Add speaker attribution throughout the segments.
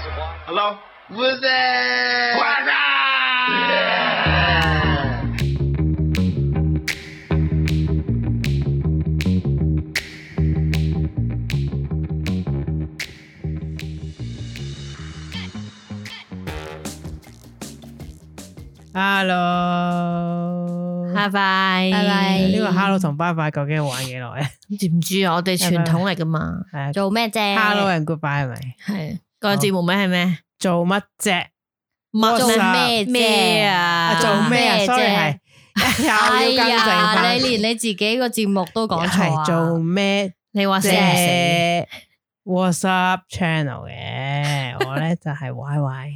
Speaker 1: Hello?
Speaker 2: What's that?
Speaker 1: What's up?
Speaker 3: Hello，
Speaker 4: 拜拜，
Speaker 2: 拜拜
Speaker 3: 呢個 Hello 同 Bye Bye 究竟玩幾耐 咧？
Speaker 4: 知唔知啊？我哋傳統嚟噶嘛，
Speaker 3: 係
Speaker 2: 做咩啫
Speaker 3: Hello and Goodbye 係啊咪？
Speaker 4: 係個節目名係咩？
Speaker 3: 做乜啫？
Speaker 2: 做
Speaker 3: 乜啊
Speaker 2: 咩啫
Speaker 4: 咩啊？
Speaker 3: 啊做咩啊
Speaker 2: 咩啫
Speaker 3: ？Sorry 係又要
Speaker 2: 哎
Speaker 3: 更正
Speaker 2: 呀，
Speaker 3: 翻
Speaker 2: 你，連你自己個節目都講錯
Speaker 3: 係
Speaker 2: 啊！
Speaker 3: 做咩
Speaker 4: 你話死唔死？
Speaker 3: 啫？WhatsApp channel 嘅，我咧就係 Y Y，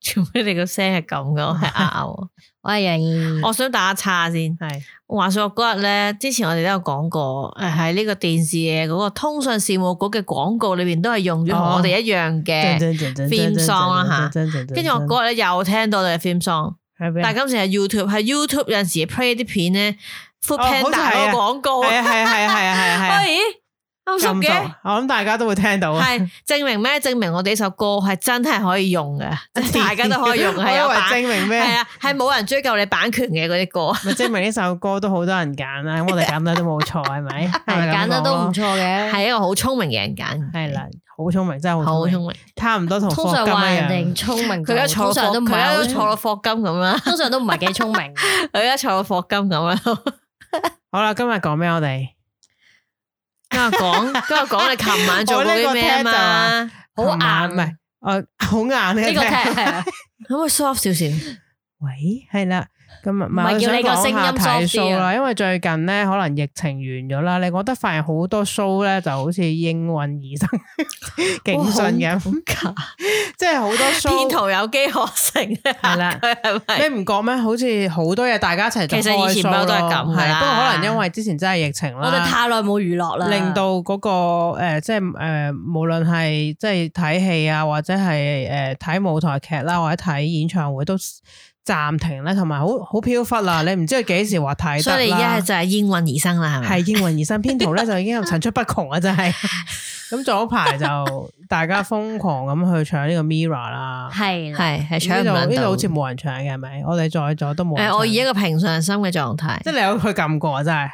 Speaker 4: 做咩你個聲係 咁噶？我係拗喎。
Speaker 2: 我係楊怡，
Speaker 4: 我想打岔先。
Speaker 3: 係
Speaker 4: 話說我嗰日咧，之前我哋都有講過，誒喺呢個電視嘅嗰個通訊事務局嘅廣告裏邊都係用咗同
Speaker 3: 哦
Speaker 4: 我哋一樣嘅。Theme song 啦跟住我嗰日咧又聽到你嘅 theme song，
Speaker 3: 日
Speaker 4: 但係今次係 YouTube，係 YouTube 有陣時 play 啲片咧，Food
Speaker 3: 好似係
Speaker 4: Panda 嗰
Speaker 3: 啊
Speaker 4: 個廣告
Speaker 3: 係啊係啊係啊係啊 係啊係啊
Speaker 4: 喂，啱熟
Speaker 3: 咁
Speaker 4: 嘅
Speaker 3: 熟，。我諗大家都會聽到啊。
Speaker 4: 系證明咩？證明我哋呢首歌係真係可以用 嘅，即 係大家都可 以用，係
Speaker 3: 我以為
Speaker 4: 有啊版，
Speaker 3: 證明咩？
Speaker 4: 係啊，係冇人追究你版權嘅嗰啲歌。
Speaker 3: 咪證明呢首歌都好多人揀啦， 咁我哋揀得都冇錯，係咪？
Speaker 2: 係揀得都唔錯嘅，
Speaker 4: 係一個好聰明嘅人揀，
Speaker 3: 係啦，好聰明，真係
Speaker 4: 好
Speaker 3: 好聰
Speaker 4: 哦聰
Speaker 3: 明，
Speaker 4: 明。
Speaker 3: 差唔多同
Speaker 2: 通
Speaker 3: 霍
Speaker 2: 常
Speaker 3: 金
Speaker 2: 話人
Speaker 3: 一
Speaker 2: 哋
Speaker 3: 樣。
Speaker 2: 聰明
Speaker 4: 啊佢
Speaker 2: 就，
Speaker 4: 而家
Speaker 2: 通
Speaker 4: 坐
Speaker 2: 常
Speaker 4: 到
Speaker 2: 都唔
Speaker 4: 佢
Speaker 2: 係
Speaker 4: 而
Speaker 2: 好
Speaker 4: 家 坐到
Speaker 2: 聰，
Speaker 4: 霍金咁啦，
Speaker 2: 通常都唔係幾聰明。
Speaker 4: 啊 佢而家坐到霍金咁啦。
Speaker 3: 好啦，今日講咩？我哋
Speaker 4: 今日 講，今日講你琴晚做過啲咩啊啊嘛？
Speaker 2: 好
Speaker 3: 琴晚
Speaker 2: 硬
Speaker 3: 唔係，我好硬呢
Speaker 2: 呢個
Speaker 3: 聽。
Speaker 2: 聽係啊
Speaker 4: 可唔可以 soft 少少？
Speaker 3: 喂，係啦，咁唔
Speaker 2: 係
Speaker 3: 係
Speaker 2: 叫你個
Speaker 3: 我
Speaker 2: 聲
Speaker 3: 想
Speaker 2: 音
Speaker 3: 講下
Speaker 2: soft
Speaker 3: 睇
Speaker 2: 啲啊
Speaker 3: show 啦，因為最近咧可能疫情完咗啦，你覺得發現好多 show 咧就好似英運醫生 警訊咁， 即係好多 show
Speaker 4: 騙徒有機可乘啊
Speaker 3: 係啦
Speaker 4: 佢係咪？
Speaker 3: 你唔覺咩？好似好多嘢大家一齊就
Speaker 4: 其實以前不嬲都係咁㗎
Speaker 3: 係
Speaker 4: 啦
Speaker 3: 不過可能因為之前真係疫情
Speaker 2: 我哋
Speaker 3: 啦，
Speaker 2: 太耐冇娛樂啦，
Speaker 3: 令到嗰、個、呃、即係誒、呃、無論係即係睇戲啊，或者係誒睇舞台劇啦，或者睇演唱會都暫停咧，同埋好好飄忽啦。你唔知佢幾時話睇
Speaker 4: 所以
Speaker 3: 得
Speaker 4: 你而家
Speaker 3: 啦。
Speaker 4: 就係應運而生啦，係咪？
Speaker 3: 係英文而生編圖咧，就已經有層出不窮啊！真 係。咁早排就大家瘋狂咁去搶呢個 Mirror 啦，
Speaker 2: 係啦
Speaker 4: 係係
Speaker 3: 呢
Speaker 4: 搶唔
Speaker 3: 度
Speaker 4: 撚
Speaker 3: 呢度
Speaker 4: 到
Speaker 3: 好。似冇人搶嘅係咪？我哋在座都冇人搶。
Speaker 4: 誒，我以一個平常心嘅狀態
Speaker 3: 即。係你有去撳過啊真係，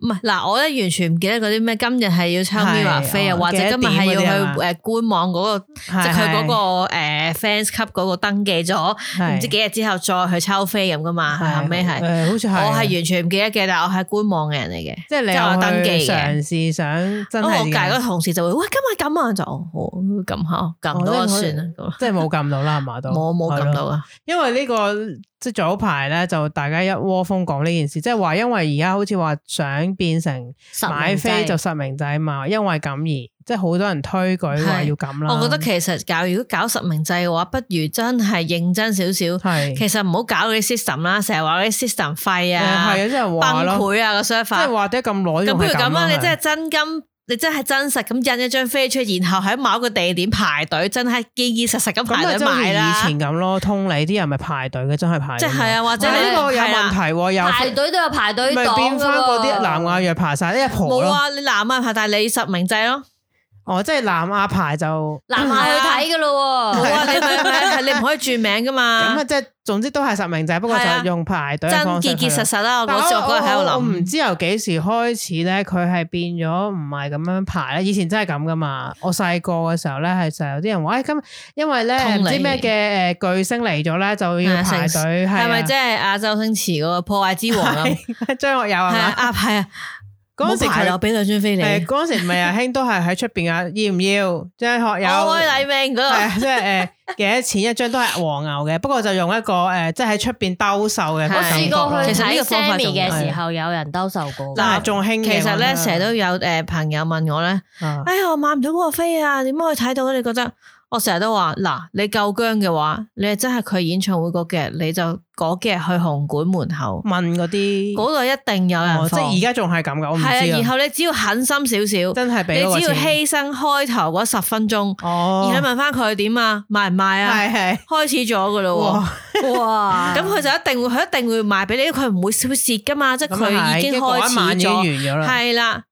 Speaker 4: 唔係嗱，我咧完全唔記得嗰啲咩，今日係要抽
Speaker 3: 係
Speaker 4: Mirror 飛啊，
Speaker 3: 哦
Speaker 4: 或者今日係
Speaker 3: 幾多
Speaker 4: 要
Speaker 3: 點嗰啲啊
Speaker 4: 去誒官網嗰個， 即係佢嗰個
Speaker 3: 個
Speaker 4: 誒 fans 級嗰個登記咗，唔知幾日之後再去抽飛咁噶嘛，後尾係。
Speaker 3: 誒，好似
Speaker 4: 我
Speaker 3: 係
Speaker 4: 係完全唔記得嘅，但我係官網嘅人嚟嘅，
Speaker 3: 即係你
Speaker 4: 即係
Speaker 3: 有
Speaker 4: 我登記
Speaker 3: 去
Speaker 4: 嘅。
Speaker 3: 嘗試想真
Speaker 4: 咁我隔離嗰
Speaker 3: 係
Speaker 4: 個同事就會喂，今日咁啊，就哦好撳下，撳唔到
Speaker 3: 哦
Speaker 4: 就
Speaker 3: 即係可以
Speaker 4: 算啦。咁
Speaker 3: 即係冇撳到啦係 嘛都
Speaker 4: 冇冇撳到
Speaker 3: 係咯
Speaker 4: 啊？
Speaker 3: 因為呢個即係早排咧就大家一窩蜂講呢件事，即係話因為而家好似話想變成
Speaker 2: 實名
Speaker 3: 買飛
Speaker 2: 制
Speaker 3: 就實名制嘛，因為咁而即係好多人推舉話
Speaker 4: 係
Speaker 3: 要咁啦。
Speaker 4: 我覺得其實搞如果搞實名制嘅話，不如真係認真少少。
Speaker 3: 係
Speaker 4: 其實唔好搞嗰啲 system 啦，成日話嗰啲 system 廢
Speaker 3: 誒
Speaker 4: 啊，
Speaker 3: 係啊，即係話
Speaker 4: 崩
Speaker 3: 咯，
Speaker 4: 潰啊個
Speaker 3: 即係
Speaker 4: server。
Speaker 3: 話得咁耐
Speaker 4: 咁
Speaker 3: 仲
Speaker 4: 不如
Speaker 3: 係啦
Speaker 4: 咁啦，你真
Speaker 3: 係
Speaker 4: 係真金，你真係真實咁印一張飛出，然後喺某一個地點排隊，真係堅堅實實咁
Speaker 3: 咁咪
Speaker 4: 排隊
Speaker 3: 真係好似
Speaker 4: 買啦。
Speaker 3: 以前咁咯，通你啲人咪排隊嘅，真係排
Speaker 4: 即
Speaker 3: 隊㗎。
Speaker 4: 係啊，或者
Speaker 3: 但係
Speaker 4: 你
Speaker 3: 呢個有
Speaker 4: 係啦
Speaker 3: 問題喎，又
Speaker 2: 排隊都有排隊
Speaker 3: 咪
Speaker 2: 黨
Speaker 3: 變翻嗰啲南
Speaker 2: 亞
Speaker 3: 亞藥排晒呢一婆
Speaker 4: 冇
Speaker 3: 咯。
Speaker 4: 啊，你南亞排，但係你實名制 咯。
Speaker 3: 哦，即係南亞排就
Speaker 2: 南亞去睇噶 咯
Speaker 4: 冇
Speaker 2: 喎，
Speaker 4: 啊，你咪咪係你唔可以轉名噶
Speaker 3: 咁啊，
Speaker 4: 嘛。
Speaker 3: 即係總之都係實名制，不過
Speaker 4: 係啊
Speaker 3: 就用排隊
Speaker 4: 真
Speaker 3: 嘅方式
Speaker 4: 結
Speaker 3: 去
Speaker 4: 結實實啦，我
Speaker 3: 但
Speaker 4: 嗰時我嗰日喺度
Speaker 3: 我我唔
Speaker 4: 諗。
Speaker 3: 知由幾時開始咧，佢係變咗唔係咁樣排咧。以前真係咁噶嘛。我細個嘅時候咧，係就有啲人話：，哎，今因為咧
Speaker 4: 通
Speaker 3: 唔
Speaker 4: 你
Speaker 3: 知咩嘅誒巨星嚟咗咧，就要排隊，
Speaker 4: 係咪即
Speaker 3: 啫？
Speaker 4: 係亞洲星馳嗰個破壞之王啊？係
Speaker 3: 啊 係張學友係
Speaker 4: 啊
Speaker 3: 嘛？
Speaker 4: 啊，係啊，
Speaker 3: 嗰陣時
Speaker 4: 冇排
Speaker 3: 佢
Speaker 4: 啦我俾兩張飛你。
Speaker 3: 誒嗰陣時唔係啊，興都係喺出邊啊，要唔要張學友？
Speaker 4: 哦我愛黎明
Speaker 3: 係
Speaker 4: 嗰
Speaker 3: 啊，即係誒幾多錢一張都係黃牛嘅，不過就用一個誒，即係喺出邊兜售嘅嗰
Speaker 4: 係
Speaker 2: 我
Speaker 3: 個感
Speaker 2: 試
Speaker 3: 覺
Speaker 2: 過
Speaker 3: 咯。
Speaker 2: 去
Speaker 4: 其實呢
Speaker 2: 睇
Speaker 4: 個方法
Speaker 2: Sammy
Speaker 4: 仲
Speaker 2: 嘅
Speaker 3: 係
Speaker 2: 時候，有人兜售過。
Speaker 3: 嗱，仲興
Speaker 4: 個，
Speaker 3: 嘅
Speaker 4: 其實咧
Speaker 3: 我覺得
Speaker 4: 成日都有誒朋友問我咧，
Speaker 3: 啊
Speaker 4: 哎呀我買唔到嗰個飛啊，點可以睇到？你覺得？我成日都話嗱，你夠姜嘅話，你係真係佢演唱會嗰幾日，你就嗰幾日去紅館門口，
Speaker 3: 問嗰啲，
Speaker 4: 嗰度一定有人
Speaker 3: 嗯哦即
Speaker 4: 放。
Speaker 3: 係而家仲係咁噶，我唔知
Speaker 4: 係啊，然
Speaker 3: 啊。
Speaker 4: 後你只要狠心少少，
Speaker 3: 真係俾嗰個
Speaker 4: 你只要
Speaker 3: 錢
Speaker 4: 犧牲開頭嗰十分鐘，
Speaker 3: 哦，
Speaker 4: 然後問翻佢點啊，賣唔賣啊？
Speaker 3: 係係
Speaker 4: 開始咗噶咯
Speaker 3: 哇，
Speaker 2: 哇
Speaker 4: 喎，咁佢就一定會，佢一定會賣俾你，佢唔會少蝕噶嘛，即係
Speaker 3: 咁啊係
Speaker 4: 佢已經
Speaker 3: 因為嗰
Speaker 4: 開
Speaker 3: 一晚已
Speaker 4: 始
Speaker 3: 經
Speaker 4: 咗，
Speaker 3: 完咗啦。
Speaker 4: 係啦，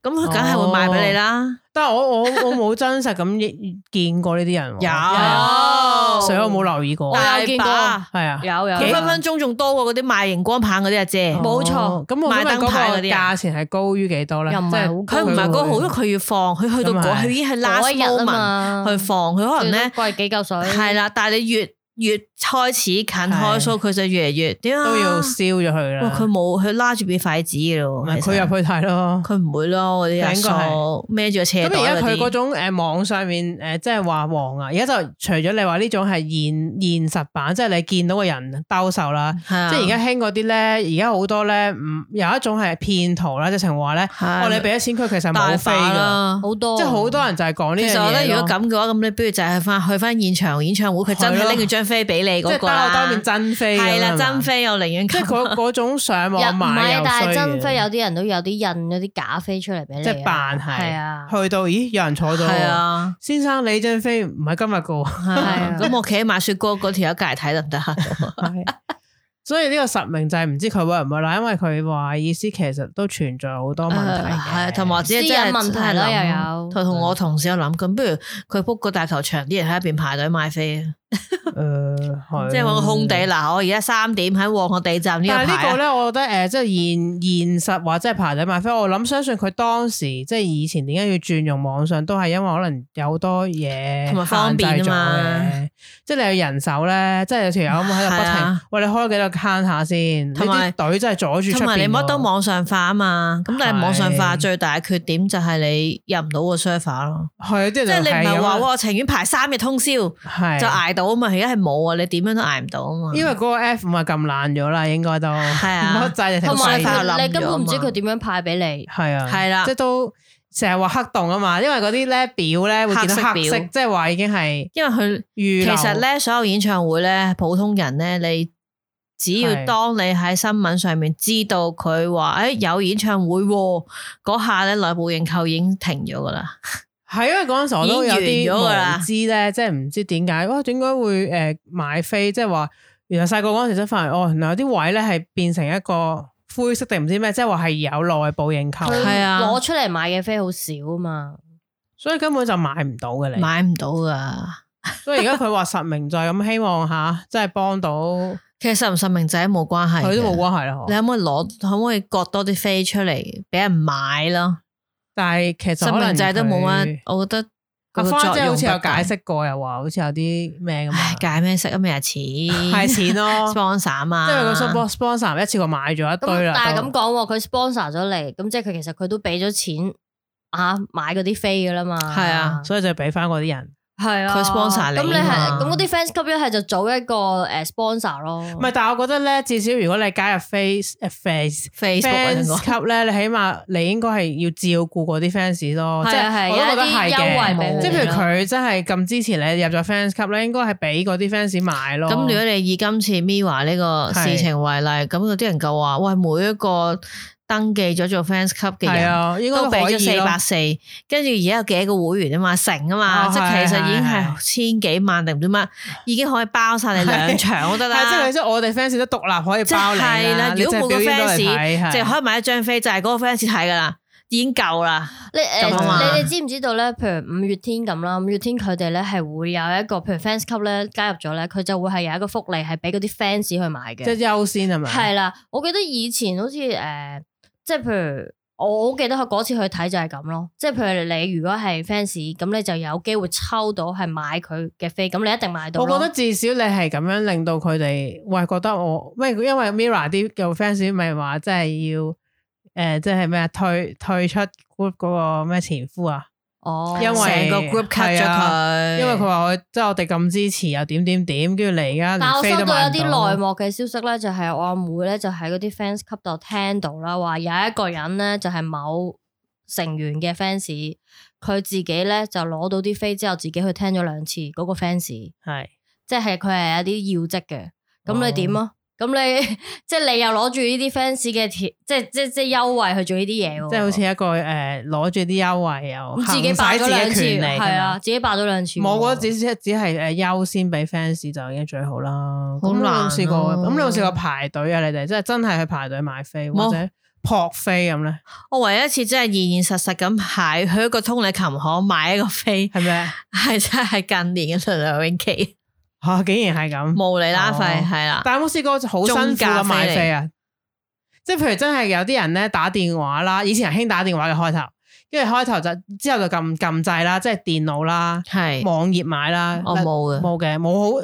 Speaker 4: 咁佢梗係會賣俾你啦，
Speaker 3: 但系我我我冇真實咁見過呢啲人喎，啊
Speaker 4: 有
Speaker 3: 所以我冇留意過，
Speaker 4: 大
Speaker 3: 係
Speaker 4: 把
Speaker 2: 有見過
Speaker 3: 啊。
Speaker 2: 有有
Speaker 4: 佢
Speaker 2: 有
Speaker 4: 分分鐘仲多過嗰啲賣熒光棒嗰啲阿姐。
Speaker 2: 冇錯
Speaker 3: 哦咁我想問
Speaker 4: 賣燈牌
Speaker 3: 嗰
Speaker 4: 嗰
Speaker 3: 個
Speaker 4: 啲人
Speaker 3: 價錢係高於幾多咧？
Speaker 2: 又唔係
Speaker 3: 即係
Speaker 2: 好高
Speaker 4: 佢唔係嗰個好，因啊為佢要放，佢去到
Speaker 3: 咁
Speaker 4: 嗰，
Speaker 3: 係
Speaker 4: 佢已經係
Speaker 2: 嗰
Speaker 4: last
Speaker 2: 一日啊
Speaker 4: moment
Speaker 2: 嘛，
Speaker 4: 去放，佢可能咧
Speaker 2: 貴幾嚿水，
Speaker 4: 係啦，但係你越越開始近開 show，佢就越嚟越點啊
Speaker 3: 都要燒咗佢
Speaker 4: 哇！
Speaker 3: 啦。
Speaker 4: 佢冇佢拉住俾筷子嘅
Speaker 3: 唔
Speaker 4: 咯，
Speaker 3: 係
Speaker 4: 其實
Speaker 3: 佢入去睇咯。
Speaker 4: 佢唔會咯，嗰啲阿
Speaker 3: 應該係
Speaker 4: 叔孭住個
Speaker 3: 咁
Speaker 4: 車袋
Speaker 3: 而家佢
Speaker 4: 嗰
Speaker 3: 嗰
Speaker 4: 啲。
Speaker 3: 種誒網上面誒，即係話黃啊！而家就除咗你話呢種係現現實版，即係你見到個人兜售啦，
Speaker 4: 係啊
Speaker 3: 即係而家興嗰啲咧，而家好多咧，唔有一種係騙徒啦，直情話咧，
Speaker 4: 係
Speaker 3: 我你俾咗錢佢其實
Speaker 4: 大
Speaker 3: 冇飛
Speaker 4: 把
Speaker 3: 㗎，
Speaker 4: 啦。
Speaker 2: 好多，
Speaker 3: 即係好多人就係講呢
Speaker 4: 其
Speaker 3: 樣
Speaker 4: 實我覺得
Speaker 3: 嘢
Speaker 4: 如果
Speaker 3: 咯。
Speaker 4: 咁啊嘅話，咁你不如就係翻去翻現場演唱會，佢真
Speaker 3: 係
Speaker 4: 係
Speaker 3: 咯
Speaker 4: 拎住張飛俾你
Speaker 3: 即係
Speaker 4: 嗰
Speaker 3: 兜
Speaker 4: 個
Speaker 3: 兜
Speaker 4: 啦
Speaker 3: 面。真飛咁樣
Speaker 4: 係啦，
Speaker 3: 嘛
Speaker 4: 真飛我寧願
Speaker 3: 即係嗰嗰種上
Speaker 2: 又
Speaker 3: 網
Speaker 2: 唔
Speaker 3: 買
Speaker 2: 係，
Speaker 3: 又
Speaker 2: 但係
Speaker 3: 衰
Speaker 2: 真飛有
Speaker 3: 嘅，
Speaker 2: 啲人都有啲印嗰啲假飛出嚟俾你
Speaker 3: 即
Speaker 2: 啊，
Speaker 3: 係扮係
Speaker 2: 係啊，
Speaker 3: 去到咦有人坐到
Speaker 4: 係
Speaker 3: 喎，
Speaker 4: 啊。
Speaker 3: 先生你張飛唔係今日個 喎，
Speaker 4: 係啊
Speaker 2: 啊
Speaker 4: 咁我企喺買雪糕嗰條友隔嚟睇得唔得啊？
Speaker 3: 所以呢個實名就係唔知佢會唔會啦，因為佢話意思其實都存在好多問題嘅，
Speaker 4: 係同埋我自己真係
Speaker 2: 私隱問題
Speaker 4: 真係
Speaker 2: 啦
Speaker 4: 諗
Speaker 2: 又有
Speaker 4: 同同我同事有諗咁，不如佢 book 個大球場啲人喺入邊排隊買飛啊，
Speaker 3: 誒
Speaker 4: 即係揾個空地。嗱，我而家三點喺旺角地站呢
Speaker 3: 但
Speaker 4: 個
Speaker 3: 係呢
Speaker 4: 排
Speaker 3: 個
Speaker 4: 啊。
Speaker 3: 咧，我覺得誒、呃即係現現實或者係排隊買飛，我諗相信佢當時即係以前點解要轉用網上，都係因為可能有好多嘢
Speaker 4: 同埋方便啊嘛
Speaker 3: 限制咗嘅，即係你有人手咧，即係有條友咁喺度不
Speaker 4: 係
Speaker 3: 停
Speaker 4: 啊，
Speaker 3: 喂你開幾多 account 下先，呢
Speaker 4: 同埋
Speaker 3: 啲隊真係阻住出
Speaker 4: 同埋你
Speaker 3: 邊
Speaker 4: 乜都
Speaker 3: 喎，
Speaker 4: 網上化啊嘛，咁但係
Speaker 3: 係
Speaker 4: 網上化最大嘅缺點就係你入唔到個 server 咯，
Speaker 3: 係啊，啲
Speaker 4: 即係
Speaker 3: 人
Speaker 4: 你
Speaker 3: 就
Speaker 4: 唔
Speaker 3: 係咁
Speaker 4: 係話哇
Speaker 3: 啊
Speaker 4: 我情願排三日通宵就
Speaker 3: 係
Speaker 4: 捱到啊嘛，而家係冇啊，你點樣都捱唔到啊嘛。
Speaker 3: 因為嗰個 F 五係撳爛咗啦，應該都係
Speaker 4: 啊
Speaker 3: 乜掣就停
Speaker 2: 同埋
Speaker 3: 曬
Speaker 4: 佢
Speaker 2: 佢你根本唔知佢點樣派俾你，
Speaker 3: 啊係啊，
Speaker 4: 係啦
Speaker 3: 即係都成日話黑洞啊嘛，因為嗰啲咧表咧會見到
Speaker 4: 黑
Speaker 3: 黑
Speaker 4: 色
Speaker 3: 色，
Speaker 4: 表
Speaker 3: 即係話已經係
Speaker 4: 因為佢
Speaker 3: 預
Speaker 4: 其
Speaker 3: 留
Speaker 4: 實咧，所有演唱會咧，普通人咧，你只要
Speaker 3: 係
Speaker 4: 當你喺新聞上面知道佢話誒有演唱會喎嗰下咧，內部認購已經停咗噶啦，
Speaker 3: 係因為嗰陣時我都有
Speaker 4: 已經
Speaker 3: 啲
Speaker 4: 完咗㗎啦
Speaker 3: 無知咧，即係唔知點解哇，點解會誒買飛？即係話原來細個嗰陣時真發現哦，原來有啲位咧係變成一個灰色定唔知咩，即係話係有內部認購，
Speaker 2: 佢
Speaker 4: 係啊
Speaker 2: 攞出嚟買嘅飛好少啊嘛，
Speaker 3: 所以根本就買唔到嘅你。
Speaker 4: 買唔到噶。
Speaker 3: 所以而家佢話實名制咁，希望吓即係幫到
Speaker 4: 其實實唔實名仔冇關係，
Speaker 3: 佢都冇。關係啦。
Speaker 4: 啊你
Speaker 3: 嗬
Speaker 4: 可唔可以攞？可唔可以割多啲飛出嚟俾人買咯？
Speaker 3: 但係其實
Speaker 4: 實
Speaker 3: 可能
Speaker 4: 名仔都冇
Speaker 3: 佢
Speaker 4: 乜，我覺得
Speaker 3: 阿
Speaker 4: 個
Speaker 3: 芳
Speaker 4: 作
Speaker 3: 姐
Speaker 4: 用
Speaker 3: 好似有
Speaker 4: 不大
Speaker 3: 解。釋過，又話好似有啲咩咁
Speaker 4: 唉，
Speaker 3: 啊，
Speaker 4: 解咩色啊？咩啊錢？係
Speaker 3: 派錢咯，即
Speaker 4: sponsor 啊嘛，
Speaker 3: 係佢 sponsor sponsor 一次過買咗一
Speaker 2: 咁
Speaker 3: 堆啦。
Speaker 2: 但係咁
Speaker 3: 都
Speaker 2: 講喎，佢 sponsor 咗你，咁即係佢其實佢都俾咗錢啊買嗰啲飛噶啦嘛，
Speaker 4: 係啊
Speaker 3: 所以就俾翻嗰啲人。
Speaker 2: 系啊，
Speaker 4: 佢 sponsor 你
Speaker 2: 咁你係
Speaker 4: 嘛
Speaker 2: 咁嗰啲 fans club 一係就組一個誒 sponsor 咯，
Speaker 3: 唔係，但係我覺得咧，至少如果你加入 face 誒 face。
Speaker 4: Facebook 啊
Speaker 3: fans
Speaker 4: 應該
Speaker 3: club 咧，你起碼你應該係要照顧嗰啲 fans 咯，即
Speaker 2: 係啊
Speaker 3: 係
Speaker 2: 係
Speaker 3: 我都覺得
Speaker 2: 有啲
Speaker 3: 係
Speaker 2: 優惠俾
Speaker 3: 嘅。
Speaker 2: 佢
Speaker 3: 即係譬
Speaker 2: 哋
Speaker 3: 如
Speaker 2: 咯
Speaker 3: 佢真係咁支持你入咗 fans club 咧，應該係俾嗰啲 fans 買咯。
Speaker 4: 咁如果你以今次 Miwa 呢個事情為例，咁有啲人就話：喂，每一個登記咗做 fans club 嘅
Speaker 3: 係
Speaker 4: 人。
Speaker 3: 啊，應該
Speaker 4: 都俾
Speaker 3: 可
Speaker 4: 咗
Speaker 3: 以
Speaker 4: 四
Speaker 3: 咯
Speaker 4: 百四，跟住而家有幾多個會員啊嘛，成啊嘛，
Speaker 3: 哦
Speaker 4: 即係
Speaker 3: 係
Speaker 4: 其實已經係千幾萬定唔知乜，已經可以包晒你兩場都得
Speaker 3: 係即係
Speaker 4: 啦
Speaker 3: 你。 即係我哋 fans 都獨立可以
Speaker 4: 即
Speaker 3: 包你
Speaker 4: 係啦，如果每個 fans
Speaker 3: 即
Speaker 4: 淨係可以買一張飛，就係嗰個 fans 睇噶啦，已經夠啦。
Speaker 2: 你誒
Speaker 4: 咁啊嘛
Speaker 2: 你哋知唔知道咧？譬如五月天咁啦，五月天佢哋咧係會有一個譬如 fans club 咧加入咗咧，佢就會係有一個福利係俾嗰啲 fans 去買
Speaker 3: 即
Speaker 2: 嘅。
Speaker 3: 係優先係咪？
Speaker 2: 係啦，我記得以前好似誒、呃即係譬如我好記得佢嗰次去睇就係咁咯。即係譬如你如果係 fans，咁你就有機會抽到係買佢嘅飛，咁你一定買到
Speaker 3: 我
Speaker 2: 咯。
Speaker 3: 覺得至少你係咁樣令到佢哋，喂覺得我，喂因為 Mira 啲有 fans 咪話即係要誒、呃即係咩啊退退出 group 嗰個咩前夫啊，
Speaker 2: 哦，
Speaker 3: 因為
Speaker 4: 成個 group cut 咗
Speaker 3: 係啊
Speaker 4: 佢，
Speaker 3: 因為佢話我即係我哋咁支持又點點點，跟住你而
Speaker 2: 但
Speaker 3: 家連嗯
Speaker 2: 我收
Speaker 3: 飛都
Speaker 2: 到
Speaker 3: 買
Speaker 2: 有
Speaker 3: 唔
Speaker 2: 啲內
Speaker 3: 到。啊
Speaker 2: 幕嘅消息咧，就係我阿妹咧就喺嗰啲 fans 級度聽到啦，話有一個人咧就係某成員嘅 fans，佢自己咧就攞到啲飛之後，自己去聽咗兩次嗰、個 fans，即
Speaker 3: 係
Speaker 2: 係佢係有啲要職嘅。咁
Speaker 3: 哦
Speaker 2: 你點啊？咁你 即係你又攞住呢啲 fans 嘅條，即係即係即係優惠去做呢啲嘢喎。
Speaker 3: 即係好似一個誒攞住啲優惠又
Speaker 2: 咁自己
Speaker 3: 行
Speaker 2: 霸
Speaker 3: 使
Speaker 2: 咗兩
Speaker 3: 自
Speaker 2: 次，
Speaker 3: 己權利
Speaker 2: 係啊，，自己霸咗兩次
Speaker 3: 係
Speaker 2: 喎。
Speaker 3: 咪我覺得只只只係誒優先俾 fans 就已經最好啦。
Speaker 4: 好
Speaker 3: 咁你有冇
Speaker 4: 難
Speaker 3: 試過？
Speaker 4: 啊
Speaker 3: 咁你有冇試過排隊啊？你哋即係真係去排隊買飛，或
Speaker 4: 冇
Speaker 3: 者撲飛咁咧？
Speaker 4: 我唯一一次真係現現實實咁係去一個通利琴行買一個飛，
Speaker 3: 係 咪啊？
Speaker 4: 係真係近年嘅梁詠琪，
Speaker 3: 吓，竟然係咁，
Speaker 4: 無厘啦廢
Speaker 3: 嗯哦
Speaker 4: 係啦。
Speaker 2: 啊
Speaker 3: 但有冇試過好辛苦咁買飛啊？即係譬如真係有啲人咧打電話啦，以前係興打電話嘅開頭，跟住開頭就之後就撳撳掣啦，即係電腦啦、
Speaker 4: 係
Speaker 3: 網頁買啦，
Speaker 2: 哦
Speaker 4: 我
Speaker 2: 啊
Speaker 4: 冇嘅，
Speaker 3: 冇嘅，冇好。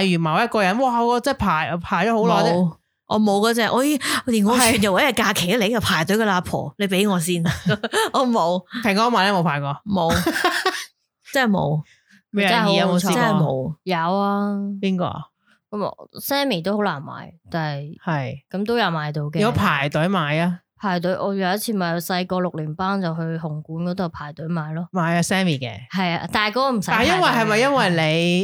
Speaker 3: 例如某一個人，哇！我真係排排咗好耐啫，
Speaker 4: 冇我冇嗰只，我已我連我
Speaker 3: 係
Speaker 4: 全日一日假期都嚟嘅排隊嘅啦，阿婆，你俾 我先，我冇
Speaker 3: 平安買咧冇排過，
Speaker 4: 冇，真係冇，
Speaker 3: 咩人啊
Speaker 2: 真係
Speaker 3: 有
Speaker 2: 好
Speaker 3: 冇
Speaker 2: 彩
Speaker 4: 真
Speaker 3: 試
Speaker 4: 係
Speaker 3: 過？
Speaker 4: 冇，
Speaker 2: 有啊，
Speaker 3: 邊個啊？
Speaker 2: 咁我 Sammy 都好難買，但係
Speaker 3: 係
Speaker 2: 咁都有買到嘅。
Speaker 3: 有排隊買啊，
Speaker 2: 排隊，我有一次咪細個六年班就去紅館嗰度排隊買咯。
Speaker 3: 買啊 Sammy 嘅。
Speaker 2: 係啊，但係嗰個唔使排
Speaker 3: 但係
Speaker 2: 隊嘅。
Speaker 3: 因為係咪因為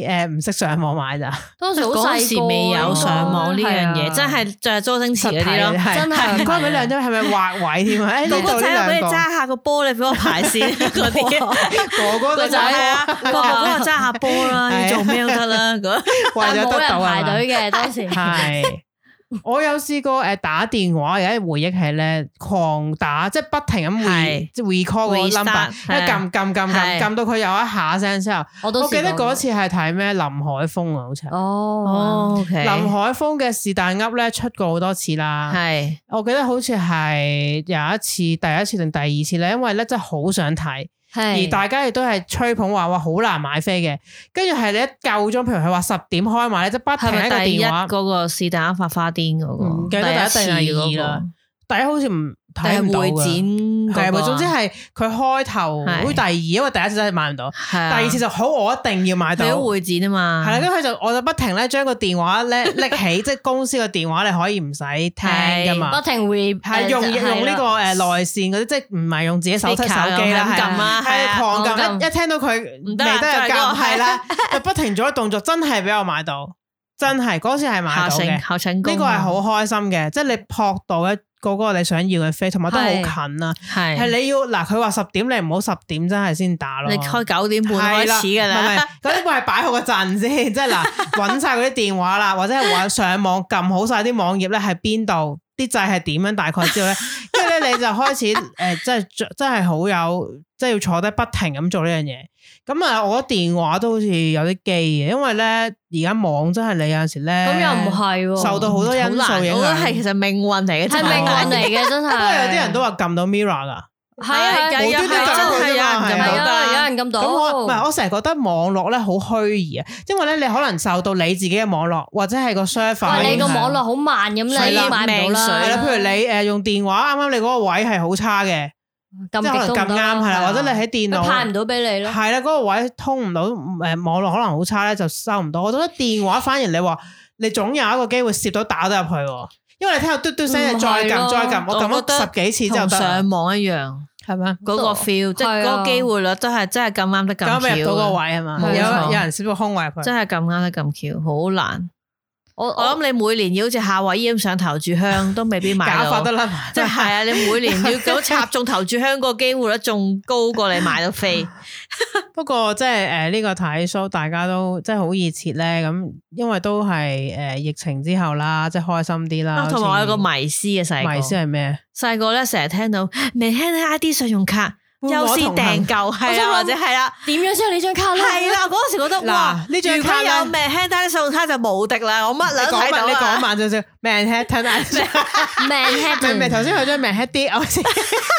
Speaker 3: 你誒唔識上網買咋？
Speaker 2: 當時好
Speaker 3: 啊
Speaker 4: 嗰
Speaker 2: 細
Speaker 4: 時
Speaker 2: 個
Speaker 4: 未有上網呢樣
Speaker 2: 係
Speaker 4: 嘢，
Speaker 2: 啊
Speaker 4: 真係就係周星馳嗰啲咯。
Speaker 3: 啊係
Speaker 2: 真係
Speaker 3: 唔該，俾兩 張係咪畫位添啊？誒呢
Speaker 4: 哥
Speaker 3: 度
Speaker 4: 哥
Speaker 3: 呢
Speaker 4: 仔，我俾
Speaker 3: 兩
Speaker 4: 你
Speaker 3: 個
Speaker 4: 揸，下個波，你俾我排先 嗰啲。
Speaker 3: 哥哥
Speaker 4: 個
Speaker 3: 仔
Speaker 4: 仔啊，個個幫我揸下波啦，
Speaker 3: 係啊
Speaker 4: 要做咩都得 啦。咁
Speaker 3: 為
Speaker 2: 但係
Speaker 3: 咗
Speaker 2: 冇
Speaker 3: 得
Speaker 2: 人
Speaker 3: 到
Speaker 2: 排
Speaker 3: 啊。
Speaker 2: 隊 嘅當時。
Speaker 3: 係。我有試過誒打電話，而家回憶起咧，狂打即係不停咁 re
Speaker 4: 係
Speaker 3: 即係 recall 個
Speaker 4: Restart，
Speaker 3: number，
Speaker 4: 係啊
Speaker 3: 一撳撳撳撳
Speaker 4: 係
Speaker 3: 撳到佢有一下聲之後，
Speaker 2: 我都
Speaker 3: 我記
Speaker 2: 試
Speaker 3: 得
Speaker 2: 過
Speaker 3: 嗰次係睇咩林海峰啊，好似係
Speaker 2: 哦，
Speaker 4: ，OK，
Speaker 3: 林海峰嘅是但噏咧出過好多次啦。
Speaker 4: 係
Speaker 3: 我記得好似係有一次，第一次定第二次咧，因為咧真係好想睇，而
Speaker 2: 係
Speaker 3: 大家亦都係吹捧話哇好難買飛嘅，跟住係你一夠鐘，譬如佢話十點開賣咧，即係不
Speaker 4: 係
Speaker 3: 停一個
Speaker 4: 咪第一
Speaker 3: 電話，
Speaker 4: 嗰個是但發花癲
Speaker 3: 唔
Speaker 4: 嗰個？
Speaker 3: 記得
Speaker 4: 嗯第
Speaker 3: 第一定係
Speaker 4: 次嗰
Speaker 3: 二啦
Speaker 4: 個，
Speaker 3: 大家好似唔睇唔
Speaker 4: 但係
Speaker 3: 到
Speaker 4: 會
Speaker 3: 嘅。係
Speaker 4: 展嗰
Speaker 3: 啊，
Speaker 4: 個啊，
Speaker 3: 總之係佢開頭
Speaker 4: 係
Speaker 3: 好似第二，因為第一次真係買唔到，
Speaker 4: 係
Speaker 3: 第
Speaker 4: 啊
Speaker 3: 二次就好，我一定要買到。
Speaker 4: 係都會展啊嘛，
Speaker 3: 係啦，跟住佢就我就不停咧將個電話咧拎起， 即係公司個電話你可以唔使聽噶嘛
Speaker 2: 不，停會
Speaker 3: 係用用呢個誒內線嗰啲，即係唔係用自己手提手機
Speaker 4: Speaker
Speaker 3: 啦，係
Speaker 4: 咁撳啊
Speaker 3: 係
Speaker 4: 係啊
Speaker 3: 狂
Speaker 2: 狂
Speaker 3: 撳，
Speaker 2: 撳
Speaker 3: 一一聽到佢
Speaker 4: 唔
Speaker 3: 未
Speaker 4: 得
Speaker 3: 得又撳，
Speaker 4: 啦再嚟嗰個
Speaker 3: 係 啦，就不停做咗動作，真係俾我買到，真係嗰次係買
Speaker 4: 校
Speaker 3: 到嘅
Speaker 4: 成。校成功
Speaker 3: 呢
Speaker 4: 啊，
Speaker 3: 個係好開心嘅，即係你撲到一嗰個你想要嘅飛，同埋都好
Speaker 2: 係
Speaker 3: 近啊。
Speaker 4: 係
Speaker 3: 係你要嗱，佢話十點，你唔好十點真係先打咯。
Speaker 4: 你開九點半開始㗎
Speaker 3: 係啦，
Speaker 4: 啦，
Speaker 3: 唔係唔係嗰啲係擺好個陣先，即係嗱，揾晒嗰啲電話啦，或 者係話上網撳好晒啲網頁咧，係邊度啲掣係點樣，大概知道咧。跟住咧你就開始誒、呃，即係真係好有，即係要坐低不停咁做呢樣嘢。咁啊，我覺得電話都好似有啲機嘅，因為咧而家網真係你有陣時咧，
Speaker 2: 咁又唔係喎，
Speaker 3: 受到好多因素
Speaker 4: 好難，
Speaker 3: 影
Speaker 4: 我覺得
Speaker 3: 響。
Speaker 4: 係其實命運嚟嘅，
Speaker 2: 係命運嚟嘅，真係。
Speaker 3: 不過有啲人都話撳到 mirror 噶。
Speaker 2: 係
Speaker 4: 係啊
Speaker 2: 啊，係啊
Speaker 3: 無端端
Speaker 2: 係
Speaker 3: 就有
Speaker 2: 啊
Speaker 3: 人咁
Speaker 2: 係
Speaker 4: 覺得
Speaker 2: 啊，有人咁
Speaker 3: 咁我
Speaker 2: 到
Speaker 3: 唔係，我成日覺得網絡咧好虛擬啊，因為咧你可能受到你自己嘅網絡或者係個 server
Speaker 2: 喂，你個
Speaker 3: 影響
Speaker 2: 網絡好慢咁，
Speaker 3: 係
Speaker 2: 你
Speaker 3: 啦
Speaker 2: 買唔到啦。
Speaker 4: 命水
Speaker 3: 係啦，譬如你誒用電話，啱啱你嗰個位係好差嘅，即係可
Speaker 2: 撳極
Speaker 3: 能
Speaker 2: 都
Speaker 3: 撳啱
Speaker 2: 唔得啦啊
Speaker 3: 係啦，或者你喺電
Speaker 2: 佢派唔
Speaker 3: 腦
Speaker 2: 到俾你咯。
Speaker 3: 係啦，嗰個位通唔到誒網絡可能好差咧，就收唔到。我覺得電話反而你話你總有一個機會攝到打得入去喎，因為你聽到嘟嘟聲，
Speaker 2: 唔係
Speaker 3: 你再撳
Speaker 2: 咯
Speaker 3: 再撳，我
Speaker 4: 我覺
Speaker 3: 撳
Speaker 4: 得
Speaker 3: 咗十幾次之後
Speaker 4: 同
Speaker 3: 得啦
Speaker 4: 上，網一樣
Speaker 3: 係咪？
Speaker 4: 嗰個 feel，即係
Speaker 2: 係啊
Speaker 4: 嗰個機會率真係真係咁啱得咁
Speaker 3: 咁
Speaker 4: 巧啊，
Speaker 3: 咪入到個位係嘛？
Speaker 4: 冇
Speaker 3: 有
Speaker 4: 錯
Speaker 3: 有人攝到空位入去。
Speaker 4: 真係咁啱得咁巧，好難。
Speaker 2: 我
Speaker 4: 我諗你每年要好似夏威夷咁上頭炷香，都未必 買
Speaker 3: 假髮
Speaker 4: 到
Speaker 3: 得。啦，
Speaker 4: 即係係啊！你每年要咁插中頭炷香個機會率仲高過你買 到飛，
Speaker 3: 不過即係誒呢個睇 show，大家都即係好熱切咧。咁因為都係誒、呃疫情之後啦，即係開心啲啦。
Speaker 4: 啊同埋我有個迷思嘅細
Speaker 3: 迷思
Speaker 4: 個，
Speaker 3: 係咩？啊
Speaker 4: 細個咧成日聽到明聽 I D 信用卡
Speaker 3: 會
Speaker 4: 優
Speaker 3: 攞
Speaker 4: 先
Speaker 3: 同行
Speaker 4: 訂購係啦，或者係啦。
Speaker 2: 點樣先有你張卡咧？
Speaker 4: 係啦，嗰時覺得
Speaker 3: 嗱
Speaker 4: 哇，
Speaker 3: 呢張卡
Speaker 4: 如
Speaker 3: 咧
Speaker 4: 果有命 hand 信用卡就無敵啦，我乜
Speaker 3: 你
Speaker 4: 兩睇
Speaker 3: 講
Speaker 4: 到
Speaker 3: 慢，你講
Speaker 4: 啦。
Speaker 3: 慢少少。Manhattan Island，
Speaker 2: ，Manhattan，
Speaker 3: 唔係頭先佢張 Manhattan，我 先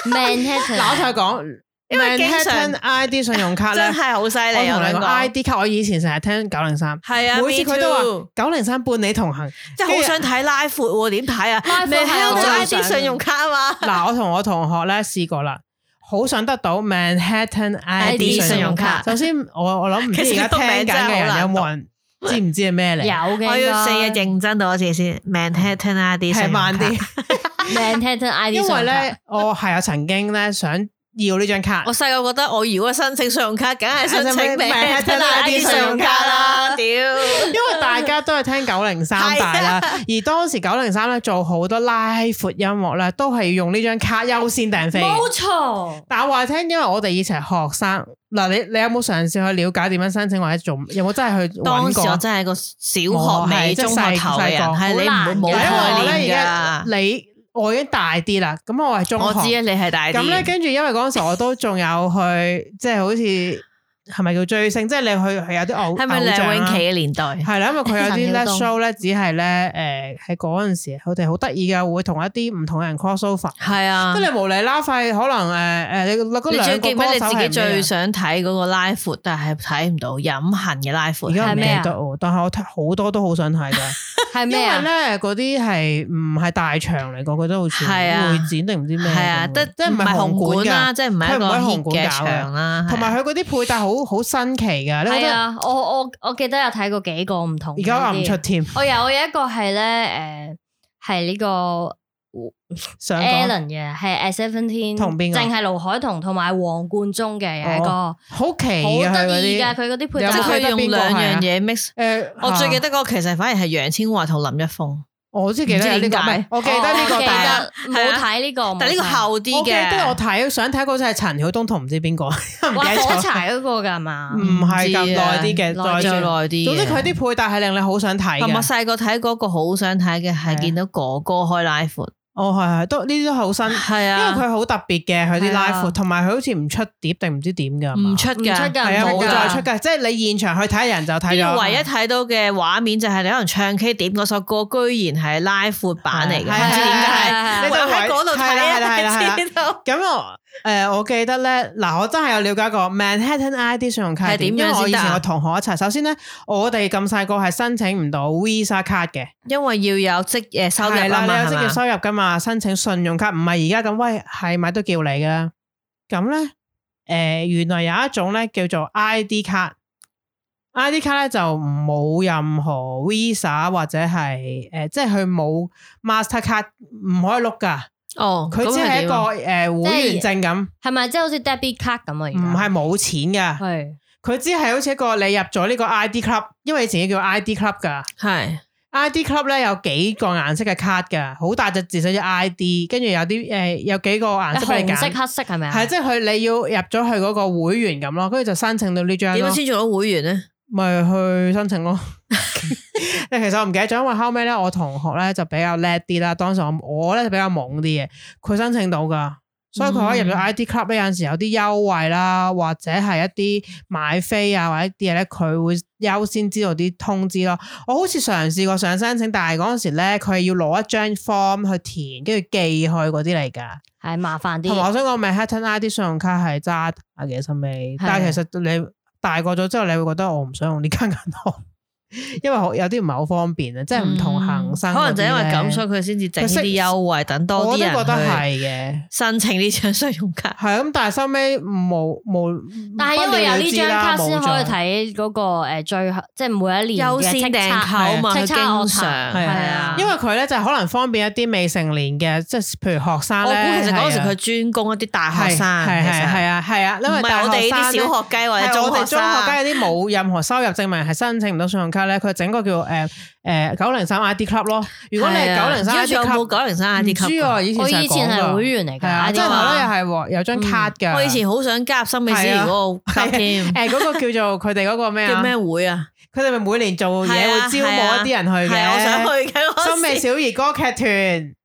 Speaker 2: Manhattan，
Speaker 3: 嗱我同佢講
Speaker 4: 因為經常
Speaker 3: Manhattan ID 信用 卡咧
Speaker 4: 真，係好犀
Speaker 3: 我
Speaker 4: 利，
Speaker 3: 同你
Speaker 4: 我想
Speaker 3: 講
Speaker 4: 講
Speaker 3: ID 卡，我以前成日聽九零三，
Speaker 4: 係啊，
Speaker 3: 每次佢都
Speaker 4: me too
Speaker 3: 話九零三伴你同行。
Speaker 4: 真係好想睇拉闊喎，點睇啊？
Speaker 2: 拉闊
Speaker 4: 未
Speaker 2: 係
Speaker 4: 香
Speaker 2: 我
Speaker 4: 港
Speaker 2: 都
Speaker 4: 啲
Speaker 2: 想
Speaker 4: 信用卡啊嘛，
Speaker 3: 嗱，我同我同學咧試過啦，好想得到 Manhattan ID
Speaker 4: ID
Speaker 3: 信
Speaker 4: 信
Speaker 3: 用
Speaker 4: 用
Speaker 3: 卡。
Speaker 4: 卡
Speaker 3: 首先，我我諗唔知
Speaker 4: 其實
Speaker 3: 而家
Speaker 4: 個
Speaker 3: 聽
Speaker 4: 名
Speaker 3: 緊
Speaker 4: 真
Speaker 3: 嘅
Speaker 4: 係
Speaker 3: 人有
Speaker 4: 好難
Speaker 3: 冇人知唔知係咩嚟？
Speaker 2: 有嘅，
Speaker 4: 我要四日
Speaker 2: 應該
Speaker 4: 認真到一次先，Manhattan ID 信
Speaker 3: 係
Speaker 4: 用
Speaker 3: 慢
Speaker 4: 卡
Speaker 3: 啲，
Speaker 2: Manhattan ID，
Speaker 3: 因為
Speaker 2: 上
Speaker 3: 咧
Speaker 2: 台，
Speaker 3: 我係啊曾經咧想要呢張卡
Speaker 4: 我，細個覺得我如果申請信用卡，梗係申請啊
Speaker 3: 係咪
Speaker 4: Manhattan
Speaker 3: Manhattan
Speaker 4: ID 信用卡啦，屌！
Speaker 3: 因為大家都係聽九零三
Speaker 4: 啊
Speaker 3: 大啦，而當時九零三咧做好多拉闊音樂咧，都係要用呢張卡優先訂飛嘅。
Speaker 2: 冇錯，
Speaker 3: 但我話聽，因為我哋以前係學生，嗱你你有冇嘗試去了解點樣申請或者做，有冇真係去
Speaker 4: 當
Speaker 3: 揾
Speaker 4: 時
Speaker 3: 過
Speaker 4: 我？真係個小學
Speaker 3: 冇係
Speaker 4: 尾、
Speaker 3: 即係
Speaker 4: 中學頭嘅人，
Speaker 3: 細細個
Speaker 4: 係你唔會
Speaker 2: 好
Speaker 4: 冇
Speaker 3: 因為
Speaker 2: 難嘅
Speaker 3: 我
Speaker 4: 概
Speaker 3: 咧而
Speaker 4: 念
Speaker 3: 家
Speaker 4: 㗎。
Speaker 3: 你我已經大啲啦，咁我係中
Speaker 4: 我知
Speaker 3: 學
Speaker 4: 啊，。你係大啲。
Speaker 3: 咁咧，跟住因為嗰陣時我都仲有去，即係好似係咪叫追星？即係你去係有啲偶
Speaker 4: 係咪梁咏琪
Speaker 3: 琪？
Speaker 4: 嘅年代？
Speaker 3: 係啊啦，因為佢有啲
Speaker 2: 陳曉
Speaker 3: let
Speaker 2: 東
Speaker 3: show 咧，只係咧誒喺嗰陣時，佢哋好得意嘅，會同一啲唔同嘅人 cross over。
Speaker 4: 係啊
Speaker 3: 即。係你無厘啦廢，可能誒誒，你嗰
Speaker 4: 你
Speaker 3: 兩
Speaker 4: 最
Speaker 3: 個
Speaker 4: 記唔記得
Speaker 3: 歌
Speaker 4: 你
Speaker 3: 手啊
Speaker 4: 自
Speaker 3: 係
Speaker 4: 己
Speaker 3: 唔一樣
Speaker 4: 最想睇嗰個拉闊，但係睇唔到飲恨嘅拉
Speaker 3: 而家唔
Speaker 4: 闊係
Speaker 2: 係
Speaker 3: 記
Speaker 2: 咩啊
Speaker 4: 咩？
Speaker 3: 得我，但係我睇好多都好想睇㗎。
Speaker 2: 係
Speaker 3: 因
Speaker 2: 咩
Speaker 3: 為
Speaker 2: 啊？
Speaker 3: 咧嗰啲係唔係大場嚟講，佢都好似
Speaker 4: 係啊
Speaker 3: 會展定唔知咩咁樣，
Speaker 4: 係啊，得
Speaker 3: 即係唔係紅
Speaker 4: 紅
Speaker 3: 館
Speaker 4: 館啦，
Speaker 3: 㗎，
Speaker 4: 即係啊唔係一
Speaker 3: 佢
Speaker 4: 個
Speaker 3: 唔係
Speaker 4: hit
Speaker 3: 紅館
Speaker 4: 嘅
Speaker 3: 搞嘅
Speaker 4: 場啦。
Speaker 3: 同埋
Speaker 4: 係啊
Speaker 3: 佢嗰啲配搭好好新奇㗎，你覺
Speaker 2: 係
Speaker 3: 得
Speaker 2: 啊，我我我記得有睇過幾個唔同。
Speaker 3: 而家我唔出。添，
Speaker 2: 我有我有一個係咧，誒係呢個
Speaker 3: 想講
Speaker 2: Alan 嘅，係 At Seventeen，
Speaker 3: 同邊個
Speaker 2: 淨係盧海彤同埋黃貫中嘅有一個，
Speaker 3: 哦好奇嘅
Speaker 2: 好
Speaker 3: 佢
Speaker 2: 得意
Speaker 3: 嗰
Speaker 2: 㗎。
Speaker 3: 啲。
Speaker 2: 佢嗰啲
Speaker 3: 你
Speaker 2: 配
Speaker 3: 有
Speaker 4: 即
Speaker 3: 冇記
Speaker 4: 係
Speaker 2: 搭
Speaker 4: 佢
Speaker 3: 得
Speaker 4: 用
Speaker 3: 邊個
Speaker 4: 兩
Speaker 3: 係啊啊
Speaker 4: 樣嘢 mix。
Speaker 3: 誒，
Speaker 4: 我最記
Speaker 3: 得
Speaker 4: 得嗰個其實反而係楊千嬅同林一峰，
Speaker 3: 我知記得有呢個，
Speaker 4: 唔知點解
Speaker 3: 唔係我記得呢
Speaker 2: 我
Speaker 3: 個，
Speaker 2: 記
Speaker 3: 但係
Speaker 2: 得冇
Speaker 4: 係啊
Speaker 2: 睇呢 個，
Speaker 4: 但呢個
Speaker 2: 冇睇
Speaker 4: 後啲
Speaker 3: 我記得我
Speaker 4: 嘅。
Speaker 3: 睇想睇嗰隻係陳曉東同唔知邊個，唔
Speaker 2: 哇
Speaker 3: 記得
Speaker 2: 火
Speaker 3: 咗，嗯
Speaker 2: 柴嗰個㗎係嘛？
Speaker 3: 唔係咁耐啲
Speaker 4: 唔知啊
Speaker 3: 嘅，
Speaker 4: 再
Speaker 3: 再
Speaker 4: 耐
Speaker 3: 算。
Speaker 4: 啲嘅。
Speaker 3: 總之佢啲配搭係令你好想睇
Speaker 4: 同埋
Speaker 3: 嘅。
Speaker 4: 細個睇嗰個好想睇
Speaker 3: 係
Speaker 4: 嘅
Speaker 3: 啊
Speaker 4: 係見到哥哥開拉闊，
Speaker 3: 哦，係係，都呢啲都好新，
Speaker 4: 係
Speaker 3: 嗯因為
Speaker 4: 啊，
Speaker 3: 佢好特別嘅，佢啲
Speaker 2: 係啊
Speaker 3: live，同埋佢好似唔出碟定唔知點㗎，係嘛
Speaker 4: 唔出
Speaker 2: 唔出
Speaker 4: 㗎，
Speaker 2: 㗎
Speaker 3: 係啊，
Speaker 2: 唔
Speaker 3: 冇
Speaker 2: 出㗎
Speaker 3: 再出㗎，即係你現場去睇人就睇
Speaker 4: 呢
Speaker 3: 咗。
Speaker 4: 個唯一睇到嘅畫面就係你可能唱 K 點嗰首歌，居然係拉闊版嚟嘅，唔
Speaker 3: 係
Speaker 4: 知
Speaker 3: 係
Speaker 4: 點解。
Speaker 2: 係
Speaker 3: 你就
Speaker 4: 唯有喺嗰度
Speaker 3: 係
Speaker 4: 睇
Speaker 3: 啦係啦係啦係
Speaker 4: 啊，
Speaker 3: 啦
Speaker 4: 你知道。
Speaker 3: 咁我誒，我記得咧，嗱，我真係有了解過 Manhattan ID 信用卡係點，因
Speaker 4: 係點樣
Speaker 3: 為我以
Speaker 4: 先得啊
Speaker 3: 前我同學一齊，首先咧，我哋咁細個係申請唔到 Visa 卡嘅，
Speaker 4: 因為要有職誒收入
Speaker 3: 係啦，
Speaker 4: 啊
Speaker 3: 你
Speaker 4: 嘛，
Speaker 3: 有
Speaker 4: 係
Speaker 3: 職業
Speaker 4: 嘛？
Speaker 3: 收入噶嘛，申請信用卡唔係而家咁，喂，係咪都叫你噶啦？咁咧，誒、原來有一種咧叫做 ID 卡，ID 卡咧就冇任何 Visa 或者係誒、呃即係佢冇 Mastercard 唔可以碌噶，
Speaker 4: 哦，
Speaker 3: 佢只
Speaker 4: 咁
Speaker 3: 係一個
Speaker 4: 點啊
Speaker 3: 誒、呃、會員證咁，
Speaker 2: 係咪即係好似 debit card 咁啊？而
Speaker 3: 唔
Speaker 2: 家
Speaker 3: 係冇錢噶，
Speaker 2: 係
Speaker 3: 佢只係好似一個你入咗呢個 ID club，因為以前叫 ID club 噶。
Speaker 4: 係
Speaker 3: ID Club 咧有幾個顏色嘅卡㗎，好大隻字寫咗 ID，跟住有啲誒、呃有幾個顏色俾你
Speaker 2: 紅色
Speaker 3: 揀，
Speaker 2: 黑色係咪啊？
Speaker 3: 係即係佢你要入咗去嗰個會員咁咯，跟住就申請到呢張
Speaker 4: 點
Speaker 3: 咯
Speaker 4: 樣，先做到會員咧？
Speaker 3: 咪去申請咯。其實我唔記得咗，因為後尾咧我同學咧就比較叻啲啦，當時我我咧就比較懵啲嘅，佢申請到㗎。所以佢可以入咗
Speaker 4: 嗯
Speaker 3: ID Club 咧，有陣時有啲優惠啦，或者係一啲買飛啊，或者啲嘢咧，佢會優先知道啲通知咯。我好似嘗試過想申請，但係嗰陣時咧，佢係要攞一張 form 去填，跟住寄去嗰啲嚟㗎。
Speaker 2: 係麻煩
Speaker 3: 同埋我
Speaker 2: 啲，
Speaker 3: 想講 Manhattan ID 信用卡係渣打嘅，收尾。
Speaker 2: 係
Speaker 3: 但係其實你大個咗之後，你會覺得我唔想用呢間銀行， 因為好有啲唔係好方便啊，即係唔同恒生嗰啲
Speaker 4: 嗯可
Speaker 3: 咧。
Speaker 4: 能就因為咁，所以佢先至整呢
Speaker 3: 佢識
Speaker 4: 啲優惠，等
Speaker 3: 我
Speaker 4: 多
Speaker 3: 都
Speaker 4: 啲人
Speaker 3: 覺得
Speaker 4: 去
Speaker 3: 係嘅。
Speaker 4: 申請呢張信用卡。
Speaker 3: 係咁，但係收尾冇冇，
Speaker 2: 但係因為有呢張卡先可以
Speaker 3: 不了了之啦。
Speaker 2: 睇嗰個誒最後即係每一年
Speaker 4: 優
Speaker 2: 嘅
Speaker 4: 先訂
Speaker 2: 績
Speaker 4: 購
Speaker 2: 差
Speaker 4: 嘛，
Speaker 2: 係
Speaker 4: 佢
Speaker 2: 叱
Speaker 4: 經
Speaker 2: 咤
Speaker 4: 常
Speaker 2: 樂壇
Speaker 3: 係
Speaker 4: 係
Speaker 2: 啊
Speaker 3: 冇
Speaker 4: 啊
Speaker 3: 咗。因為佢咧就可能方便一啲未成年嘅，即係譬如學生
Speaker 4: 我估
Speaker 3: 咧。
Speaker 4: 其實嗰陣時
Speaker 3: 係啊
Speaker 4: 佢專攻一啲大學生，
Speaker 3: 係係係
Speaker 4: 啊，
Speaker 3: 啊係啊，因
Speaker 4: 唔
Speaker 3: 為
Speaker 4: 係
Speaker 3: 大
Speaker 4: 我哋
Speaker 3: 學
Speaker 4: 呢
Speaker 3: 生咧
Speaker 4: 啲小學雞或者
Speaker 3: 係我
Speaker 4: 中
Speaker 3: 哋
Speaker 4: 學
Speaker 3: 中學
Speaker 4: 生。
Speaker 3: 街有啲冇任何收入證明係申請唔到信用卡咧，佢整個叫誒誒九零三 ID Club 咯。如果你係
Speaker 4: 係啊
Speaker 3: 九零三
Speaker 4: 而
Speaker 3: ID
Speaker 4: 家仲有冇
Speaker 3: Club，
Speaker 4: 九零三 ID
Speaker 3: 唔
Speaker 4: club
Speaker 3: 知啊，
Speaker 4: 㗎
Speaker 3: 以前
Speaker 2: 我以前係會
Speaker 3: 員
Speaker 2: 員嚟
Speaker 3: 係啊，
Speaker 2: 㗎，
Speaker 3: 即係
Speaker 4: 話嗯
Speaker 3: 後咧又係喎有張卡㗎。
Speaker 4: 我以前好想加入森美思源嗰個
Speaker 3: 係啊
Speaker 4: club 添，
Speaker 3: 誒嗰個叫做佢哋嗰個咩
Speaker 4: 叫
Speaker 3: 啊？
Speaker 4: 咩會啊？
Speaker 3: 佢哋咪每年做嘢
Speaker 4: 係
Speaker 3: 會
Speaker 4: 啊
Speaker 3: 招募一啲人去嘅。
Speaker 4: 係啊我想去嘅嗰時。
Speaker 3: 森美小兒歌劇團，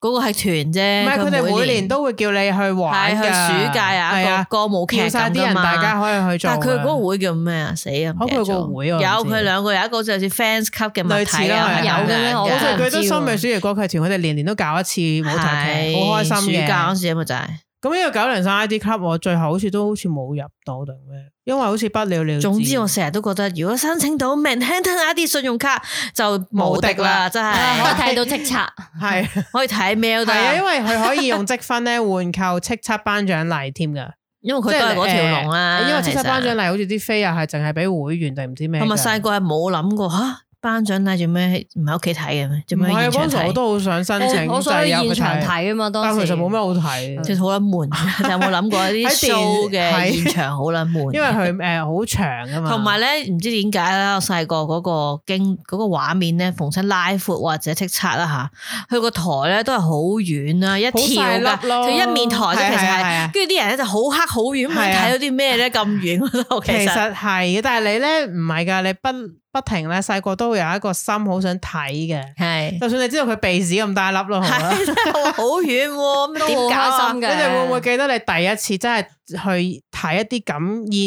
Speaker 4: 嗰個係團啫，
Speaker 3: 唔係佢哋每年都會叫你去
Speaker 4: 係
Speaker 3: 玩㗎
Speaker 4: 去暑假
Speaker 3: 係
Speaker 4: 啊，
Speaker 3: 啊，
Speaker 4: 個歌舞劇
Speaker 3: 叫晒
Speaker 4: 咁
Speaker 3: 啲人
Speaker 4: 㗎嘛
Speaker 3: 大家可以去做㗎。
Speaker 4: 但係佢嗰個會叫咩啊？死啊！唔記
Speaker 3: 哦
Speaker 4: 得咗
Speaker 3: 佢個會啊
Speaker 4: 有
Speaker 3: 我唔知
Speaker 4: 佢兩個有一個就好似 fans 級嘅物
Speaker 3: 類似
Speaker 4: 體
Speaker 3: 啦
Speaker 4: 啊，
Speaker 3: 係
Speaker 4: 有
Speaker 2: 有嘅咩我
Speaker 3: 我
Speaker 2: 真係
Speaker 3: 就
Speaker 2: 唔
Speaker 3: 記
Speaker 2: 知
Speaker 3: 得
Speaker 2: 喎
Speaker 3: 森美小兒歌劇團，佢哋年年都搞一次舞台劇，好開心
Speaker 4: 暑假
Speaker 3: 嘅
Speaker 4: 嗰。時啊嘛就係，
Speaker 3: 咁呢個九零三 ID Club，我最後好似都好似冇入到定咩，因為好似不了了之。
Speaker 4: 總之我成日都覺得，如果申請到 Manhattan ID 信用卡就無敵
Speaker 3: 無敵啦
Speaker 4: 啦，真
Speaker 2: 啊 可以
Speaker 4: 係
Speaker 2: 睇到叱咤。
Speaker 3: 係
Speaker 4: 可以睇 mail
Speaker 3: 係啊，因
Speaker 4: 得，
Speaker 3: 為佢可以用積分咧換購叱咤頒獎禮添㗎，
Speaker 4: 因為佢
Speaker 3: 即
Speaker 4: 都
Speaker 3: 係
Speaker 4: 係嗰條龍啦。
Speaker 3: 誒因為
Speaker 4: 其
Speaker 3: 叱
Speaker 4: 實
Speaker 3: 咤頒獎禮好似啲飛啊又係淨係俾會員定唔知咩㗎。
Speaker 4: 我咪細個係冇諗過吓頒獎禮做咩唔喺屋企睇嘅咩？做
Speaker 3: 唔
Speaker 4: 咩
Speaker 3: 係啊，
Speaker 4: 喺現
Speaker 3: 嗰陣
Speaker 4: 場
Speaker 3: 時我
Speaker 4: 睇？
Speaker 3: 都好想申請，
Speaker 2: 我我
Speaker 3: 就
Speaker 2: 想去
Speaker 3: 係有
Speaker 2: 現
Speaker 3: 佢
Speaker 2: 場睇啊嘛，當
Speaker 3: 但
Speaker 2: 時
Speaker 3: 其實冇咩好 睇。
Speaker 4: 其實好 撚悶，就有冇諗過
Speaker 3: 喺
Speaker 4: 啲
Speaker 3: 電
Speaker 4: show
Speaker 3: 係
Speaker 4: 嘅現場好撚悶？
Speaker 3: 因為佢誒好長啊嘛，
Speaker 4: 同埋咧，唔知點解啦，我細個嗰個經嗰、個畫面咧，逢親拉闊或者叱咤啦吓，佢個台咧都係好遠啦，一
Speaker 3: 好
Speaker 4: 條
Speaker 3: 細
Speaker 4: 㗎，
Speaker 3: 粒咯
Speaker 4: 佢一面台
Speaker 3: 係
Speaker 4: 啫，其實
Speaker 3: 係係
Speaker 4: 係，跟住啲人咧就好黑好遠，唔
Speaker 3: 係啊
Speaker 4: 睇到啲咩咧咁遠嗰度，其
Speaker 3: 其
Speaker 4: 實
Speaker 3: 實係嘅，但係你咧唔係㗎，你不不不停咧，細個都有一個心好想睇嘅。
Speaker 4: 系
Speaker 3: 就算你知道佢鼻屎咁大粒咯，係咪
Speaker 4: 好远喎，咁
Speaker 2: 都
Speaker 4: 点
Speaker 2: 好
Speaker 4: 搞
Speaker 2: 開
Speaker 4: 啊
Speaker 2: 心？
Speaker 3: 你
Speaker 2: 嘅。
Speaker 3: 哋會唔會記得你第一次真係去睇一啲咁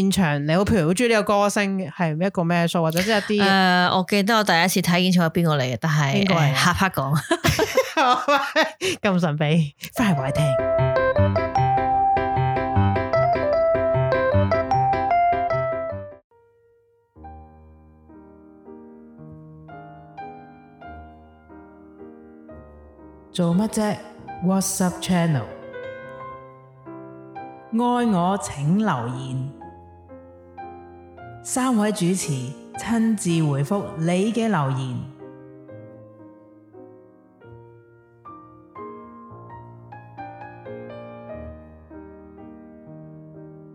Speaker 3: 現場？你好，譬如好中意呢個歌星係一個咩 show，或者即係一啲
Speaker 4: 诶，我記得我第一次睇演唱會邊個嚟嘅，但係
Speaker 3: 邊個嚟
Speaker 4: 誒
Speaker 3: 啊
Speaker 4: 下 part 講。
Speaker 3: 咁神秘，翻嚟話你聽。做乜啫？WhatsApp channel，愛我請留言，三位主持親自回覆你嘅留言。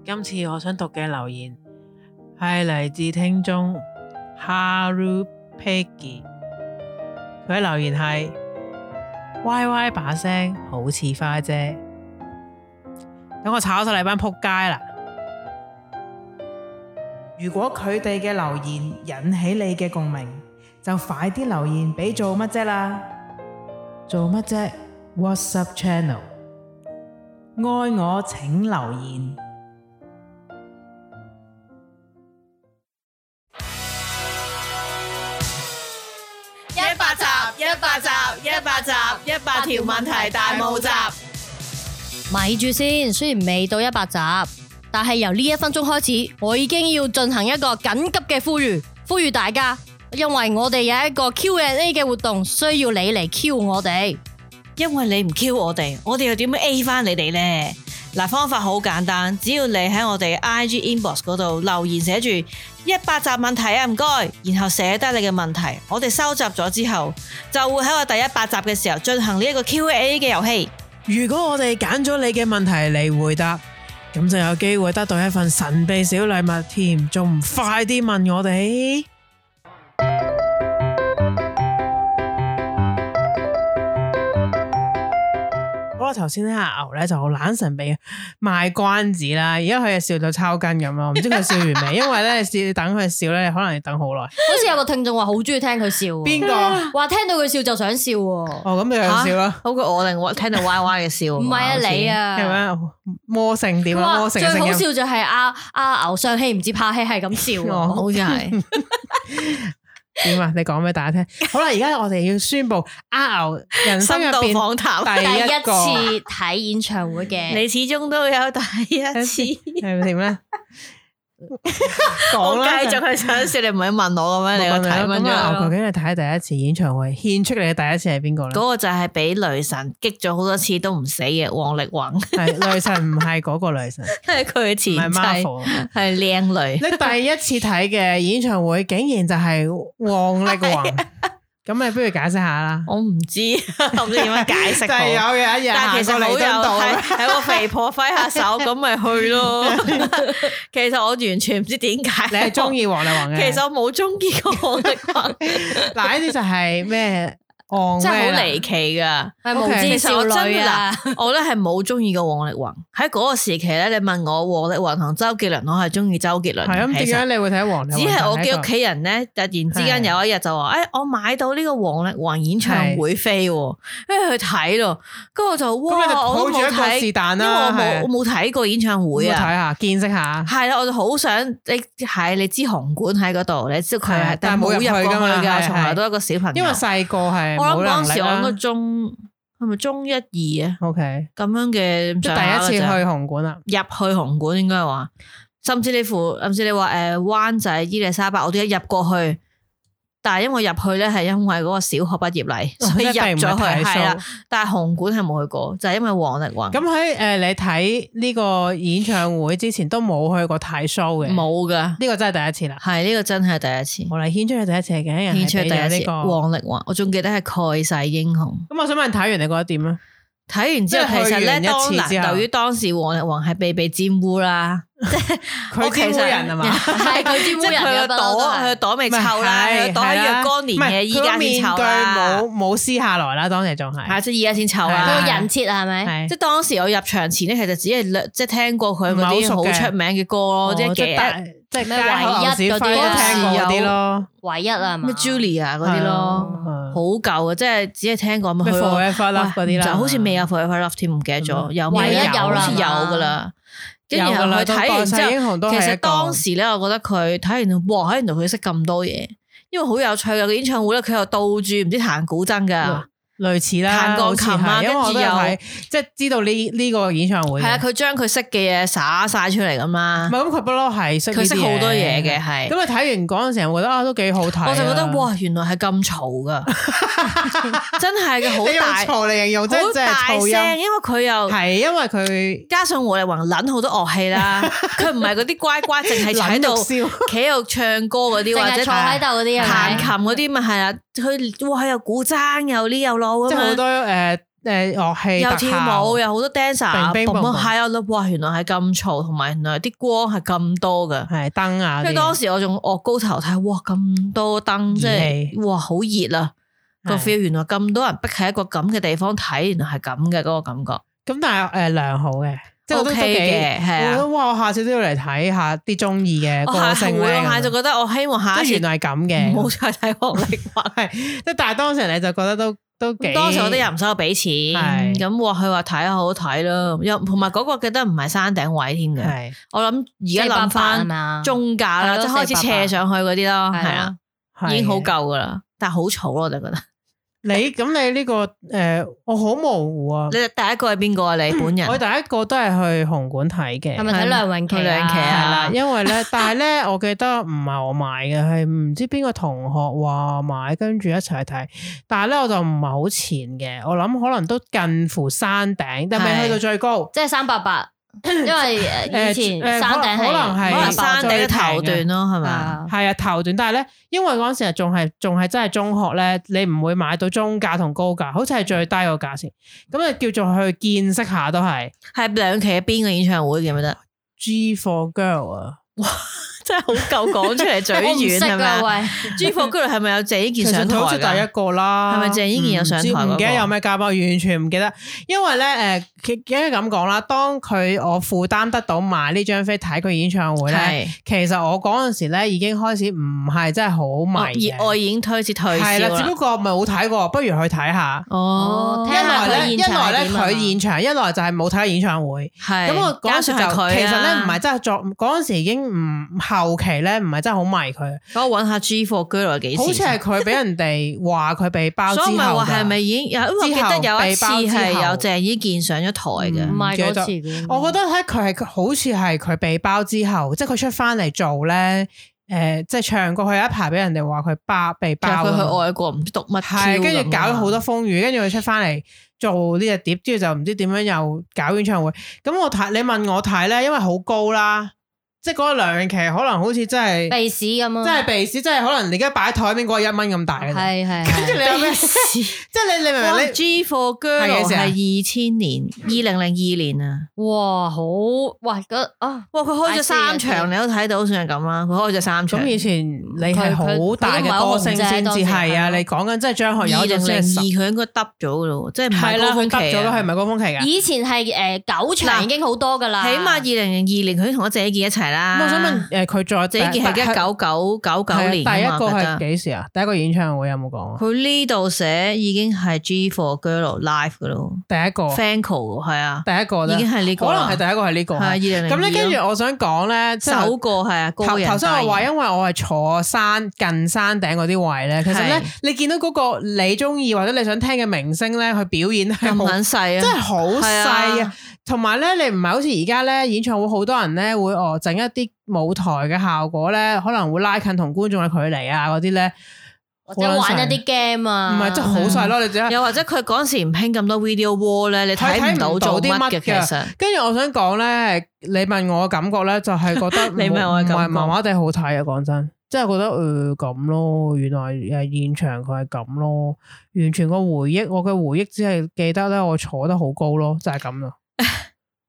Speaker 3: 今次我想讀嘅留言係嚟自聽眾 Haru Peggy，佢嘅留言係。Y Y 把聲好似花姐，等我炒晒你班扑街啦！如果佢哋嘅留言引起你嘅共鳴，就快啲留言俾做乜啫啦！做乜啫？WhatsApp channel，愛我請留言。
Speaker 4: 一百集，一百集，一百集，一百條問題大募集。
Speaker 2: 咪住先，雖然未到一百集，但係由呢一分鐘開始，我已經要進行一個緊急嘅呼籲，呼籲大家，因為我哋有一個 Q&A 嘅活動，需要你嚟 Q 我哋。
Speaker 4: 因為你唔 Q 我哋，我哋又點樣 A 翻你哋呢？嗱，方法好簡單，只要你喺我哋 IG inbox 嗰度留言寫住一百集問題啊，唔該，然後寫低你嘅問題，我哋收集咗之後，就會喺我第一百集嘅時候進行呢一個 Q&A 嘅遊戲。
Speaker 3: 如果我哋揀咗你嘅問題嚟回答，咁就有機會得到一份神秘小禮物添，仲唔快啲問我哋？好啦，頭先咧阿牛咧就好懶神秘啊賣關子啦，而家佢係笑到抽筋咁啊咯，唔知佢笑完未？因為咧笑等佢笑咧，可能要等好耐。
Speaker 2: 好似有個聽眾話好中意聽佢笑喎，
Speaker 3: 邊個？
Speaker 2: 話聽到佢笑就想笑喎。
Speaker 3: 哦，咁你就笑
Speaker 2: 啊
Speaker 3: 啦，
Speaker 4: 好過我令我聽到 Y Y 嘅笑。
Speaker 2: 唔係啊，你
Speaker 3: 係
Speaker 2: 啊，
Speaker 3: 咪？魔性點啊啦，魔
Speaker 2: 哇！
Speaker 3: 性
Speaker 2: 最
Speaker 3: 嘅聲
Speaker 2: 好
Speaker 3: 音。
Speaker 2: 笑就係阿阿牛上戲唔知拍戲係咁笑啊，
Speaker 3: 哦
Speaker 4: 好似係
Speaker 3: 点啊？你讲俾 大家听。好啦，而家我哋要宣布阿牛人生入边
Speaker 4: 訪談
Speaker 2: 第
Speaker 3: 第
Speaker 2: 一
Speaker 3: 一个
Speaker 2: 次睇演唱會嘅，
Speaker 4: 你始終都有第一 次。
Speaker 3: 系点咧？
Speaker 4: 我
Speaker 3: 讲啦，
Speaker 4: 繼續係想笑，你唔係問我咁樣，啊你
Speaker 3: 我
Speaker 4: 個
Speaker 3: 問
Speaker 4: 提
Speaker 3: 啦
Speaker 4: 問
Speaker 3: 咁阿牛
Speaker 4: 咗
Speaker 3: 究。竟你睇第一次演唱會，獻出你嘅第一次係邊個咧
Speaker 4: 嗰？個就係俾雷神擊咗好多次都唔死嘅王力宏，
Speaker 3: 係女神唔係嗰個女神， 唔
Speaker 4: 係 佢嘅前
Speaker 3: 係
Speaker 4: 妻
Speaker 3: Marvel。
Speaker 4: 係靚女
Speaker 3: 你。第一次睇嘅演唱會，竟然就係王力 宏。咁你不如解釋下啦。
Speaker 4: 我唔知，我唔知點樣解釋
Speaker 3: 就係有
Speaker 4: 好。
Speaker 3: 嘅一日
Speaker 4: 但係其實
Speaker 3: 行
Speaker 4: 好
Speaker 3: 過
Speaker 4: 有
Speaker 3: 彌敦道
Speaker 4: 係係個肥婆揮下手咁咪去 咯。其實我完全唔知點解。
Speaker 3: 你係中
Speaker 4: 意？啊
Speaker 3: 意王力宏
Speaker 4: 其
Speaker 3: 嘅？
Speaker 4: 實我冇中意過王力 宏，
Speaker 3: 嗱，呢啲就係咩？昂
Speaker 4: 真係
Speaker 3: 咩
Speaker 4: 好
Speaker 3: 啦
Speaker 4: 離奇㗎。
Speaker 2: 係無
Speaker 3: OK，
Speaker 2: 知
Speaker 4: 其實我
Speaker 2: 少
Speaker 4: 真
Speaker 2: 女
Speaker 4: 係
Speaker 2: 啊！
Speaker 4: 嗱， 我咧係冇中意過王力宏。喺嗰個時期咧，你問我王力宏同周杰倫，我係中意周杰倫嘅。
Speaker 3: 系啊咁，
Speaker 4: 其
Speaker 3: 點
Speaker 4: 實
Speaker 3: 解你會睇黃
Speaker 4: 只係我嘅屋企人咧，突然之間有一日就話：，诶、哎我買到呢個王力宏演唱會飛喎，跟住去睇咯。跟住我就
Speaker 3: 咁你就
Speaker 4: 哇，
Speaker 3: 抱
Speaker 4: 我
Speaker 3: 住
Speaker 4: 都冇
Speaker 3: 一個
Speaker 4: 睇，
Speaker 3: 是
Speaker 4: 因
Speaker 3: 但
Speaker 4: 為
Speaker 3: 啦，
Speaker 4: 我
Speaker 3: 係
Speaker 4: 冇我冇睇過演唱會
Speaker 3: 睇
Speaker 4: 啊。
Speaker 3: 下見識下，
Speaker 4: 係啦，我就好想你係你知紅館喺嗰度，你知佢
Speaker 3: 係
Speaker 4: 係，
Speaker 3: 但係
Speaker 4: 係
Speaker 3: 冇入
Speaker 4: 入過
Speaker 3: 去㗎嘛
Speaker 4: 去
Speaker 3: 係
Speaker 4: 㗎，從來
Speaker 3: 係
Speaker 4: 都係一個小朋友。
Speaker 3: 因為細個係
Speaker 4: 我
Speaker 3: 冇
Speaker 4: 諗
Speaker 3: 能
Speaker 4: 嗰陣
Speaker 3: 力
Speaker 4: 時我應該
Speaker 3: 啦。
Speaker 4: 中係咪中一二啊
Speaker 3: O K，
Speaker 4: 咁樣嘅
Speaker 3: 即
Speaker 4: 上下
Speaker 3: 係
Speaker 4: 嗰
Speaker 3: 第一次去
Speaker 4: 陣
Speaker 3: 紅館啦，
Speaker 4: 入去紅館應該話，甚至你乎，甚至你話誒灣仔伊麗莎白，我都一入過去，但係因為入去咧係因為嗰個小學畢業禮，所以入
Speaker 3: 哦即係並唔
Speaker 4: 咗
Speaker 3: 係
Speaker 4: 去
Speaker 3: 睇
Speaker 4: 係啦
Speaker 3: show。
Speaker 4: 但係紅館係冇去過，就係、因為王力宏
Speaker 3: 咁喺誒你睇呢個演唱會之前都冇去過睇 show 嘅，
Speaker 4: 冇噶，
Speaker 3: 呢個真係第一次啦。
Speaker 4: 係呢、個真係第一次
Speaker 3: 我嚟獻出你第一次嘅人
Speaker 4: 演出
Speaker 3: 係
Speaker 4: 第
Speaker 3: 俾咗
Speaker 4: 一
Speaker 3: 呢
Speaker 4: 次
Speaker 3: 個。
Speaker 4: 王力宏，我仲記得係蓋世英雄。
Speaker 3: 咁我想問睇完你覺得點啊？
Speaker 4: 睇完之後，
Speaker 3: 即係
Speaker 4: 其
Speaker 3: 去
Speaker 4: 實咧
Speaker 3: 完一
Speaker 4: 當
Speaker 3: 次之後
Speaker 4: 嗱，由於當時王力宏係被被沾污啦，
Speaker 3: 佢
Speaker 4: 其實
Speaker 3: 招呼人 係嘛？
Speaker 2: 係佢
Speaker 4: 即
Speaker 2: 啲烏
Speaker 4: 係
Speaker 2: 人
Speaker 4: 佢個
Speaker 2: 嘅不
Speaker 4: 朵，
Speaker 2: 嬲
Speaker 4: 佢
Speaker 2: 都
Speaker 4: 個
Speaker 2: 係
Speaker 4: 朵未臭啦，
Speaker 3: 唔係
Speaker 4: 佢個朵喺
Speaker 3: 係啦
Speaker 4: 若干年嘅，
Speaker 3: 唔係
Speaker 4: 依家先
Speaker 3: 佢
Speaker 4: 臭
Speaker 3: 個面
Speaker 4: 啦
Speaker 3: 具。冇冇撕下來啦，當時仲係
Speaker 4: 係即係依家先臭
Speaker 3: 係
Speaker 4: 啦。
Speaker 2: 個人設啊係
Speaker 3: 啊
Speaker 2: 咪？
Speaker 3: 係
Speaker 4: 啊即係當時我入場前咧，其實只係略即係聽過佢嗰啲
Speaker 3: 唔係好
Speaker 4: 好
Speaker 3: 熟嘅哦
Speaker 4: 出名嘅歌咯，哦即係
Speaker 3: 即係
Speaker 4: 嘅
Speaker 3: 大即係
Speaker 2: 咩
Speaker 3: 街口牛
Speaker 2: 唯一
Speaker 3: 屎輝
Speaker 2: 嗰啲
Speaker 3: 都聽過嗰啲咯，
Speaker 2: 唯一啊係嘛
Speaker 4: 咩 Julia 嗰啲咯，
Speaker 3: 係
Speaker 4: 好舊啊！即係只係聽過咁
Speaker 3: 咩
Speaker 4: 去咯
Speaker 3: Forever Love 嗰啲啦，啊
Speaker 4: 就好似未有 Forever Love 添，唔記得咗
Speaker 3: 嗯
Speaker 4: 有
Speaker 2: 唯
Speaker 4: 冇
Speaker 2: 一有啦
Speaker 4: 好似有噶啦。跟住然後佢睇完之後，
Speaker 3: 英雄都
Speaker 4: 其
Speaker 3: 係
Speaker 4: 實
Speaker 3: 一個
Speaker 4: 當時咧，我覺得佢睇完哇，原來佢識咁多嘢，因為好有趣嘅演唱會咧，佢又倒住唔知彈古箏㗎。
Speaker 3: 類似啦，
Speaker 4: 彈鋼琴
Speaker 3: 好
Speaker 4: 啊
Speaker 3: 似係因為我都有睇
Speaker 4: 跟，
Speaker 3: 即係知道呢呢個演唱會嘅。
Speaker 4: 係啊，佢將佢識嘅嘢灑晒出嚟咁啦
Speaker 3: 唔。係咁，佢不嬲係識呢
Speaker 4: 佢
Speaker 3: 啲
Speaker 4: 識好多嘢嘅係
Speaker 3: 咁佢睇完嗰陣時，我覺得啊都幾好睇啊。
Speaker 4: 我就覺得哇，原來係咁嘈噶， 真係嘅好
Speaker 3: 你用
Speaker 4: 大
Speaker 3: 嘈嚟形容，真
Speaker 4: 好
Speaker 3: 係真係
Speaker 4: 大
Speaker 3: 噪
Speaker 4: 聲，
Speaker 3: 音。
Speaker 4: 因為佢又
Speaker 3: 係因為佢
Speaker 4: 加上我哋宏撚好多樂器 啦，佢唔係嗰啲乖乖，淨係喺
Speaker 3: 撚
Speaker 4: 度
Speaker 3: 肉燒
Speaker 4: 企喺度唱歌嗰啲，
Speaker 2: 淨
Speaker 4: 或
Speaker 2: 係
Speaker 4: 者
Speaker 2: 坐喺度嗰啲啊係
Speaker 4: 彈
Speaker 2: 咪
Speaker 4: 琴？嗰啲咪係啊，佢哇有古箏又呢又路
Speaker 3: 即
Speaker 4: 咁
Speaker 3: 係好
Speaker 4: 樣，
Speaker 3: 多誒誒樂器
Speaker 4: 又
Speaker 3: 特效
Speaker 4: 跳舞又好多 dancer，
Speaker 3: 乒乒乓乓
Speaker 4: 係啊，哇原來係咁嘈，同埋原來啲光係咁多噶。
Speaker 3: 係燈啊，
Speaker 4: 因為當時我仲岳高頭睇，哇咁多燈，即
Speaker 3: 熱氣
Speaker 4: 係哇好熱啊！個
Speaker 3: 係
Speaker 4: feel 原來咁多人逼喺一個咁嘅地方睇，原來係咁嘅嗰個感覺。
Speaker 3: 咁，但係誒呃良好嘅，即係我都
Speaker 4: OK
Speaker 3: 都幾。
Speaker 4: 嘅，係
Speaker 3: 我
Speaker 4: 啊
Speaker 3: 都。哇！我下次都要嚟睇下啲中意嘅
Speaker 4: 我下
Speaker 3: 歌
Speaker 4: 次
Speaker 3: 星
Speaker 4: 會，
Speaker 3: 咧
Speaker 4: 我下，
Speaker 3: 咁
Speaker 4: 次覺得我希望下
Speaker 3: 樣即
Speaker 4: 一
Speaker 3: 係
Speaker 4: 次
Speaker 3: 原來係咁
Speaker 4: 唔好
Speaker 3: 嘅，
Speaker 4: 再睇王力宏。
Speaker 3: 係即係但係當時你就覺得都都 幾
Speaker 4: 當時我啲又唔使我俾錢，
Speaker 3: 係
Speaker 4: 咁話佢話睇好好睇咯，又同埋嗰個記得唔係山頂位添嘅，
Speaker 3: 係啊
Speaker 4: 我諗而家諗翻
Speaker 2: 啊嘛
Speaker 4: 中價啦，
Speaker 2: 係咯
Speaker 4: 啊即係開始斜上去嗰啲咯，係嗯
Speaker 2: 係
Speaker 4: 啊
Speaker 2: 啊，，
Speaker 4: 已經好
Speaker 3: 係嘅
Speaker 4: 夠噶啦，但係好嘈咯，我就覺得。
Speaker 3: 你咁你呢、個誒、我好模糊啊！
Speaker 4: 你第一個係邊個 啊？你本人
Speaker 3: 我第一個都係去紅館睇嘅，
Speaker 2: 係咪睇梁詠琪
Speaker 4: 睇梁詠琪
Speaker 3: 係
Speaker 4: 啊
Speaker 3: 啦，因為 咧，但係咧，我記得唔係我買嘅，係唔知邊個同學話買，跟住一齊睇。但係咧，我就唔係好前嘅，我諗可能都近乎山頂，但
Speaker 4: 係
Speaker 3: 未去到最高。
Speaker 2: 即係三八八，因為呃以前
Speaker 3: 誒誒
Speaker 2: 山頂係
Speaker 3: 可能係
Speaker 4: 可能
Speaker 2: 388
Speaker 4: 山頂嘅頭
Speaker 3: 最
Speaker 4: 段咯，係
Speaker 2: 係
Speaker 4: 咪？
Speaker 2: 啊
Speaker 3: 係啊，頭段，但係咧，因為嗰陣時係仲係仲係真係中學咧，你唔會買到中價同高價，好似係最低個價錢，咁啊叫做去見識下都係。
Speaker 4: 係兩期嘅邊個演唱會記唔記得？
Speaker 3: G for Girl 啊，
Speaker 4: 真係好夠講出嚟嘴
Speaker 2: 我唔
Speaker 4: 軟
Speaker 2: 識
Speaker 4: 係咪
Speaker 2: 㗎
Speaker 4: 啊？
Speaker 2: 喂，
Speaker 4: 朱福居係咪有鄭伊
Speaker 3: 其
Speaker 4: 健
Speaker 3: 實
Speaker 4: 上
Speaker 3: 佢
Speaker 4: 台
Speaker 3: 好似第一
Speaker 4: 㗎？
Speaker 3: 個啦，
Speaker 4: 係咪鄭伊健有上台嗰個
Speaker 3: 唔知唔記得有咩嘉賓，我完全唔記得。因為咧，誒、呃，其其實咁講啦，當佢我負擔得到買呢張飛睇佢演唱會咧，
Speaker 4: 係
Speaker 3: 其實我嗰陣時咧已經開始唔係真係好
Speaker 4: 哦
Speaker 3: 迷
Speaker 4: 熱愛已經推至
Speaker 3: 係
Speaker 4: 退燒
Speaker 3: 啦，只
Speaker 4: 啦
Speaker 3: 不。過冇睇過，不如去睇下。
Speaker 4: 哦
Speaker 2: 哦，
Speaker 3: 一
Speaker 2: 聽下
Speaker 3: 來
Speaker 2: 佢
Speaker 3: 咧，一
Speaker 2: 現場係
Speaker 3: 來咧
Speaker 2: 點啊
Speaker 3: 佢現場，一來就係冇睇演唱會。
Speaker 4: 係
Speaker 3: 咁我嗰
Speaker 4: 加
Speaker 3: 陣時
Speaker 4: 上
Speaker 3: 就
Speaker 4: 係佢啊
Speaker 3: 其實咧唔係真係作，嗰陣時已經唔後期咧唔係真係好迷佢，
Speaker 4: 咁我揾下 G Four 居來幾時？
Speaker 3: 好似係佢俾人哋話佢被包之
Speaker 4: 所
Speaker 3: 後
Speaker 4: 以咪
Speaker 3: 㗎
Speaker 4: 話係咪已經有？因為我記
Speaker 3: 之後
Speaker 4: 得有一次係
Speaker 3: 被包之後
Speaker 4: 有鄭伊健上咗台
Speaker 2: 唔
Speaker 4: 嘅
Speaker 3: 嗯，
Speaker 2: 係嗰次嘅
Speaker 3: 我覺得咧，佢係好似係佢被包之後，即係佢出翻嚟做咧，誒、即係唱歌，佢有一排俾人哋話佢包被
Speaker 4: 就
Speaker 3: 包
Speaker 4: 係佢去
Speaker 3: 㗎嘛，
Speaker 4: 外國唔知讀乜 Q
Speaker 3: 啊係跟住搞咗好
Speaker 4: 咁啊
Speaker 3: 多風雨，跟住佢出翻嚟做呢只碟，跟住就唔知點樣又搞演唱會。咁我睇你問我睇咧，因為好高啦，即係嗰個梁詠琪可能好似真係
Speaker 2: 鼻屎咁啊，
Speaker 3: 真係鼻屎，真係可能你而家擺喺台面嗰個一蚊咁大嘅啫，
Speaker 2: 係係
Speaker 3: 跟住
Speaker 2: 係
Speaker 3: 你有咩？即係你你明唔
Speaker 4: 啊哇
Speaker 3: 明你？
Speaker 4: G Four 居
Speaker 3: 係
Speaker 4: 來
Speaker 3: 幾時
Speaker 4: 係
Speaker 3: 啊
Speaker 4: 二千年二零零二年啊。
Speaker 2: 哇好哇嗰啊
Speaker 4: 哇！佢開咗
Speaker 2: I see，
Speaker 4: 三
Speaker 2: I
Speaker 4: 場，
Speaker 2: see
Speaker 4: 你都睇到算係咁啦。佢開咗三場，
Speaker 3: 咁以
Speaker 4: 二
Speaker 3: 前你係好大嘅歌星先至係啊！你講緊即係張學友
Speaker 4: 零
Speaker 3: 就
Speaker 4: 零
Speaker 3: 先
Speaker 4: 二
Speaker 3: 係十
Speaker 4: 佢應該耷咗噶咯，即係唔
Speaker 3: 係
Speaker 4: 係
Speaker 3: 啦，
Speaker 4: 高
Speaker 3: 佢
Speaker 4: 峰期
Speaker 3: 得咗啦，係
Speaker 4: 啊。
Speaker 3: 咪高峰期㗎？
Speaker 2: 以前係诶九
Speaker 4: 嗱
Speaker 2: 場已經好多㗎啦，
Speaker 4: 起碼二零零二年佢已經同咗謝健一齊啦。
Speaker 3: 咁我想問誒，佢再
Speaker 4: 謝健啊係一九九九九年
Speaker 3: 啊第一
Speaker 4: 㗎
Speaker 3: 個
Speaker 4: 嘛
Speaker 3: 係
Speaker 4: 我記得
Speaker 3: 幾時啊？第一個演唱會有冇講啊？
Speaker 4: 佢呢度寫已經係 G for Girl Live 噶咯
Speaker 3: 第一個，
Speaker 4: ，Fanco 係啊，
Speaker 3: 哦第一個
Speaker 4: 已經
Speaker 3: 咧，
Speaker 4: 係呢個
Speaker 3: 可能
Speaker 4: 啦，
Speaker 3: 係第一個係呢個。
Speaker 4: 係二
Speaker 3: 咁
Speaker 4: 零零
Speaker 3: 咧，跟住我想講咧，即
Speaker 4: 首
Speaker 3: 係
Speaker 4: 個係啊，高
Speaker 3: 頭
Speaker 4: 人
Speaker 3: 頭先我話，
Speaker 4: 大
Speaker 3: 因為我係坐山近山頂嗰啲位咧，其實咧
Speaker 4: 係，
Speaker 3: 你見到嗰個你中意或者你想聽嘅明星咧，佢表演係
Speaker 4: 咁
Speaker 3: 好
Speaker 4: 撚細啊，
Speaker 3: 真係好細
Speaker 4: 係
Speaker 3: 啊
Speaker 4: 啊！
Speaker 3: 同埋咧，你唔係好似而家咧演唱會好多人咧會哦整一啲舞台嘅效果咧，可能會拉近同觀眾嘅距離啊嗰啲咧，
Speaker 2: 或者玩一啲嗯
Speaker 3: 唔
Speaker 2: game 啊，
Speaker 3: 係真係好細咯，你 只係。
Speaker 4: 又或者佢嗰陣時唔興咁多 video wall 咧，你
Speaker 3: 佢
Speaker 4: 睇
Speaker 3: 睇
Speaker 4: 唔
Speaker 3: 唔
Speaker 4: 到
Speaker 3: 到
Speaker 4: 做
Speaker 3: 啲
Speaker 4: 乜
Speaker 3: 乜
Speaker 4: 嘅其
Speaker 3: 嘅
Speaker 4: 實。
Speaker 3: 跟住我想講咧，你問我嘅感覺咧，就係覺 得
Speaker 4: 你問我嘅
Speaker 3: 唔
Speaker 4: 感覺
Speaker 3: 係麻麻地好睇啊！講真，即係覺得誒咁咯，原來誒現場佢係咁咯， 完全個回憶，我嘅回憶只係記得咧，我坐得好高咯，就係咁咯。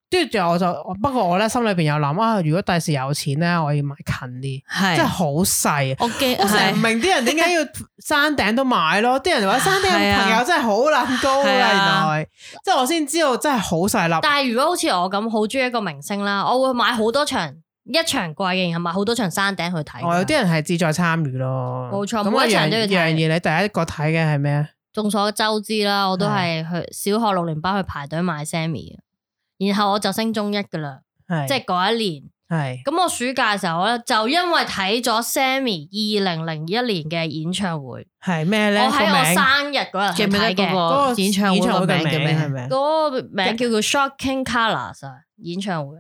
Speaker 3: 跟住我就不過我咧心裏邊有諗啊，如果第時有錢咧，我要買近啲，
Speaker 4: 係
Speaker 3: 即係好細。啊
Speaker 4: 我記
Speaker 3: 我成日唔
Speaker 4: 係
Speaker 3: 明啲人點解要山頂都買咯，啲人話山頂嘅
Speaker 4: 係啊
Speaker 3: 朋友真係好撚高啦，
Speaker 4: 係
Speaker 3: 原
Speaker 4: 啊
Speaker 3: 來即係我先知道真係好細粒。
Speaker 2: 但係如果好似我咁好中意一個明星啦，我會買好多場一場貴嘅，然後買好多場山頂去睇。
Speaker 3: 我哦有啲人係志在參與咯，
Speaker 2: 冇錯
Speaker 3: 咁
Speaker 2: 每一場
Speaker 3: 我楊
Speaker 2: 都要睇
Speaker 3: 楊怡，你第一個睇嘅係咩啊？
Speaker 2: 眾所周知啦，我都係去小學六年班去排隊買 Sammy 嘅，然後我就升中一噶啦，
Speaker 3: 係
Speaker 2: 即係嗰一年。
Speaker 3: 啊係
Speaker 2: 咁我暑假嘅時候咧，就因為睇咗 Sammy 二零零一年嘅演唱會，
Speaker 3: 係咩
Speaker 2: 我
Speaker 3: 咧？
Speaker 2: 喺
Speaker 3: 個
Speaker 2: 我
Speaker 3: 名
Speaker 2: 生日嗰日
Speaker 4: 記
Speaker 2: 去
Speaker 4: 唔記得
Speaker 2: 睇
Speaker 4: 嗰
Speaker 2: 嘅。
Speaker 3: 嗰
Speaker 4: 個
Speaker 3: 個
Speaker 4: 演唱會個名叫
Speaker 3: 係
Speaker 4: 咩？
Speaker 3: 咪
Speaker 2: 嗰個名叫做 Shocking Colors 啊，演唱會。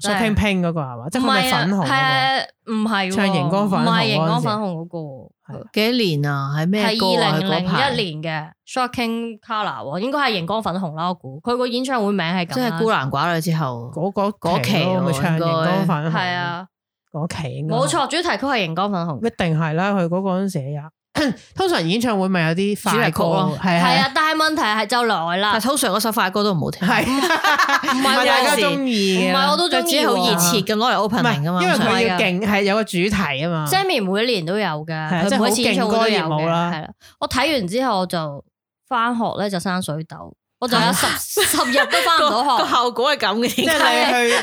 Speaker 2: 真係啊
Speaker 3: ？Shocking Pink 嗰個係嘛？即係佢咪粉紅
Speaker 2: 係
Speaker 3: 嗰
Speaker 2: 啊，唔係喎
Speaker 3: 唱熒光粉紅
Speaker 2: 唔係熒
Speaker 3: 嗰陣
Speaker 2: 光
Speaker 3: 時
Speaker 2: 粉紅嗰個，
Speaker 4: 幾年啊？係咩歌
Speaker 2: 係
Speaker 4: 啊？
Speaker 2: 二零
Speaker 4: 嗰排
Speaker 2: 零一年嘅 Shocking Color 喎，應該係熒光粉紅啦，我估佢個演唱會名係咁啊
Speaker 4: 真
Speaker 2: 啦，
Speaker 4: 係孤男寡女之後，
Speaker 3: 個嗰嗰
Speaker 4: 嗰期
Speaker 3: 咯
Speaker 4: 喎
Speaker 3: 咪唱
Speaker 4: 應
Speaker 3: 熒
Speaker 4: 該
Speaker 3: 光粉紅
Speaker 2: 係，啊，
Speaker 3: 嗰期應該
Speaker 2: 冇錯，主題曲係熒光粉紅，
Speaker 3: 一定係啦，佢嗰個嗰陣時係有 通常演唱會咪有啲
Speaker 4: 主題
Speaker 3: 快
Speaker 4: 曲
Speaker 3: 歌，
Speaker 4: 咯
Speaker 3: 係
Speaker 2: 係啊，但係問題係就來啦
Speaker 4: 但，通常嗰首快歌都唔好聽，
Speaker 3: 係
Speaker 4: 唔
Speaker 3: 唔
Speaker 4: 係
Speaker 3: 係大家
Speaker 4: 喎
Speaker 3: 中意嘅，
Speaker 2: 唔係我都
Speaker 4: 佢
Speaker 2: 中
Speaker 4: 只
Speaker 2: 意
Speaker 4: 係
Speaker 2: 喎，
Speaker 4: 好熱切咁攞嚟
Speaker 3: 唔
Speaker 4: opening 噶
Speaker 3: 係
Speaker 4: 嘛，
Speaker 3: 因為
Speaker 2: 唔
Speaker 3: 佢
Speaker 2: 係
Speaker 3: 要
Speaker 2: 㗎
Speaker 3: 勁係有個主題啊嘛，
Speaker 2: Sammy 每一年都有嘅，
Speaker 3: 啊即係
Speaker 2: 佢每一次演唱會
Speaker 3: 好
Speaker 2: 都有
Speaker 3: 勁歌熱舞
Speaker 2: 嘅，
Speaker 3: 啦
Speaker 2: 係啦。我睇完之後我就翻學咧就生水痘，我就有十十日都翻唔
Speaker 4: 個
Speaker 2: 到學。
Speaker 4: 後果係咁嘅，
Speaker 3: 即
Speaker 4: 點解
Speaker 3: 係你去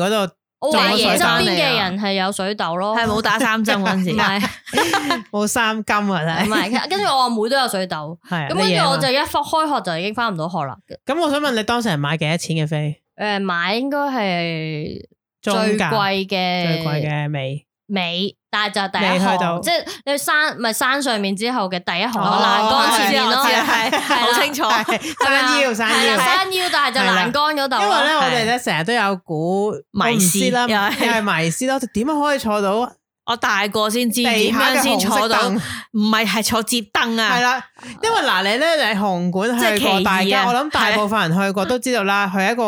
Speaker 3: Sammy 嗰度
Speaker 2: 我懷疑
Speaker 3: 仲有水
Speaker 2: 身
Speaker 3: 痘
Speaker 2: 邊
Speaker 4: 嚟
Speaker 2: 嘅
Speaker 4: 啊
Speaker 2: 人係有水痘咯，
Speaker 4: 係冇打三針嗰陣時
Speaker 2: 唔，係
Speaker 3: 冇三金啊，
Speaker 2: 唔
Speaker 3: 真係
Speaker 2: 係，跟住我阿妹都有水痘，
Speaker 3: 係啊
Speaker 2: 咁
Speaker 3: 你
Speaker 2: 跟
Speaker 3: 贏
Speaker 2: 住我
Speaker 3: 啊
Speaker 2: 就一放開學就已經翻唔到學啦。
Speaker 3: 咁我想問你當時係買幾多錢嘅飛？
Speaker 2: 誒買應該係最
Speaker 3: 中價
Speaker 2: 貴
Speaker 3: 最貴
Speaker 2: 嘅
Speaker 3: 嘅尾
Speaker 2: 尾，但係就係第
Speaker 3: 未
Speaker 2: 一
Speaker 3: 去到
Speaker 2: 行，即係你去山咪山上面之後嘅第一行
Speaker 3: 哦
Speaker 2: 咯，欄杆前面咯，
Speaker 4: 我知啊係
Speaker 2: 係啦
Speaker 4: 好清楚，
Speaker 3: 山啊腰山
Speaker 2: 係
Speaker 3: 腰
Speaker 2: 啦，。山腰，但係就
Speaker 3: 係啦
Speaker 2: 欄杆嗰度
Speaker 3: 因為
Speaker 2: 咯
Speaker 3: 咧，。我
Speaker 4: 係
Speaker 3: 哋咧成日都有估
Speaker 4: 迷思
Speaker 3: 我唔知啦，
Speaker 4: 又
Speaker 3: 又係
Speaker 4: 係
Speaker 3: 迷思啦。點樣可以坐到
Speaker 4: 我大個先知
Speaker 3: 地
Speaker 4: 點
Speaker 3: 下
Speaker 4: 樣
Speaker 3: 嘅
Speaker 4: 先
Speaker 3: 紅
Speaker 4: 坐
Speaker 3: 色
Speaker 4: 到，
Speaker 3: 凳？
Speaker 4: 唔係係坐折凳
Speaker 3: 係
Speaker 4: 啊，
Speaker 3: 啦，因為嗱，你咧你紅館去
Speaker 4: 即係
Speaker 3: 過，
Speaker 4: 奇
Speaker 3: 大
Speaker 4: 異
Speaker 3: 家
Speaker 4: 啊
Speaker 3: 我諗大
Speaker 4: 係
Speaker 3: 部分人去過都知道啦，佢係一個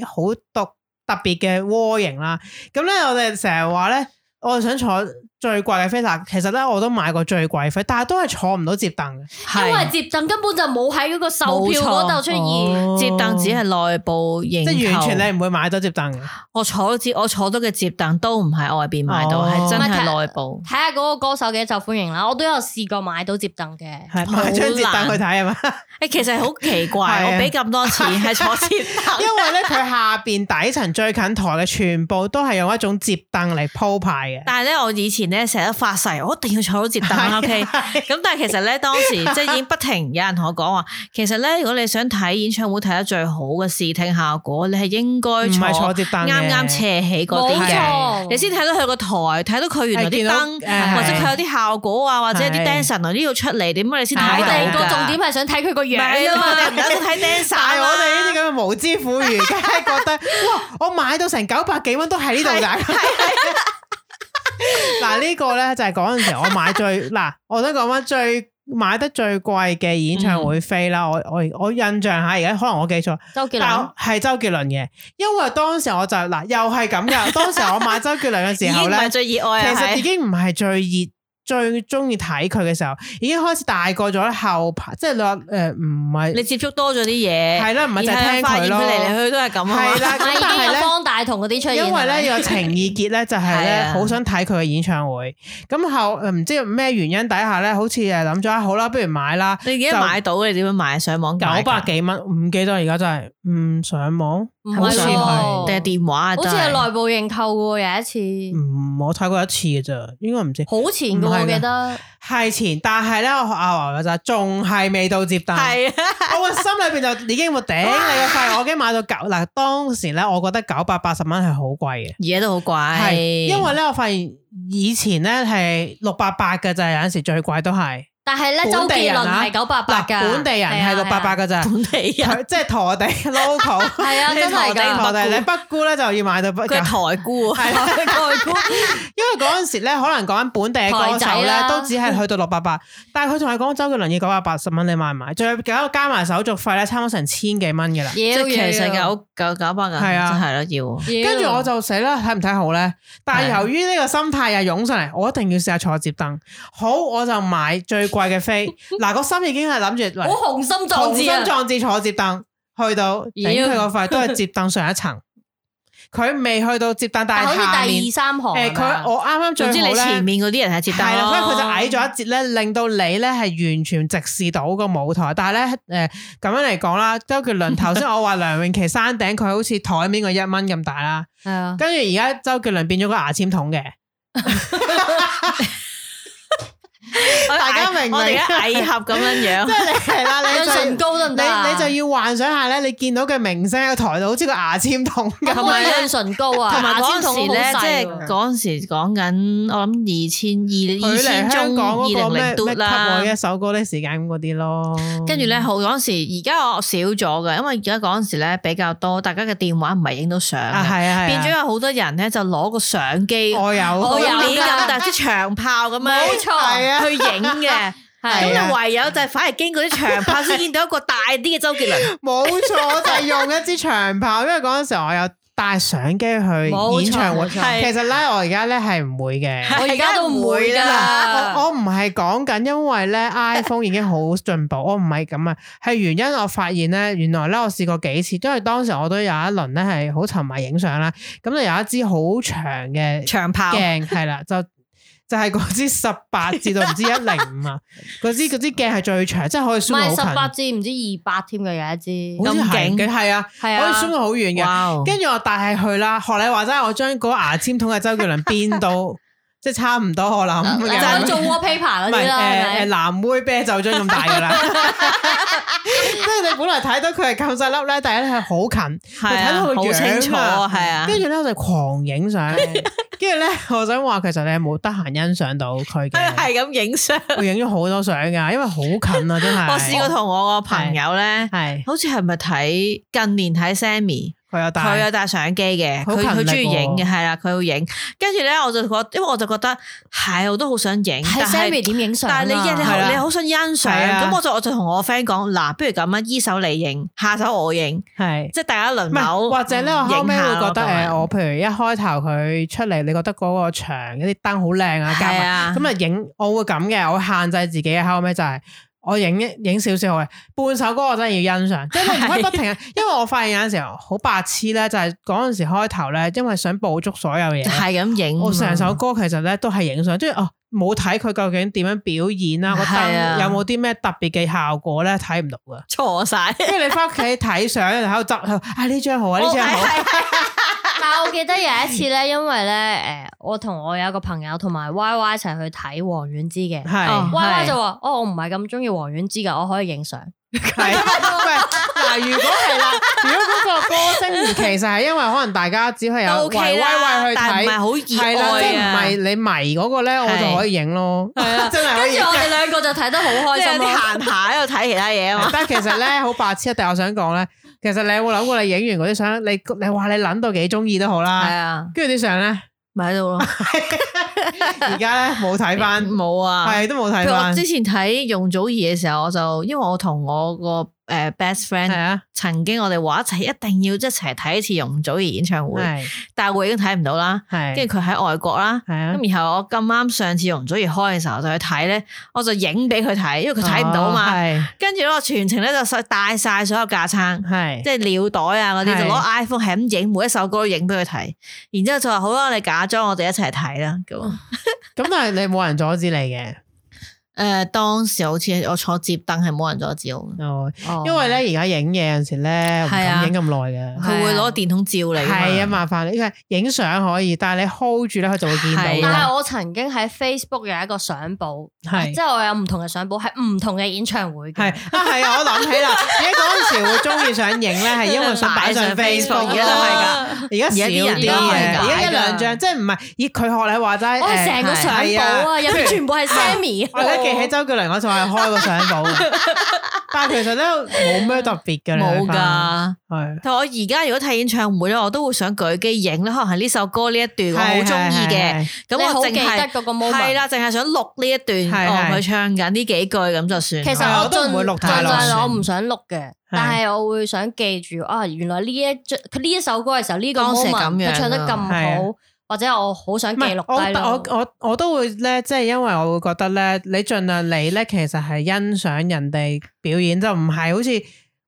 Speaker 3: 誒好獨特別嘅窩型啦。咁咧，我哋成日話咧，我想坐最貴嘅飛嗱，其實咧我都買過最貴飛，但係都係坐唔到接凳嘅，
Speaker 2: 因為
Speaker 4: 係
Speaker 2: 接凳根本就冇喺嗰個售票嗰度出現，
Speaker 3: 哦
Speaker 4: 折凳只係內部
Speaker 3: 即
Speaker 4: 認
Speaker 3: 係完
Speaker 4: 購
Speaker 3: 全你唔會買到接凳嘅。
Speaker 4: 我坐到折，我坐到嘅折凳都唔係外邊買到，
Speaker 3: 哦
Speaker 4: 係、真
Speaker 2: 唔係
Speaker 4: 係
Speaker 2: 睇
Speaker 4: 內部。
Speaker 2: 睇下嗰個歌手幾受歡迎啦。我都有試過買到接凳嘅，
Speaker 3: 係
Speaker 4: 好
Speaker 3: 買張折凳去睇啊嘛，
Speaker 4: 誒，其實好
Speaker 3: 係
Speaker 4: 奇怪，
Speaker 3: 啊
Speaker 4: 我俾咁多錢係坐折凳，
Speaker 3: 因為咧佢下邊底層最近台嘅全部都係用一種折凳嚟鋪排 嘅。
Speaker 4: 但係咧我以前咧成日都發誓，我一定要坐到折凳
Speaker 3: 係啊
Speaker 4: 啦。OK，
Speaker 3: 係
Speaker 4: 咁但係其實咧當時即係已經不停有人同我講話，其實咧如果你想睇演唱會睇得最好嘅視聽效果，你係應該
Speaker 3: 唔係坐
Speaker 4: 坐
Speaker 3: 折凳嘅
Speaker 4: 啱啱斜起嗰啲
Speaker 2: 冇
Speaker 4: 嘅。
Speaker 2: 錯，
Speaker 4: 你先睇到佢個台，睇到佢原來
Speaker 3: 係見
Speaker 4: 啲
Speaker 3: 到
Speaker 4: 燈，
Speaker 3: 誒
Speaker 4: 或者佢有啲效果啊，或者有啲
Speaker 3: 係
Speaker 4: dancer 呢度出嚟，點解你先睇
Speaker 2: 我哋
Speaker 4: 到
Speaker 2: 個
Speaker 4: 㗎
Speaker 2: 重點係想睇佢個樣
Speaker 4: 係
Speaker 2: 啊
Speaker 4: 啊
Speaker 2: 嘛
Speaker 4: 嘛，。我 哋唔得睇 dancer
Speaker 3: 但係我哋呢啲
Speaker 4: 咁。
Speaker 3: 咁嘅無知婦孺，梗係覺 得哇，我買到成九百幾蚊都喺呢度咋。嗱呢個咧就係嗰陣時我買 最嗱，我都講翻最買得最貴嘅演唱會飛啦。
Speaker 4: 嗯
Speaker 3: 我我我印象下，而家可能我記錯，
Speaker 2: 周杰
Speaker 3: 但
Speaker 2: 倫
Speaker 3: 我係周杰倫嘅，因為當時我就嗱又係咁 噶。當時我買周杰倫嘅時候
Speaker 4: 已經唔
Speaker 3: 咧
Speaker 4: 係，最熱愛啊，
Speaker 3: 其實
Speaker 4: 係
Speaker 3: 已經唔係最熱。最中意睇佢嘅時候，已經開始大個咗後排，即係你話誒唔係
Speaker 4: 你接觸多咗啲嘢，
Speaker 3: 係啦唔係淨係
Speaker 4: 然後
Speaker 3: 聽
Speaker 4: 發現
Speaker 3: 佢咯
Speaker 4: 嚟嚟去去都係咁啊
Speaker 3: 係
Speaker 4: 嘛。
Speaker 3: 啦，
Speaker 2: 但
Speaker 3: 咁
Speaker 2: 係
Speaker 3: 但
Speaker 2: 已經
Speaker 3: 係
Speaker 2: 有
Speaker 3: 咧。
Speaker 2: 方大同嗰啲出現，啊
Speaker 3: 因為咧
Speaker 2: 係咪
Speaker 3: 有情意結咧，就係
Speaker 4: 啊係
Speaker 3: 咧
Speaker 4: 啊
Speaker 3: 好想睇佢嘅演唱會。咁後唔知咩原因底下咧，好似誒諗咗啊好啦，不如買啦，
Speaker 4: 你而家買到嘅，你點樣買？上網
Speaker 3: 九百幾蚊，唔記得而家真係唔上網，
Speaker 2: 唔
Speaker 4: 好
Speaker 2: 係
Speaker 4: 似
Speaker 2: 喎
Speaker 4: 係定係電話啊？
Speaker 2: 好
Speaker 4: 真
Speaker 2: 似
Speaker 4: 係
Speaker 2: 係內部認購嘅喎，有一次
Speaker 3: 唔嗯我睇過一次嘅咋，應該唔知
Speaker 2: 好前嘅
Speaker 3: 唔係嘅
Speaker 2: 喎，我記得。
Speaker 3: 係前，但係咧我學阿華嘅咋，仲係未到接單。
Speaker 4: 係啊，
Speaker 3: 我個心裏邊就已經我頂你 個肺，我已經買到九嗱，當時咧我覺得九百八十蚊係好貴嘅。
Speaker 4: 而家都好貴，
Speaker 3: 係， 因為咧，我發現以前咧係六百八嘅咋，有陣時最貴都係。
Speaker 2: 但係咧，
Speaker 3: 本
Speaker 2: 周
Speaker 3: 地
Speaker 2: 杰
Speaker 3: 人
Speaker 2: 倫
Speaker 3: 啊
Speaker 2: 係九百八
Speaker 3: 嗱，
Speaker 2: 㗎，啊
Speaker 3: 本地人係六百八
Speaker 2: 㗎。
Speaker 3: 嘅咋，
Speaker 4: 本地人
Speaker 3: 佢即係陀 地 local。
Speaker 2: 係啊，真係
Speaker 4: 陀地
Speaker 2: 㗎。
Speaker 3: 陀地，你北姑咧就要買到北
Speaker 4: 佢係台姑啊，
Speaker 3: 係 啦，因為嗰陣時咧，可能講緊本地嘅歌手
Speaker 2: 台仔
Speaker 3: 咧，
Speaker 2: 啦
Speaker 3: 都只係去到六百八，但係佢同你講周杰倫要九百八十蚊，你買唔買？再加加埋手續費咧，差唔多成千幾蚊嘅啦。
Speaker 4: 即
Speaker 2: 妖
Speaker 4: 係其實
Speaker 2: 妖
Speaker 4: 九九九百銀，
Speaker 3: 係啊
Speaker 4: 真係咯要。
Speaker 2: 妖
Speaker 3: 跟住我就死啦，睇唔睇好咧？但
Speaker 4: 係
Speaker 3: 係
Speaker 4: 啊
Speaker 3: 由於呢個心態又湧上嚟，我一定要試下坐接凳。好，我就 買最貴嘅飛。嗱，個心已經係諗住
Speaker 2: 好雄心
Speaker 3: 雄
Speaker 2: 壯
Speaker 3: 心
Speaker 2: 志啊！
Speaker 3: 壯志坐接凳。去到頂佢嗰塊都係接凳上一層，佢未去到接凳，但
Speaker 2: 但好
Speaker 3: 係
Speaker 2: 似
Speaker 3: 下面
Speaker 2: 第二三行
Speaker 3: 誒，
Speaker 2: 啊
Speaker 3: 佢我啱啱
Speaker 4: 總之
Speaker 3: 最好
Speaker 4: 你前
Speaker 3: 咧。
Speaker 4: 面嗰啲人係接
Speaker 3: 系
Speaker 4: 單
Speaker 3: 啦，所以
Speaker 4: 咯
Speaker 3: 佢就矮咗一截咧，令到你咧係完全直視到個舞台。但係咧，誒咁樣嚟講啦，周杰倫頭 先我話梁咏琪山頂，佢好似台面個一蚊咁大啦。
Speaker 2: 係啊，
Speaker 3: 跟住而家周杰倫變咗個牙籤筒嘅，
Speaker 4: 我
Speaker 3: 大家明唔明
Speaker 4: 我哋而家矮盒咁樣
Speaker 3: 即
Speaker 4: 樣，
Speaker 3: 係你係啦，你
Speaker 2: 有唇
Speaker 3: 就
Speaker 2: 膏得唔
Speaker 3: 你
Speaker 2: 得啊
Speaker 3: 你就要幻想下咧，你見到嘅明星喺個台度好似個牙籤 筒咁。
Speaker 2: 同埋潤唇膏啊，
Speaker 4: 同埋嗰
Speaker 2: 牙籤筒
Speaker 4: 陣時
Speaker 2: 好
Speaker 4: 咧，
Speaker 2: 細
Speaker 4: 即
Speaker 2: 喎
Speaker 4: 係嗰陣時講緊，我諗二
Speaker 3: 佢
Speaker 4: 千二二
Speaker 3: 嚟
Speaker 4: 千
Speaker 3: 香
Speaker 4: 中
Speaker 3: 港
Speaker 4: 二
Speaker 3: 嗰個
Speaker 4: 零
Speaker 3: 咩
Speaker 4: 零嘟
Speaker 3: 咩
Speaker 4: 啦
Speaker 3: 級。一啊首歌啲時間咁嗰啲咯，
Speaker 4: 跟
Speaker 2: 嗯
Speaker 4: 住咧，好嗰陣時，而家我少咗嘅，因為而家嗰陣時咧比較多，大家嘅電話唔係影到相
Speaker 3: 啊
Speaker 4: 嘅，
Speaker 3: 係啊係啊，
Speaker 4: 變咗有好多人咧就攞個相機，
Speaker 3: 我有
Speaker 2: 我有啊
Speaker 4: 面咁大，即係長炮咁樣，
Speaker 2: 冇錯
Speaker 4: 係啊去影嘅。咁
Speaker 2: 係
Speaker 3: 啊
Speaker 4: 你唯有就係反而經過啲長炮先見到一個大啲嘅周杰倫，
Speaker 3: 冇錯，就係用一支長炮，因為嗰陣時我有帶相機去
Speaker 2: 冇錯
Speaker 3: 演唱會。
Speaker 2: 冇
Speaker 3: 其
Speaker 2: 錯
Speaker 3: 實咧，我而家咧係唔會嘅。
Speaker 2: 我而家都唔會
Speaker 3: 嗱，
Speaker 2: 㗎。
Speaker 3: 我我唔係講緊，因為咧 iPhone 已經好進步，我 唔係咁啊，係原因我發現咧，原來咧我試過幾次，因為當時我都有一輪咧係好沉迷影相啦，咁就有一支好 長嘅
Speaker 4: 長炮
Speaker 3: 鏡係啦，就就係嗰支十 八至到唔知一零五啊，嗰支嗰支鏡係最長，即係可以
Speaker 2: 唔
Speaker 3: zoom
Speaker 2: 係
Speaker 3: 好
Speaker 2: 十八
Speaker 3: 近，
Speaker 2: 支，唔知二百添嘅有一支，
Speaker 3: 好似係
Speaker 4: 咁勁
Speaker 3: 嘅係啊，可
Speaker 2: 係
Speaker 3: 以
Speaker 2: 啊，
Speaker 3: zoom 到好遠嘅。
Speaker 4: 哇！
Speaker 3: 跟住我帶係去啦，學你話齋，我將嗰個牙籤筒嘅周杰倫變到即係差唔多，我諗
Speaker 2: 就
Speaker 3: 嘅
Speaker 2: 係做 wallpaper 嗰
Speaker 3: 唔
Speaker 2: 啲
Speaker 3: 係
Speaker 2: 啦，
Speaker 3: 誒誒
Speaker 2: 係咪？
Speaker 3: 藍妹啤酒樽咁大噶啦， 即係你本來睇到佢係咁細粒咧，但係咧係好近，
Speaker 4: 係
Speaker 3: 你睇
Speaker 4: 啊
Speaker 3: 到，
Speaker 4: 好
Speaker 3: 佢
Speaker 4: 清
Speaker 3: 樣
Speaker 4: 楚啊，
Speaker 3: 啊，
Speaker 4: 係啊，
Speaker 3: 跟住咧我就狂影相，跟住咧我想話其實你係冇得閒欣賞到佢嘅，
Speaker 4: 係咁影相。
Speaker 3: 我影咗好多相噶，因為好近啊，真係。
Speaker 4: 我試過同我個朋友咧，
Speaker 3: 係
Speaker 4: 好似係咪睇近年睇 Sammy，
Speaker 3: 佢有帶，
Speaker 4: 佢有帶相機嘅，
Speaker 3: 好
Speaker 4: 佢
Speaker 3: 勤
Speaker 4: 佢
Speaker 3: 力
Speaker 4: 中意影嘅，
Speaker 3: 喎
Speaker 4: 係啦，佢會影。跟住咧，我就覺，因為我就覺得係，我都好想影，
Speaker 2: 睇
Speaker 4: 但係
Speaker 2: Sammy 點影相啊，
Speaker 4: 但係你一
Speaker 3: 係
Speaker 4: 你
Speaker 3: 啦
Speaker 4: 你好想欣賞，
Speaker 3: 係啊
Speaker 4: 咁我就我就同我 friend 講，嗱，不如咁啊，依手你影，下手我影，
Speaker 3: 係。
Speaker 4: 即係大家輪
Speaker 3: 唔係，
Speaker 4: 流，
Speaker 3: 或者咧，我後尾
Speaker 4: 嗯影下啊
Speaker 3: 會
Speaker 4: 咯
Speaker 3: 覺得
Speaker 4: 咁樣
Speaker 3: 誒，我譬如一開頭佢出嚟，你覺得嗰個牆嗰啲燈好靚啊，加
Speaker 4: 係
Speaker 3: 埋
Speaker 4: 啊，
Speaker 3: 咁啊影，我會咁嘅，我會限制自己嘅。後尾就係我影一影少少嘅，半首歌我真係要欣賞，即係你唔可以不停， 因為我發現有陣時候好白痴咧，就係嗰陣時開頭咧，因為想捕捉所有嘢，
Speaker 4: 係咁影，
Speaker 3: 我成首歌其實咧都係影相，即係哦冇睇佢究竟點樣表演啦，個
Speaker 4: 係啊
Speaker 3: 燈有冇啲咩特別嘅效果咧，睇唔到噶。
Speaker 4: 錯 晒，
Speaker 3: 跟住你翻屋企睇相，就喺度執，喺度啊呢張好啊，呢張好啊。
Speaker 2: 但我記得有一次咧，因為咧，诶，我同我有一個朋友同埋 Y Y 一齊去睇黃遠之嘅
Speaker 3: 係
Speaker 4: 哦
Speaker 2: ，Y Y
Speaker 4: 係
Speaker 2: 就話：哦，我唔係咁中意黃遠之噶，我可以影相。
Speaker 3: 係，喂，嗱，如果係啦，如果嗰個歌星其實係因為可能大家只係
Speaker 4: 都
Speaker 3: 有
Speaker 4: OK
Speaker 3: 圍威
Speaker 4: 啦
Speaker 3: 喂去
Speaker 4: 但
Speaker 3: 睇，
Speaker 4: 唔係好
Speaker 3: 係
Speaker 4: 熱
Speaker 3: 啦，即係
Speaker 4: 愛
Speaker 3: 唔
Speaker 4: 啊
Speaker 3: 係你迷嗰個咧，我
Speaker 4: 係
Speaker 3: 就可以影咯， 係啊，真係可
Speaker 2: 跟
Speaker 3: 以
Speaker 2: 住。我哋兩個就睇得好
Speaker 4: 即
Speaker 2: 開
Speaker 4: 係
Speaker 2: 心
Speaker 4: 有
Speaker 2: 咯
Speaker 4: 啲。閒下喺度睇其他嘢啊嘛。
Speaker 3: 但係其實咧好白痴，但係我想講咧，其實你有冇諗過你影完嗰啲相，你你話你諗到幾中意都好
Speaker 4: 係
Speaker 3: 啦，
Speaker 4: 啊，
Speaker 3: 跟住啲相咧，
Speaker 4: 咪喺度咯。
Speaker 3: 而家咧冇睇翻，
Speaker 4: 冇啊，
Speaker 3: 係都冇睇
Speaker 4: 譬如我
Speaker 3: 翻，
Speaker 4: 之前睇容祖兒嘅時候，我就因為我同我個诶
Speaker 3: 係
Speaker 4: best friend
Speaker 3: 啊，
Speaker 4: 曾經我哋話一齊一定要一齊睇一次容祖兒演唱會，
Speaker 3: 係
Speaker 4: 但係我已經睇唔到啦。
Speaker 3: 係，
Speaker 4: 跟住佢喺外國啦，
Speaker 3: 係啊，
Speaker 4: 咁然後我咁啱上次容祖兒開嘅時候就去睇咧，我就影俾佢睇，因為佢睇唔到
Speaker 3: 哦
Speaker 4: 嘛。
Speaker 3: 係
Speaker 4: 跟住咧我全程咧就晒帶晒所有架撐。
Speaker 3: 係
Speaker 4: 即係尿袋啊嗰啲，
Speaker 3: 係
Speaker 4: 就攞 iPhone 係咁影每一首歌都影俾佢睇，然之後就話好啊啦，你假裝我哋一齊睇啦咁。
Speaker 3: 咁，但係你冇人阻止你嘅。
Speaker 4: 誒、當時好似我坐接凳係冇人阻止我嘅，
Speaker 3: 哦，因為咧而家影嘢有陣時咧唔
Speaker 4: 係啊
Speaker 3: 敢影咁 耐
Speaker 4: 佢會攞電筒照你㗎嘛。
Speaker 3: 嘅，係啊麻煩，因為影相可以，但係你 hold 住咧佢就會見到
Speaker 4: 係
Speaker 2: 但
Speaker 3: 啦。
Speaker 2: 係我曾經喺 Facebook 有一個相簿，
Speaker 3: 係
Speaker 2: 即係啊我有唔同嘅相簿，係唔同嘅演唱會
Speaker 3: 係
Speaker 2: 嘅。
Speaker 3: 啊係啊，我諗起啦，而家嗰陣時會中意想影咧，係因為想擺上
Speaker 4: 啊擺上
Speaker 3: Facebook，
Speaker 4: Facebook，哦
Speaker 3: 而
Speaker 4: 而
Speaker 3: 家都係㗎而家
Speaker 4: 家都係㗎。
Speaker 3: 少啲
Speaker 4: 而
Speaker 3: 嘅，
Speaker 4: 家啲人都係㗎
Speaker 3: 而家一兩張，即係唔係？咦，佢學你話齋，
Speaker 2: 我係
Speaker 3: 誒
Speaker 2: 成個相簿啊，入面全部係 Sammy。啊
Speaker 3: 我咧記起周杰倫嗰陣，我係開個相簿嘅，但係其實咧冇咩特別嘅，你
Speaker 4: 冇
Speaker 3: 睇返，
Speaker 4: 㗎。
Speaker 3: 係
Speaker 4: 但我而家如果睇演唱會咧，我都會想舉機影咧，可能係呢首歌呢一段我好中意嘅，，咁
Speaker 2: 你好
Speaker 4: 我
Speaker 2: 記
Speaker 4: 淨係
Speaker 2: 得嗰個
Speaker 4: 係
Speaker 2: moment。
Speaker 4: 啦，淨係想錄呢一段，
Speaker 3: 係
Speaker 4: 哦
Speaker 3: 係
Speaker 4: 佢唱緊呢幾句咁就算。
Speaker 2: 其實
Speaker 3: 係
Speaker 2: 我
Speaker 3: 我都
Speaker 2: 盡
Speaker 3: 唔會錄太
Speaker 4: 耐
Speaker 2: 盡量我唔想錄嘅，但係我會想記住啊，原來呢一張佢呢一首歌嘅時候呢個
Speaker 4: 當時係咁
Speaker 2: moment
Speaker 4: 樣啊
Speaker 2: 佢唱得咁
Speaker 3: 係
Speaker 2: 好，或者我好想
Speaker 3: 唔
Speaker 2: 記
Speaker 3: 係
Speaker 2: 錄低
Speaker 3: 我
Speaker 2: 咯。
Speaker 3: 我我我都會咧，即係因為我會覺得咧，你盡量你咧，其實係欣賞人哋表演，就唔係好似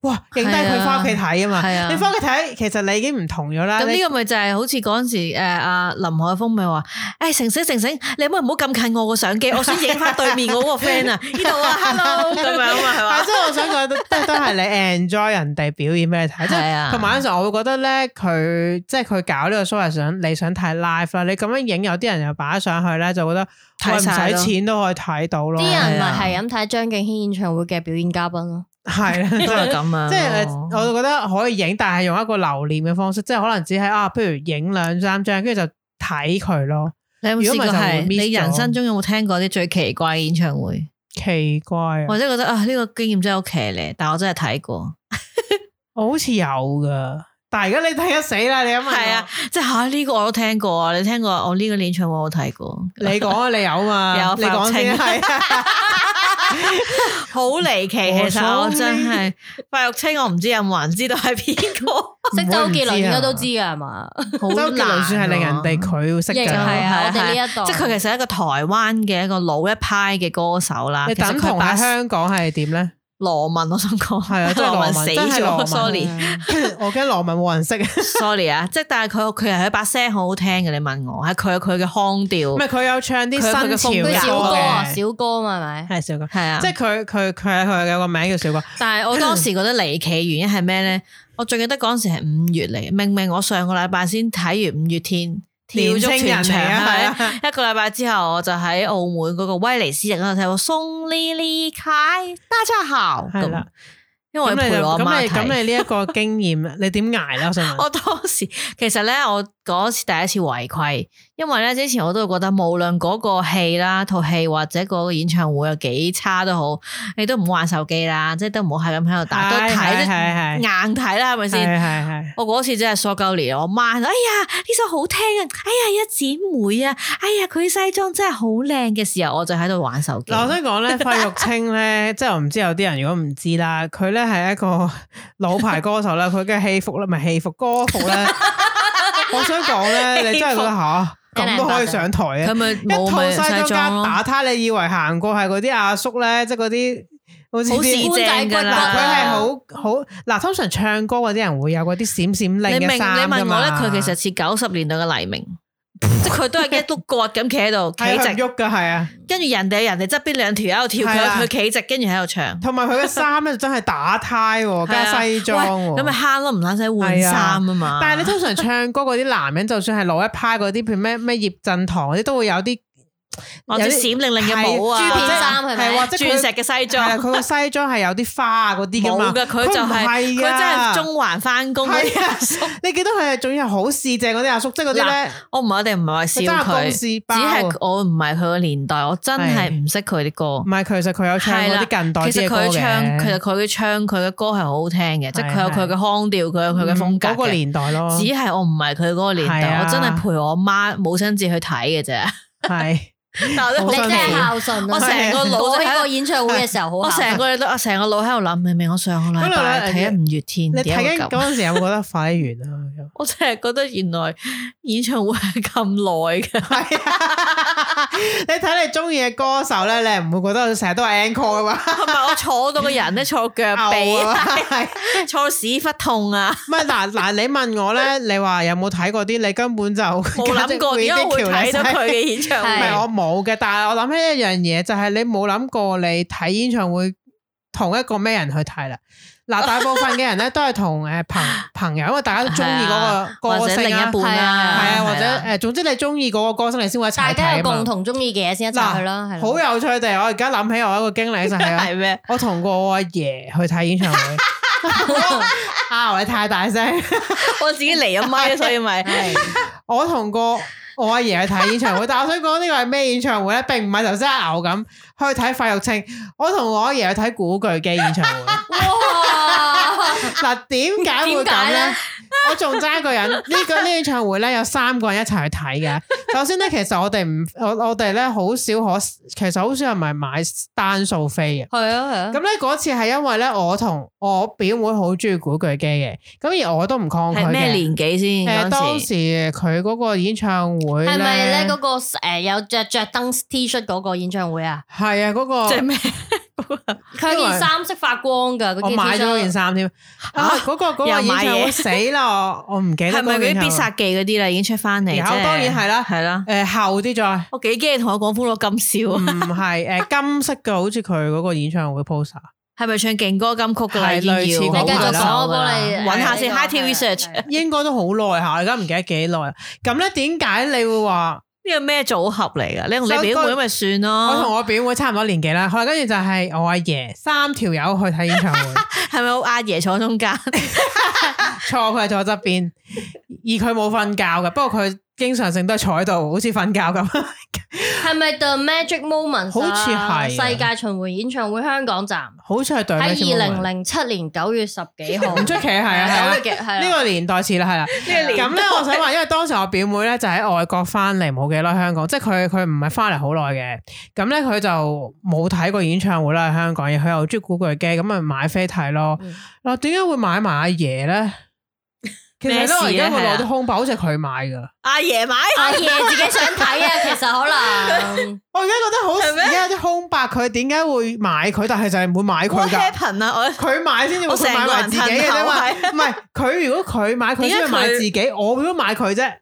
Speaker 3: 哇，影低佢翻屋企睇啊
Speaker 2: 係
Speaker 3: 嘛，
Speaker 2: 啊
Speaker 3: 你翻屋企睇，其實你已經唔同咗啦。
Speaker 4: 咁呢
Speaker 3: 你
Speaker 4: 個咪就係好似嗰陣時誒阿林海峰咪話：，誒成醒成醒，你可唔可以唔好咁近我個相機，我想影翻對面我嗰個 friend 啊，呢度啊，hello 咁樣啊嘛，係
Speaker 3: 但
Speaker 4: 嘛
Speaker 3: 係？真係我想講，都都都係你 enjoy 人哋表演俾你睇，即
Speaker 4: 係
Speaker 3: 係
Speaker 4: 啊
Speaker 3: 同埋有陣時我會覺得咧，佢即係佢搞呢個 show 係想你想睇 live 啦，你咁樣影有啲人又擺上去咧，就覺得
Speaker 4: 睇
Speaker 3: 喂唔
Speaker 4: 晒咯
Speaker 3: 使錢都可以睇到咯，
Speaker 2: 啲人咪
Speaker 3: 係
Speaker 2: 係咁睇張敬軒演唱會嘅表演嘉賓咯，
Speaker 3: 係啦，
Speaker 4: 都
Speaker 3: 真
Speaker 4: 係
Speaker 3: 係
Speaker 4: 咁啊，
Speaker 3: 即係誒我就覺得可以影，但係用一個留念嘅方式，即係可能只係啊，不如影兩三張，跟住就睇佢咯。
Speaker 4: 你有冇試
Speaker 3: 如果
Speaker 4: 過
Speaker 3: 咪就會
Speaker 4: 係
Speaker 3: miss
Speaker 4: 你人生中有冇聽過啲最奇怪嘅演唱 會？
Speaker 3: 奇怪啊，
Speaker 4: 或者覺得啊呢個經驗真係好騎呢，但我真係睇過，
Speaker 3: 我好似有噶，但係而家你睇得死啦，你咁 問我
Speaker 4: 係啊，，即係吓呢個我都聽過啊，你聽過我呢個演唱會我睇過，
Speaker 3: 你講啊，你有嘛？
Speaker 4: 有
Speaker 3: 你講先
Speaker 4: 發育
Speaker 3: 係啊。
Speaker 4: 好離奇，其實我真 係費玉清，我唔知有冇人知道係邊個。
Speaker 2: 識
Speaker 3: 唔會
Speaker 2: 周
Speaker 3: 唔
Speaker 2: 杰
Speaker 3: 知啊
Speaker 2: 倫應該都知噶係嘛？
Speaker 4: 好
Speaker 3: 周杰倫算係令人哋
Speaker 4: 佢
Speaker 3: 佢識
Speaker 2: 亦
Speaker 4: 㗎
Speaker 2: 係
Speaker 3: 㗎，
Speaker 2: 啊，
Speaker 4: 係
Speaker 2: 我哋呢一代
Speaker 4: 即係佢其實係一個台灣嘅一個老一派嘅歌手啦。
Speaker 3: 你
Speaker 4: 其實
Speaker 3: 等
Speaker 4: 佢
Speaker 3: 同
Speaker 4: 把
Speaker 3: 喺香港係點咧？
Speaker 4: 羅文，我想講
Speaker 3: 係 啊真係羅文
Speaker 4: 文死
Speaker 3: 真係羅文
Speaker 4: 咗，sorry
Speaker 3: 我驚羅文冇 人識，唔
Speaker 4: sorry 啊！即係但係佢佢係佢把聲好好聽嘅，你問我係佢有佢嘅腔調，
Speaker 3: 係佢有唱啲
Speaker 4: 佢佢嘅
Speaker 3: 新
Speaker 4: 風
Speaker 2: 佢
Speaker 4: 格
Speaker 3: 潮
Speaker 2: 小
Speaker 3: 歌嘅，
Speaker 2: 哥啊，小哥嘛係咪？
Speaker 3: 係小歌，
Speaker 4: 係啊。
Speaker 3: 即
Speaker 4: 即
Speaker 3: 係佢佢佢佢有個名叫小歌，
Speaker 4: 但係我當時覺得離奇嘅原因係咩咧？ 我最記得嗰陣時係五月嚟，明明我上個禮拜先睇完五月天跳
Speaker 3: 年
Speaker 4: 足
Speaker 3: 青人
Speaker 4: 全
Speaker 3: 嚟
Speaker 4: 場係咪
Speaker 3: 啊，係啊。
Speaker 4: 一個禮拜之後，我就喺澳門嗰個威尼斯人嗰度睇過《宋麗麗凱大家好》
Speaker 3: 係啦
Speaker 4: 咁，因為
Speaker 3: 咁
Speaker 4: 我
Speaker 3: 你
Speaker 4: 陪
Speaker 3: 就
Speaker 4: 我阿
Speaker 3: 咁
Speaker 4: 媽
Speaker 3: 你咁
Speaker 4: 睇。
Speaker 3: 你呢一個經 驗，你點捱咧？我想問，
Speaker 4: 我當時其實咧，我嗰次第一次違規，因為咧之前我都會覺得，無論嗰個戲啦、套戲或者嗰個演唱會有幾差都好，你都唔好玩手機啦，即係都唔好係咁喺度打，都
Speaker 3: 係
Speaker 4: 睇
Speaker 3: 係
Speaker 4: 都
Speaker 3: 係係
Speaker 4: 硬睇啦，係咪
Speaker 3: 係
Speaker 4: 先？
Speaker 3: 係係。
Speaker 4: 我嗰次真係傻鳩年，我媽喺度哎呀呢首好聽啊，哎呀一姊妹啊，哎呀佢西裝真係好靚嘅時候，我就喺度玩手機。
Speaker 3: 嗱，我想講咧， 費玉清咧，即係我唔知有啲人如果唔知啦，佢咧係一個老牌歌 手啦，佢嘅戲服啦，唔係戲服歌服咧，我想講咧，你真係覺得吓咁都可以上台嘅
Speaker 4: 佢，咪
Speaker 3: 一
Speaker 4: 冇
Speaker 3: 套
Speaker 4: 咪
Speaker 3: 西
Speaker 4: 西
Speaker 3: 裝加
Speaker 4: 裝咯，
Speaker 3: 打呔，你以為行過係嗰啲阿叔咧，即係嗰啲好似
Speaker 4: 好市
Speaker 3: 啲。
Speaker 2: 似
Speaker 4: 正噶
Speaker 3: 嗱，
Speaker 4: 啦。
Speaker 3: 佢係好好嗱，通常唱歌嗰啲人會有嗰啲閃閃
Speaker 4: 你
Speaker 3: 令
Speaker 4: 明
Speaker 3: 嘅
Speaker 4: 你
Speaker 3: 衫㗎
Speaker 4: 問我
Speaker 3: 嘛
Speaker 4: 咧，佢其實似九十年代嘅黎明，即係佢都係一碌角咁企喺度 企
Speaker 3: 係佢唔
Speaker 4: 直，
Speaker 3: 喐㗎，係啊，
Speaker 4: 跟住人哋人哋側邊兩條喺度跳，
Speaker 3: 係啊啦
Speaker 4: 佢佢企直，跟住喺度唱。
Speaker 3: 同埋佢嘅衫咧真係打呔喎加西裝
Speaker 4: 啊喂
Speaker 3: 喎，
Speaker 4: 咁咪慳咯，唔撚使換衫啊嘛。
Speaker 3: 但係你通常唱歌嗰啲男人，就算係老一派嗰啲，譬如咩咩葉振棠嗰啲，都會有啲
Speaker 4: 或者哦閃靈靈嘅帽啊，
Speaker 2: 係豬
Speaker 4: 或者
Speaker 2: 片衫係咪
Speaker 3: 或者佢
Speaker 4: 鑽石嘅西
Speaker 3: 係啊
Speaker 4: 裝
Speaker 3: 佢。個西裝係有啲花嗰啲噶嘛？
Speaker 4: 冇噶，佢就
Speaker 3: 唔
Speaker 4: 係
Speaker 3: 係
Speaker 4: 佢
Speaker 3: 㗎
Speaker 4: 真係中環翻工嗰
Speaker 3: 係
Speaker 4: 啲
Speaker 3: 啊
Speaker 4: 阿叔。
Speaker 3: 你記得佢係仲要係好市正嗰啲阿叔，即係嗰啲咧，
Speaker 4: 我唔係我哋唔係話笑
Speaker 3: 佢真係公
Speaker 4: 佢，
Speaker 3: 事
Speaker 4: 只
Speaker 3: 包啊
Speaker 4: 係我唔係佢個年代，我真係唔識佢啲歌
Speaker 3: 唔。係佢其實佢有唱
Speaker 4: 係
Speaker 3: 嗰
Speaker 4: 啦
Speaker 3: 啲近代
Speaker 4: 其
Speaker 3: 啲
Speaker 4: 實
Speaker 3: 嘅歌
Speaker 4: 佢
Speaker 3: 嘅
Speaker 4: 唱，其實佢唱佢嘅歌係好好聽嘅，即係佢有佢嘅腔調，佢有佢嘅風格
Speaker 3: 嗯嗰個
Speaker 4: 嘅。
Speaker 3: 年代咯，
Speaker 4: 只係我唔係佢嗰個年
Speaker 3: 係
Speaker 4: 代，
Speaker 3: 啊
Speaker 4: 我真係陪我媽母親節去睇 嘅啫。
Speaker 3: 係
Speaker 4: 但我
Speaker 2: 你
Speaker 4: 都
Speaker 2: 真
Speaker 4: 好
Speaker 2: 係
Speaker 4: 辛苦
Speaker 2: 孝順啊！
Speaker 4: 我成個腦都
Speaker 2: 我喺
Speaker 4: 喺
Speaker 2: 個
Speaker 4: 度，
Speaker 2: 演唱會嘅時候好
Speaker 4: 我
Speaker 2: 孝順啊
Speaker 4: 成個我成個腦喺度諗，明明我上個禮拜
Speaker 3: 咁你
Speaker 4: 睇咗五月天，
Speaker 3: 你睇
Speaker 4: 點
Speaker 3: 緊
Speaker 4: 解會咁
Speaker 3: 嗰陣時有冇覺得快啲完啊？
Speaker 4: 我真係覺得原來演唱會係咁耐嘅。
Speaker 3: 係啊，你睇你中意嘅歌手咧，你係唔會覺得佢成日都係 encore 噶嘛？
Speaker 4: 同埋我坐到 個人咧，坐腳
Speaker 3: 牛啊
Speaker 4: 髀，
Speaker 3: 係
Speaker 4: 坐到屎忽痛啊！
Speaker 3: 唔係嗱嗱，你問我咧，你話有冇睇過啲？你根本就冇
Speaker 4: 冇諗過點解會睇到佢嘅演唱
Speaker 3: 唔
Speaker 2: 係
Speaker 4: 會。
Speaker 3: 係我冇嘅，但係我諗起一樣嘢，就係你冇諗過你睇演唱會同一個咩人去睇啦。嗱，大部分嘅人咧都係同誒朋朋友，因啊為大家都中意嗰個歌
Speaker 4: 或者另
Speaker 3: 星
Speaker 4: 一
Speaker 3: 啊，係
Speaker 4: 半
Speaker 2: 係
Speaker 4: 啦，
Speaker 3: 啊，或者
Speaker 4: 係
Speaker 3: 誒，總之你中意嗰個歌星，你先會一齊
Speaker 2: 大家
Speaker 3: 睇
Speaker 2: 有
Speaker 3: 啊
Speaker 2: 共
Speaker 3: 嘛。
Speaker 2: 同中意嘅嘢先一齊去啦，係啦
Speaker 3: 好有趣地，我而家諗起我一個經歷就係
Speaker 4: 係咩？
Speaker 3: 我同過我阿爺去睇演唱會， 啊！你太大聲。啊
Speaker 4: 我自己嚟咗啊咪，所以咪
Speaker 3: 我同個我阿爺去睇演唱會，但我想講呢個係咩演唱會咧？並唔係頭先阿牛咁去睇費玉清，我同我阿爺去睇古巨基演唱會。
Speaker 2: 哇！
Speaker 3: 嗱，點解會
Speaker 2: 點
Speaker 3: 咁
Speaker 2: 解
Speaker 3: 咧
Speaker 2: 咧？
Speaker 3: 我仲爭一個人，呢、個呢個演唱會咧有三個人一齊去睇嘅。首先咧，其實我哋唔我我哋咧好少可，其實好少人咪買單數飛嘅。
Speaker 2: 係啊係啊
Speaker 3: 咁，咧嗰次係因為咧，我同我表妹好中意古巨基嘅，咁而我都唔抗拒
Speaker 4: 係咩
Speaker 3: 嘅。
Speaker 4: 年紀
Speaker 3: 誒
Speaker 4: 先？
Speaker 3: 當
Speaker 4: 嗰
Speaker 3: 時
Speaker 4: 時
Speaker 3: 佢嗰個演唱會
Speaker 2: 係咪咧嗰個誒有着着燈 T 恤嗰個演唱會啊？
Speaker 3: 係啊，嗰、個
Speaker 4: 即係咩？啊！
Speaker 2: 佢
Speaker 3: 因為
Speaker 2: 件衫識發光㗎，嗰
Speaker 3: 我
Speaker 2: 件
Speaker 3: 買咗
Speaker 2: T-shirt
Speaker 3: 件衫添。啊，嗰個嗰個
Speaker 4: 又
Speaker 3: 演
Speaker 4: 買
Speaker 3: 唱
Speaker 4: 嘢
Speaker 3: 會死啦！我我唔記得嗰
Speaker 4: 係咪
Speaker 3: 個
Speaker 4: 嗰
Speaker 3: 演
Speaker 4: 啲必
Speaker 3: 唱
Speaker 4: 殺
Speaker 3: 會。
Speaker 4: 技嗰啲啦？已經出翻嚟，
Speaker 3: 有
Speaker 4: 即係
Speaker 3: 當然係啦
Speaker 4: 係啦。
Speaker 3: 誒後啲再。
Speaker 4: 我幾驚同我講歡樂咁少
Speaker 3: 唔
Speaker 4: 啊！
Speaker 3: 係誒金色嘅，好似佢嗰個演唱會 poster。
Speaker 4: 係咪唱勁歌金曲㗎啦？
Speaker 3: 係
Speaker 4: 已經要
Speaker 3: 類似嗰
Speaker 4: 好
Speaker 2: 你繼續
Speaker 4: 難受
Speaker 2: 講，
Speaker 4: 㗎
Speaker 2: 我幫你
Speaker 4: 揾下先。
Speaker 2: 係
Speaker 4: High Tea Research 呢
Speaker 3: 應該都好耐下，而家唔記得幾耐。咁咧點解你會話
Speaker 4: 個咩組合嚟㗎？你同你表妹咪算
Speaker 3: 我同
Speaker 4: 咯，
Speaker 3: 我表妹差唔多年紀啦？好啦，跟住就係我阿爺三條友去睇演唱會，
Speaker 4: 係咪好阿爺坐 中間？
Speaker 3: 錯佢係坐側邊，而佢冇瞓覺嘅，不過佢經常性都係坐喺度，好似瞓覺咁。
Speaker 2: 係咪 The Magic Moment？
Speaker 3: 好似係啊
Speaker 2: 世界巡迴演唱會香港站，
Speaker 3: 好似係對
Speaker 2: 喺
Speaker 3: 咩
Speaker 2: 二零零七年九月十幾號。
Speaker 3: 唔出奇係啊係啊
Speaker 2: 九月嘅係啊
Speaker 3: 呢個年代似啦，係啦。咁咧，我想話，因為當時我表妹咧就喺外國翻嚟冇幾耐，香港即係佢佢唔係翻嚟好耐嘅。咁咧佢就冇睇過演唱會啦，喺香港嘅佢又中意古巨基，咁咪買飛睇咯
Speaker 2: 嗯。
Speaker 3: 嗱，點解會買埋阿爺咧？其實
Speaker 4: 咩
Speaker 3: 咧，
Speaker 4: 事
Speaker 3: 我而家
Speaker 4: 呢
Speaker 3: 會
Speaker 4: 係啊
Speaker 3: 攞到空白，好似係佢買噶。
Speaker 4: 阿爺買
Speaker 2: 阿爺自己想睇啊，其實可能
Speaker 3: 我而家覺得好，
Speaker 4: 係咩
Speaker 3: 而家有啲空白，佢點解會買佢？但係就係唔會買
Speaker 4: ，what
Speaker 3: 佢㗎。
Speaker 4: happened 啊？我
Speaker 3: 佢買先至會
Speaker 4: 我
Speaker 3: 佢
Speaker 4: 成個
Speaker 3: 買
Speaker 4: 人
Speaker 3: 埋自己嘅啫嘛，
Speaker 4: 褪
Speaker 3: 唔係佢如果佢買佢先會
Speaker 4: 點解佢
Speaker 3: 買自己，我都買佢啫。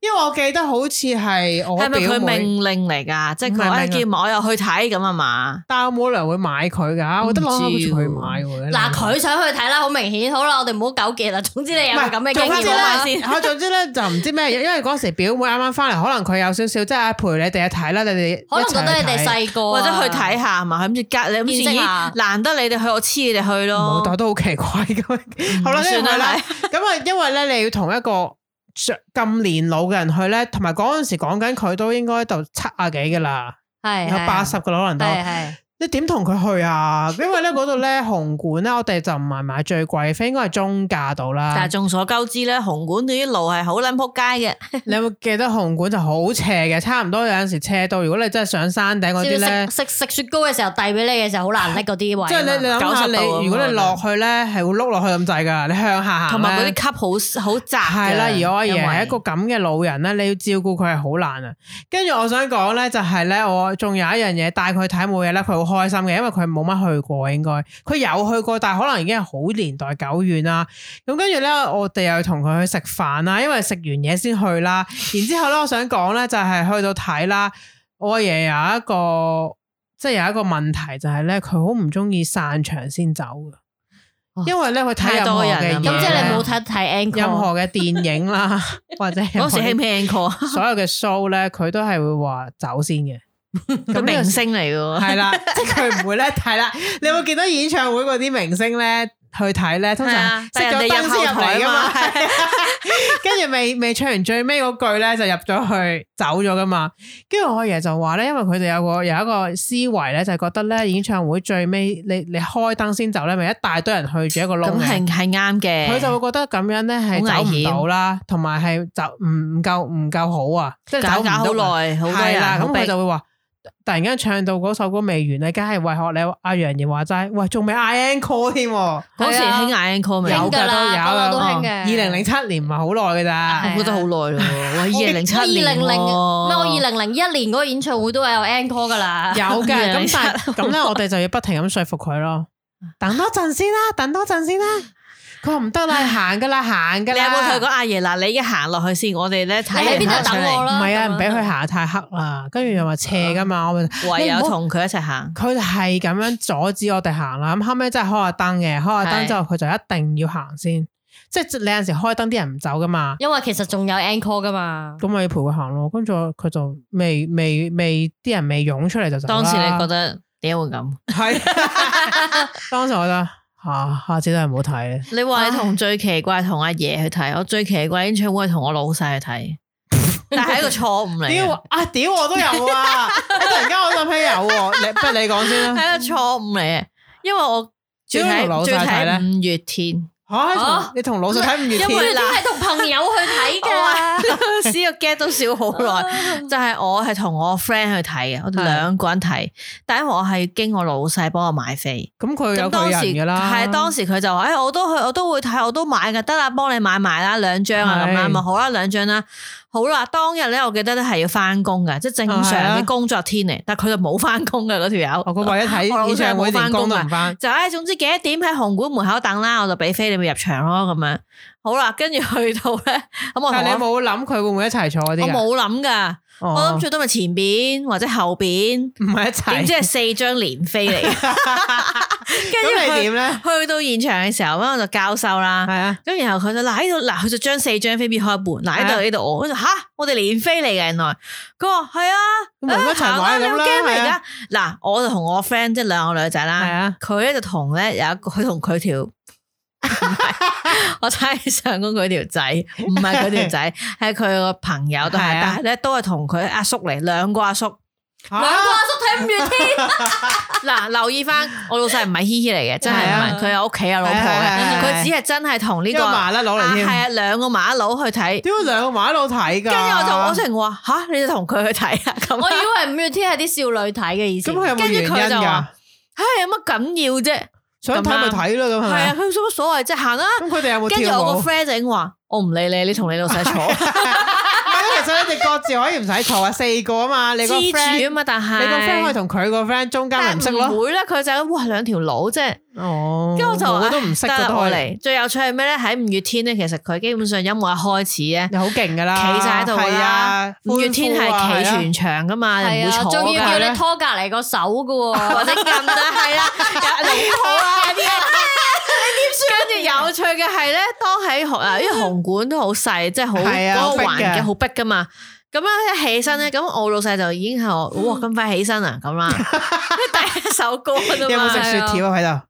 Speaker 3: 因為我記得好似係我
Speaker 4: 係咪
Speaker 3: 表
Speaker 4: 佢
Speaker 3: 妹，
Speaker 4: 命令嚟㗎？即係
Speaker 3: 唔
Speaker 4: 佢
Speaker 3: 係
Speaker 4: 話
Speaker 3: 命令
Speaker 4: 叫埋我又去睇咁啊嘛？
Speaker 3: 但我冇理由會買佢㗎，我覺得
Speaker 4: 唔
Speaker 3: 朗
Speaker 4: 知
Speaker 3: 口好似佢
Speaker 4: 喎
Speaker 3: 買喎。
Speaker 2: 嗱，佢想去睇啦，好明顯。好啦，我哋唔好糾結啦。總之你有
Speaker 3: 唔
Speaker 2: 個咁嘅經
Speaker 3: 總之
Speaker 2: 驗啊 啦。
Speaker 3: 咧，我總之咧就唔知咩，因為嗰時表妹啱啱翻嚟，可能佢有少少即係哎陪你哋去睇啦，你哋
Speaker 2: 可能覺得你哋
Speaker 3: 一齊去睇
Speaker 2: 細個
Speaker 4: 或
Speaker 2: 啊，
Speaker 4: 者去睇下嘛？咁住隔你
Speaker 2: 見識
Speaker 4: 咁
Speaker 2: 下
Speaker 4: 住，難得你哋去，我黐你哋去
Speaker 3: 冇，
Speaker 4: 咯嗯
Speaker 3: 但。都好奇怪咁。好啦，跟
Speaker 4: 算
Speaker 3: 住
Speaker 4: 啦
Speaker 3: 佢啦，咁啊，因為咧你要同一個着咁年老嘅人去咧，同埋嗰陣時講緊佢都應該就七啊幾嘅啦，
Speaker 2: 係
Speaker 3: 有八十，嘅啦可能都。
Speaker 2: 係係
Speaker 3: 你點同佢去 啊？因為咧嗰度咧紅館咧，我哋就唔係買最貴嘅飛，應該係中價到
Speaker 4: 但
Speaker 3: 啦
Speaker 4: 係。眾所周知咧，紅館對啲路係好撚撲街嘅。
Speaker 3: 你有冇記得紅館就好斜嘅，差唔多有陣時斜到，如果你真係上山頂嗰啲咧
Speaker 2: 食。食食雪糕嘅時候遞俾你嘅時候好難拎嗰啲位啊嘛。
Speaker 3: 即係你你諗下
Speaker 4: 90度啊
Speaker 3: 你，如果你落去咧，係會碌落去咁滯噶，你向下行
Speaker 4: 同埋嗰
Speaker 3: 咧
Speaker 4: 啲級好好窄
Speaker 3: 係啦，而我阿爺係
Speaker 4: 係
Speaker 3: 一個咁嘅老人咧，你要照顧佢係好難啊。跟住我想講咧，就係咧，我仲有一樣嘢帶佢睇冇嘢咧，佢好開心嘅，因為佢冇乜去過應該，佢有去過，但係可能已經係好年代久遠啦。咁跟住咧，我哋又同佢去食飯啊啦，因為食完嘢先去啦。然之後咧，我想講咧，就係去到睇啦，我阿爺有一個即係有一個問題就係咧，佢好唔中意散場先走嘅
Speaker 2: 哦，
Speaker 3: 因為咧佢睇
Speaker 4: 太
Speaker 3: 任
Speaker 4: 多
Speaker 3: 何
Speaker 4: 人
Speaker 3: 嘅
Speaker 4: 啊
Speaker 3: 嘢
Speaker 4: 嘛
Speaker 2: 咁即係你
Speaker 3: 呢
Speaker 2: 冇睇睇 encore
Speaker 3: 任何嘅電影 啦，或者任
Speaker 4: 嗰
Speaker 3: 何
Speaker 4: 時 hit 唔 hit encore？
Speaker 3: 所有嘅 show 咧，佢都係會話走先嘅。
Speaker 4: 咁 明星嚟嘅喎，
Speaker 3: 係 啦，即係佢唔會咧睇啦。你有冇見到演唱會嗰啲明星咧去睇咧？通
Speaker 4: 係
Speaker 3: 常
Speaker 4: 啊
Speaker 3: 熄咗燈
Speaker 4: 但人哋
Speaker 3: 先
Speaker 4: 入
Speaker 3: 入
Speaker 4: 後台
Speaker 3: 嚟
Speaker 4: 啊
Speaker 3: 噶嘛
Speaker 4: 嘛，
Speaker 3: 係啊 跟住未未唱完最尾嗰句咧就入咗去走咗噶嘛。跟住我阿爺就話咧，因為佢哋有個有一個思維咧，就係覺得咧演唱會最尾你你開燈先走咧，咪一大堆人去住一個窿
Speaker 4: 咁
Speaker 3: 嘅
Speaker 4: 係。係啱嘅。
Speaker 3: 佢就會覺得咁樣咧係
Speaker 4: 好
Speaker 3: 走
Speaker 4: 危
Speaker 3: 唔
Speaker 4: 險
Speaker 3: 到啦，同埋係走唔唔夠唔夠好啊，即係
Speaker 4: 搞
Speaker 3: 走唔
Speaker 4: 搞好
Speaker 3: 到啊。
Speaker 4: 耐，好多
Speaker 3: 係
Speaker 4: 人
Speaker 3: 啦，咁
Speaker 4: 好逼
Speaker 3: 佢就會話，突然間唱到嗰首歌未完咧，梗係為學你阿楊怡話齋，喂，仲未嗌 encore 添喎，
Speaker 4: 嗰時興 encore 未？
Speaker 2: 興
Speaker 3: 有
Speaker 2: 㗎
Speaker 3: 㗎都有
Speaker 2: 啦
Speaker 3: 啊，
Speaker 2: 個個都興嘅
Speaker 3: 二零零七年唔係好耐㗎咋
Speaker 2: 係，
Speaker 4: 我覺得好耐咯喎，二零零七
Speaker 2: 我二零
Speaker 4: 年
Speaker 2: 零
Speaker 4: 喎
Speaker 2: 咩？我二零零一年嗰個演唱會都係有 encore 噶啦。
Speaker 3: 有 嘅，咁
Speaker 4: 2007
Speaker 3: 但係咁咧，我哋就要不停咁說服佢咯，等多陣先啦，等多陣先啦，佢話唔得啦，行㗎啦，行㗎
Speaker 4: 你有冇同
Speaker 3: 啦
Speaker 4: 佢講，阿爺嗱？你已經行落去先，我哋咧睇
Speaker 2: 你喺
Speaker 4: 完
Speaker 2: 邊度
Speaker 4: 行上
Speaker 2: 等
Speaker 4: 嚟，
Speaker 2: 我
Speaker 3: 唔
Speaker 2: 啦？
Speaker 3: 係啊，
Speaker 2: 咁樣
Speaker 3: 唔俾佢行太黑啦，跟住又話斜㗎嘛，我咪。
Speaker 4: 唯有
Speaker 3: 你唔好
Speaker 4: 同佢一齊行。
Speaker 3: 佢係咁樣阻止我哋行啦，咁後尾真係開下燈嘅，開下燈之後佢就一定要行先，即係你有陣時開燈啲人唔走噶嘛，
Speaker 2: 因為其實仲有 encore 噶嘛。
Speaker 3: 咁咪要陪佢行咯，跟住佢就未未未啲人未湧出嚟就走啦。
Speaker 4: 當時你覺得點解會咁？
Speaker 3: 係？ 當時我覺得吓、啊下次都係唔好睇啦，
Speaker 4: 你話你同最奇怪同阿爺去睇，我最奇怪演唱會係同我老細去睇，但係一個錯誤嚟嘅，
Speaker 3: 屌啊屌我都有 啊！突然間我諗起有喎，你不如你講先啦。
Speaker 4: 係一個錯誤嚟嘅，因為我最
Speaker 3: 點解同老
Speaker 4: 睇
Speaker 3: 細
Speaker 4: 最
Speaker 3: 睇呢
Speaker 4: 睇五月天。
Speaker 3: 吓、同你同老細睇五月
Speaker 4: 哦因為
Speaker 3: 天，
Speaker 4: 嗱
Speaker 2: 係同朋友去睇 㗎。
Speaker 4: 嗰時個 get 都笑好耐，就係我係同我 friend 去睇嘅，我哋兩個人睇，但因為我係經我老細幫我買飛，
Speaker 3: 咁佢有
Speaker 4: 咁
Speaker 3: 佢
Speaker 4: 當時
Speaker 3: 人噶啦，
Speaker 4: 係當時佢就話：，誒、哎我都去，我都會睇，我都買嘅，得啦，幫你買埋啦，兩張啊咁
Speaker 3: 係
Speaker 4: 啦，咪好啦，兩張啦，好啦，當日咧，我記得咧係要翻工嘅，即係正常
Speaker 3: 啊係啊
Speaker 4: 嘅工作天嚟，但佢就冇翻工嘅嗰條友。
Speaker 3: 我哦佢為咗睇演唱會
Speaker 4: 啊
Speaker 3: 連工都唔翻，
Speaker 4: 就唉，總之幾多點喺紅館門口等啦，我就俾飛你咪入場咯咁樣。好啦，跟住去到咧，咁我
Speaker 3: 但你
Speaker 4: 同我
Speaker 3: 冇諗佢會唔會一齊坐嗰
Speaker 4: 我
Speaker 3: 啲㗎
Speaker 4: 冇諗噶，
Speaker 3: 哦
Speaker 4: 我諗最多咪前邊或者後邊，
Speaker 3: 唔係一
Speaker 4: 點
Speaker 3: 齊。
Speaker 4: 知係四張連飛嚟。 跟住
Speaker 3: 咁你
Speaker 4: 去
Speaker 3: 點咧？
Speaker 4: 去到現場嘅時候，咁我就交收啦。
Speaker 3: 係啊，
Speaker 4: 咁然後佢就嗱喺度嗱，佢就將四張飛撇開一半，嗱
Speaker 3: 係
Speaker 4: 喺
Speaker 3: 啊
Speaker 4: 度呢度我，我就吓我哋連飛嚟嘅原來，佢話係啊，
Speaker 3: 咁咪一齊
Speaker 4: 行
Speaker 3: 玩
Speaker 4: 你
Speaker 3: 咁
Speaker 4: 好
Speaker 3: 啦
Speaker 4: 驚咩而
Speaker 3: 係
Speaker 4: 家
Speaker 3: 啊？
Speaker 4: 嗱，我就同我 friend 即係兩個女仔
Speaker 3: 係
Speaker 4: 啦
Speaker 3: 啊，
Speaker 4: 佢咧就同咧有一個，佢同佢條。 我猜上公佢條仔，唔係佢 條仔，係佢個朋友都
Speaker 3: 係
Speaker 4: 係，
Speaker 3: 啊
Speaker 4: 但係咧都係同佢阿叔嚟，兩個阿叔，
Speaker 2: 兩個阿叔睇五月天，
Speaker 4: 嗱，留意翻，我老細唔係嘻嘻嚟 嘅，真係唔
Speaker 3: 係
Speaker 4: 係
Speaker 3: 啊
Speaker 4: 佢有屋企有老婆
Speaker 3: 係啊係
Speaker 4: 嘅，
Speaker 3: 啊係啊
Speaker 4: 佢只係真係同呢
Speaker 3: 呢
Speaker 4: 個
Speaker 3: 個麻甩佬嚟
Speaker 4: 啊，
Speaker 3: 添
Speaker 4: 係，啊，兩個馬佬去睇，
Speaker 3: 屌兩個馬佬睇㗎。
Speaker 4: 跟住我就我成話吓，你就同佢去睇啊咁
Speaker 2: 我
Speaker 4: 啊，
Speaker 2: 以為五月天係啲少女睇嘅意思。
Speaker 3: 咁佢有冇
Speaker 4: 跟住
Speaker 3: 原因
Speaker 4: 佢就
Speaker 3: 㗎
Speaker 4: 話？唉，有乜緊要啫？
Speaker 3: 想睇咪睇咯，咁係
Speaker 4: 係
Speaker 3: 咪
Speaker 4: 啊，
Speaker 3: 啊？
Speaker 4: 佢冇乜所謂啫，行啦。
Speaker 3: 咁佢哋有冇
Speaker 4: 跟住我
Speaker 3: 跳
Speaker 4: 個
Speaker 3: 舞？
Speaker 4: friend 就已經話：我唔理你，你同你老細坐，
Speaker 3: 咁其實你哋各自可以唔使坐啊，四個啊嘛， 你個
Speaker 4: 黐
Speaker 3: friend，
Speaker 4: 住
Speaker 3: 你
Speaker 4: 啊嘛。但係
Speaker 3: 個 friend 可以同佢個 friend 中間咪
Speaker 4: 但
Speaker 3: 唔識
Speaker 4: 係唔
Speaker 3: 咯。
Speaker 4: 會啦，佢就係哇兩條佬啫。
Speaker 3: 哦，
Speaker 4: 跟住我就
Speaker 3: 我
Speaker 4: 話
Speaker 3: 都唔識
Speaker 4: 唉得
Speaker 3: 嘅
Speaker 4: 啦
Speaker 3: 都
Speaker 4: 我
Speaker 3: 可以，
Speaker 4: 嚟。最有趣係咩咧？喺五月天咧，其實佢基本上音樂一開始咧，
Speaker 3: 你好勁㗎啦，
Speaker 4: 企晒喺度
Speaker 3: 係
Speaker 4: 啦
Speaker 3: 啊。
Speaker 4: 五月天係企全場噶嘛，你
Speaker 2: 係
Speaker 4: 唔會
Speaker 2: 啊，
Speaker 4: 坐
Speaker 2: 仲要
Speaker 4: 㗎。
Speaker 2: 叫你拖隔離個手 㗎喎，
Speaker 4: 或者撳啦，係 啦，好啊啲啊。你點算？跟住有趣嘅係咧，當喺紅啊，因為紅館都好細，即係好
Speaker 3: 係啊
Speaker 4: 嗰個
Speaker 3: 好
Speaker 4: 環
Speaker 3: 逼嘅
Speaker 4: 境好逼噶嘛。咁樣一起身咧，咁我老細就已經係我，哇
Speaker 3: 嗯
Speaker 4: 咁快起身啊咁 啦，第一首歌啫
Speaker 3: 有冇
Speaker 4: 嘛
Speaker 3: 食。雪條啊？喺度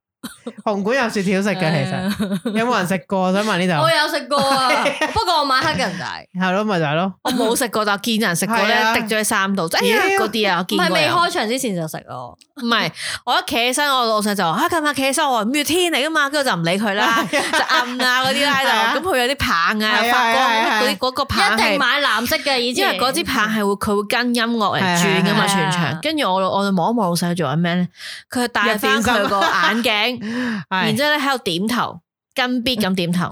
Speaker 3: 紅館有雪條食嘅，其
Speaker 4: 啊
Speaker 3: 實有冇人食過？想問呢
Speaker 2: 我
Speaker 3: 度
Speaker 2: 有食過啊，不過我買黑人大，
Speaker 3: 係咯，咪就係咯。
Speaker 4: 我冇食過，但我見人食過咧
Speaker 3: 係，啊
Speaker 4: 滴咗喺衫度，哎呀
Speaker 3: 妖
Speaker 4: 嗰啲啊，我
Speaker 2: 唔
Speaker 4: 見過
Speaker 2: 係
Speaker 4: 有。
Speaker 2: 未開場之前就食咯。
Speaker 4: 唔係，我一企起身，我老細就話：啊，近排企起身，我話五月天嚟噶嘛，跟住就唔理 佢啦，就暗啊嗰啲
Speaker 3: 係
Speaker 4: 啦，
Speaker 3: 啊
Speaker 4: 就咁佢有啲棒啊，
Speaker 3: 係啊
Speaker 4: 發
Speaker 3: 係啊係啊
Speaker 4: 光嗰啲嗰個棒
Speaker 2: 一定
Speaker 4: 係，
Speaker 2: 買藍色嘅，以
Speaker 4: 因
Speaker 2: 前
Speaker 4: 為嗰支棒係會佢會跟音樂嚟轉噶嘛
Speaker 2: 係係係
Speaker 4: 全場。跟住我我就望一望老細做緊咩咧，佢係戴翻佢個眼鏡，然
Speaker 3: 係
Speaker 4: 之後咧喺度點頭。跟 B 咁點頭，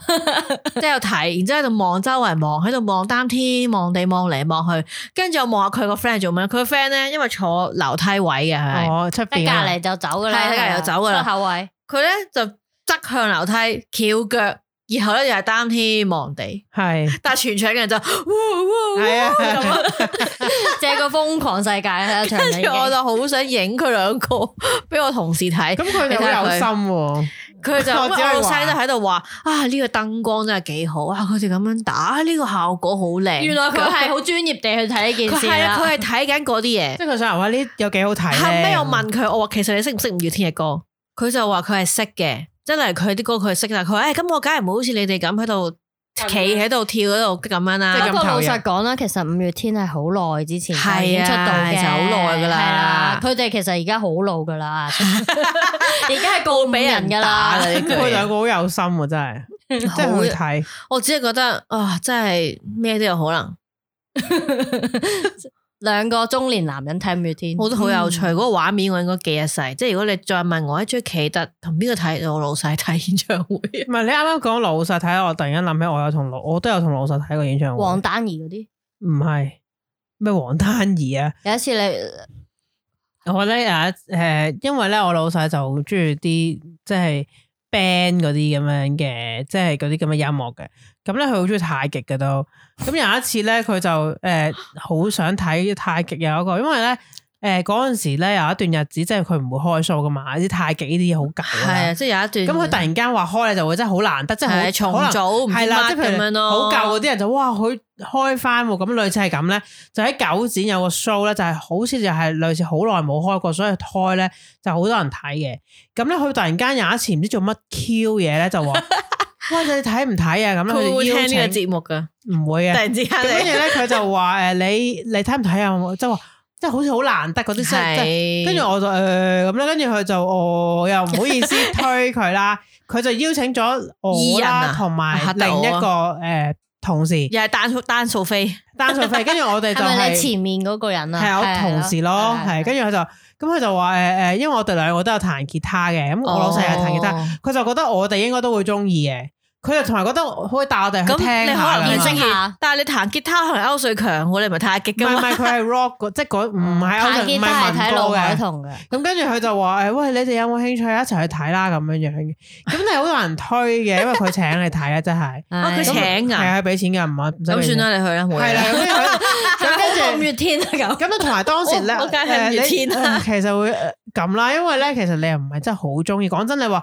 Speaker 4: 即係喺度睇，然之後喺度望周圍望，喺度望擔天望地望嚟望去，跟住我望下佢個 friend 係做咩？佢個 friend 咧，因為坐樓梯位嘅佢係。
Speaker 3: 哦，出
Speaker 2: 喺
Speaker 3: 邊
Speaker 2: 隔
Speaker 3: 啊
Speaker 2: 離就走㗎啦，
Speaker 4: 係喺隔離就走㗎啦
Speaker 2: 出口位。
Speaker 4: 佢咧就側向樓梯翹腳，然後咧又係擔天望地，
Speaker 3: 係
Speaker 4: 但係全場嘅人就哇哇
Speaker 3: 係啊
Speaker 4: 哇哦咁啊，
Speaker 2: 借個瘋狂世界喺一場
Speaker 4: 跟
Speaker 2: 已
Speaker 4: 住我
Speaker 2: 經
Speaker 4: 就好想影佢兩個俾我同事睇，
Speaker 3: 咁佢哋好有心喎，
Speaker 4: 佢就
Speaker 3: 我
Speaker 4: 我
Speaker 3: 只可以
Speaker 4: 老
Speaker 3: 話
Speaker 4: 細都喺度話啊呢、個燈光真係幾好啊，佢哋咁樣打啊呢、個效果好靚，
Speaker 2: 原來佢係好專業地去睇呢件
Speaker 4: 佢
Speaker 2: 事
Speaker 4: 係啊
Speaker 2: 啦。
Speaker 4: 佢係睇緊嗰啲嘢
Speaker 3: 即。係佢想話哇呢有幾好睇
Speaker 4: 後
Speaker 3: 咧
Speaker 4: 尾我問佢，我話其實你識唔識五月天嘅歌？佢就話佢係識嘅，即係例如佢啲歌佢係識，但係佢話誒哎咁我梗係唔會好似你哋咁喺度企喺度跳喺度咁樣
Speaker 3: 即係
Speaker 4: 啦
Speaker 3: 咁。
Speaker 2: 啊不過老
Speaker 3: 投入
Speaker 2: 實講啦，其實五月天係好耐之前
Speaker 4: 係啊
Speaker 2: 已經出道嘅，
Speaker 4: 其實好耐㗎啦
Speaker 2: 係啦，佢哋其實而家好老㗎啦，而家係告俾人㗎啦。
Speaker 4: 呢句
Speaker 3: 佢兩個好有心喎，真係即係去睇。
Speaker 4: 我只係覺得啊，真係咩都有可能，
Speaker 2: 兩個中年男人睇五月天，
Speaker 4: 我覺得好有趣。嗰、
Speaker 2: 嗯
Speaker 4: 個畫面我應該記一世。即係如果你再問我，一追企得同邊個睇？我老細睇演唱會。啊
Speaker 3: 唔係你啱啱講老實睇，我突然間諗起我有同老，我都有同老實睇過演唱會。
Speaker 2: 黃丹儀嗰啲。
Speaker 3: 唔係咩黃丹儀啊？
Speaker 2: 有一次你
Speaker 3: 我咧啊誒，因為咧我老細就好中意啲即係 band 嗰啲咁樣嘅，即係嗰啲咁嘅音樂嘅。咁咧佢好中意太極嘅都。咁有一次咧，佢就誒好、想睇太極有一個，因為咧誒嗰陣時咧有一段日子，即係佢唔會開 show 噶嘛，啲太極呢啲嘢好舊㗎
Speaker 4: 係啊，
Speaker 3: 啦。
Speaker 4: 即係有
Speaker 3: 咁
Speaker 4: 一段。
Speaker 3: 佢突然間話開咧，就會真係好難得，即係好
Speaker 4: 係啊重
Speaker 3: 可能
Speaker 4: 組唔知
Speaker 3: 係啦，
Speaker 4: 乜
Speaker 3: 即係譬
Speaker 4: 咁
Speaker 3: 如
Speaker 4: 樣咯，
Speaker 3: 好舊嗰啲人就哇，佢開翻喎，咁類似係咁咧，就喺九展有個 show 咧，就係好似就係類似好耐冇開過，所以開咧就好多人睇嘅。咁咧佢突然間有一次唔知做乜 Q 嘢咧， 就話：喂，你睇唔睇啊？咁
Speaker 4: 佢
Speaker 3: 咧
Speaker 4: 會
Speaker 3: 佢
Speaker 4: 會
Speaker 3: 就
Speaker 4: 聽
Speaker 3: 邀
Speaker 4: 呢個
Speaker 3: 請，
Speaker 4: 節目噶。
Speaker 3: 唔會啊
Speaker 4: 突
Speaker 3: 嘅。
Speaker 4: 然之間
Speaker 3: 咁跟住
Speaker 4: 你
Speaker 3: 咧佢就話：誒，你你睇唔睇啊？即係話，即係好似好難得嗰啲，即係即係。
Speaker 4: 係
Speaker 3: 跟住我就誒咁啦，跟住佢就哦我又唔好意思推佢啦， 佢就邀請咗我
Speaker 4: 二人
Speaker 3: 啦
Speaker 4: 啊，
Speaker 3: 同埋
Speaker 4: 嚇到
Speaker 3: 另
Speaker 4: 我
Speaker 3: 一個誒同事
Speaker 4: 又係單數單數飛，
Speaker 3: 單數費，跟住我哋就
Speaker 2: 係咪你
Speaker 3: 係
Speaker 2: 前面嗰個人啊？
Speaker 3: 係啊我同事咯，
Speaker 2: 係啊
Speaker 3: 係跟住佢就咁佢就話誒誒，因為我哋兩個都有彈吉他嘅，咁我老細有彈吉他，
Speaker 4: 哦
Speaker 3: 佢就覺得我哋應該都會中意嘅。佢又同埋覺得可以帶我哋去
Speaker 4: 咁
Speaker 3: 聽
Speaker 4: 你可
Speaker 3: 下
Speaker 4: 能
Speaker 2: 認
Speaker 4: 唔
Speaker 2: 識
Speaker 3: 㗎
Speaker 4: 正
Speaker 3: 嘛
Speaker 2: 下
Speaker 4: 義，但係你彈吉他可能歐瑞強喎，你咪太極
Speaker 3: 唔
Speaker 4: 噶
Speaker 3: 係唔
Speaker 4: 嘛？
Speaker 3: 係，佢係 rock 嗰即係嗰唔係歐
Speaker 2: 嗯彈
Speaker 3: 神
Speaker 2: 吉
Speaker 3: 唔
Speaker 2: 他
Speaker 3: 係
Speaker 2: 係睇
Speaker 3: 民
Speaker 2: 盧
Speaker 3: 歌
Speaker 2: 海
Speaker 3: 嘅。
Speaker 2: 彤嘅，
Speaker 3: 咁跟住佢就話誒，喂，你哋有冇興趣一齊去睇啦咁樣樣嘅。咁你好多人推 嘅，因為佢請你睇啊，真係
Speaker 4: 啊佢
Speaker 2: 係
Speaker 4: 請㗎
Speaker 3: 係啊，俾錢㗎，唔係唔使
Speaker 4: 咁
Speaker 3: 俾
Speaker 4: 算
Speaker 3: 錢。
Speaker 4: 啦，你啊去啦，冇
Speaker 3: 係
Speaker 4: 嘢
Speaker 3: 啦，咁跟
Speaker 4: 啦。
Speaker 3: 住佢
Speaker 2: 咁五月天啊咁，
Speaker 3: 咁同埋當時咧，
Speaker 4: 我我梗係五月天啦
Speaker 3: 誒你嗯其實會呃咁啦，因為咧其實你又唔係真係好中意。講真，你話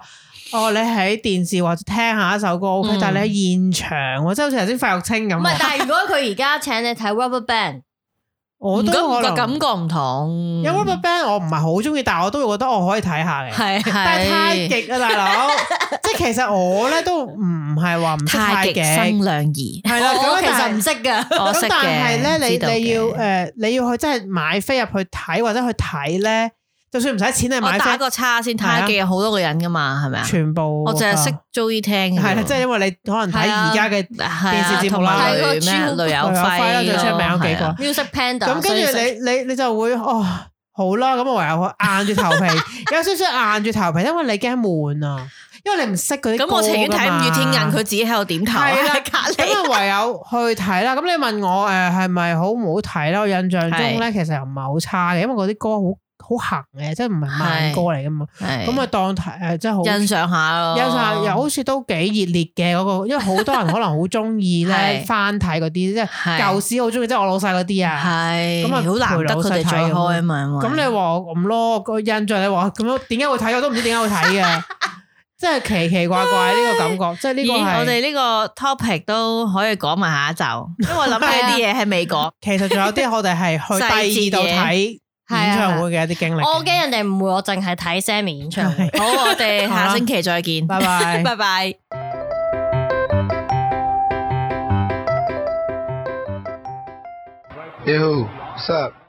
Speaker 3: 哦，你喺電視或者聽下一首歌 OK，
Speaker 4: 嗯
Speaker 3: 但係你喺現場喎，即係好似頭先費玉清咁
Speaker 2: 唔係，
Speaker 3: 喎，
Speaker 2: 但係如果佢而家請你睇 Rubber Band，
Speaker 3: 我
Speaker 4: 唔
Speaker 3: 都可
Speaker 4: 咁
Speaker 3: 能
Speaker 4: 個感覺唔同，
Speaker 3: 有 Rubber Band 我唔係好中意，但係我都會覺得我可以睇下嘅。
Speaker 4: 係
Speaker 3: 但係太
Speaker 2: 係
Speaker 3: 極啊，大佬，即係其實我咧都唔係話唔識
Speaker 4: 太
Speaker 3: 太
Speaker 4: 極
Speaker 3: 極，
Speaker 4: 生哦亮儀，
Speaker 3: 係啦，
Speaker 2: 我
Speaker 3: 咁
Speaker 2: 我其實
Speaker 3: 但
Speaker 2: 唔
Speaker 3: 係
Speaker 2: 識㗎，
Speaker 4: 我哦識
Speaker 3: 咁
Speaker 4: 嘅。
Speaker 3: 但係咧，你
Speaker 4: 知道嘅
Speaker 3: 你要誒，你要去真係買飛入去睇或者去睇咧，就算唔使錢，你
Speaker 4: 我
Speaker 3: 買
Speaker 4: 打
Speaker 3: 飛
Speaker 4: 個叉先，太極有好多個人噶嘛，係咪啊？
Speaker 3: 全部
Speaker 4: 我淨係識啊
Speaker 3: 啊
Speaker 4: Joey 聽嘅
Speaker 3: 係
Speaker 4: 喎，
Speaker 3: 啦，即係因為你可能睇而家嘅
Speaker 4: 係
Speaker 3: 電
Speaker 4: 啊
Speaker 3: 視節目
Speaker 4: 同
Speaker 3: 啦
Speaker 4: 埋雷
Speaker 2: 睇
Speaker 4: 咩
Speaker 2: 過
Speaker 4: 雷有
Speaker 3: 啊有輝啦
Speaker 4: 輝
Speaker 3: 最出名有幾個
Speaker 4: 係啊
Speaker 2: Music Panda，
Speaker 3: 咁，
Speaker 2: 所以
Speaker 3: 跟
Speaker 2: 識
Speaker 3: 住你你你就會哦。好啦，咁我唯有硬住頭皮， 有少少硬住頭皮，因為你驚悶啊，因為你唔識嗰啲
Speaker 4: 咁我情願
Speaker 3: 歌㗎
Speaker 4: 睇
Speaker 3: 嘛
Speaker 4: 五月天人，佢自己喺度點頭啊
Speaker 3: 係啦
Speaker 4: 喺隔離。
Speaker 3: 咁啊唯有去睇啦。咁你問我誒係咪好唔好睇啦？我印象中咧其實又唔係好差嘅，因為嗰啲歌好好行嘅，即係唔係慢歌嚟噶嘛。咁
Speaker 4: 咁
Speaker 3: 啊當睇誒即係好
Speaker 4: 欣賞下咯，
Speaker 3: 有時候又好似都幾熱烈嘅嗰、個，因為好多人可能好中意咧
Speaker 4: 係
Speaker 3: 翻睇嗰啲，即係
Speaker 4: 係
Speaker 3: 舊時好中意，即係我老細嗰啲啊。
Speaker 4: 係
Speaker 3: 咁啊
Speaker 4: 好難得佢哋再開啊嘛。
Speaker 3: 咁你話我咁咯，個印象你話咁樣點解會睇，我都唔知點解會睇 嘅，即係奇奇怪怪呢個感覺，即係呢個
Speaker 4: 咦我
Speaker 3: 係啊
Speaker 4: 哋呢個 topic 都可以講埋下 一集，因為我諗起啲嘢係未講。
Speaker 3: 其實仲有啲我哋係去第二度睇演唱會嘅一啲經歷。
Speaker 2: 我驚人哋唔會，我淨係睇 Sammy 演唱會。
Speaker 4: 好，我哋下星期再見，
Speaker 3: 拜啊拜。
Speaker 4: 拜拜。
Speaker 1: Yo, what's up?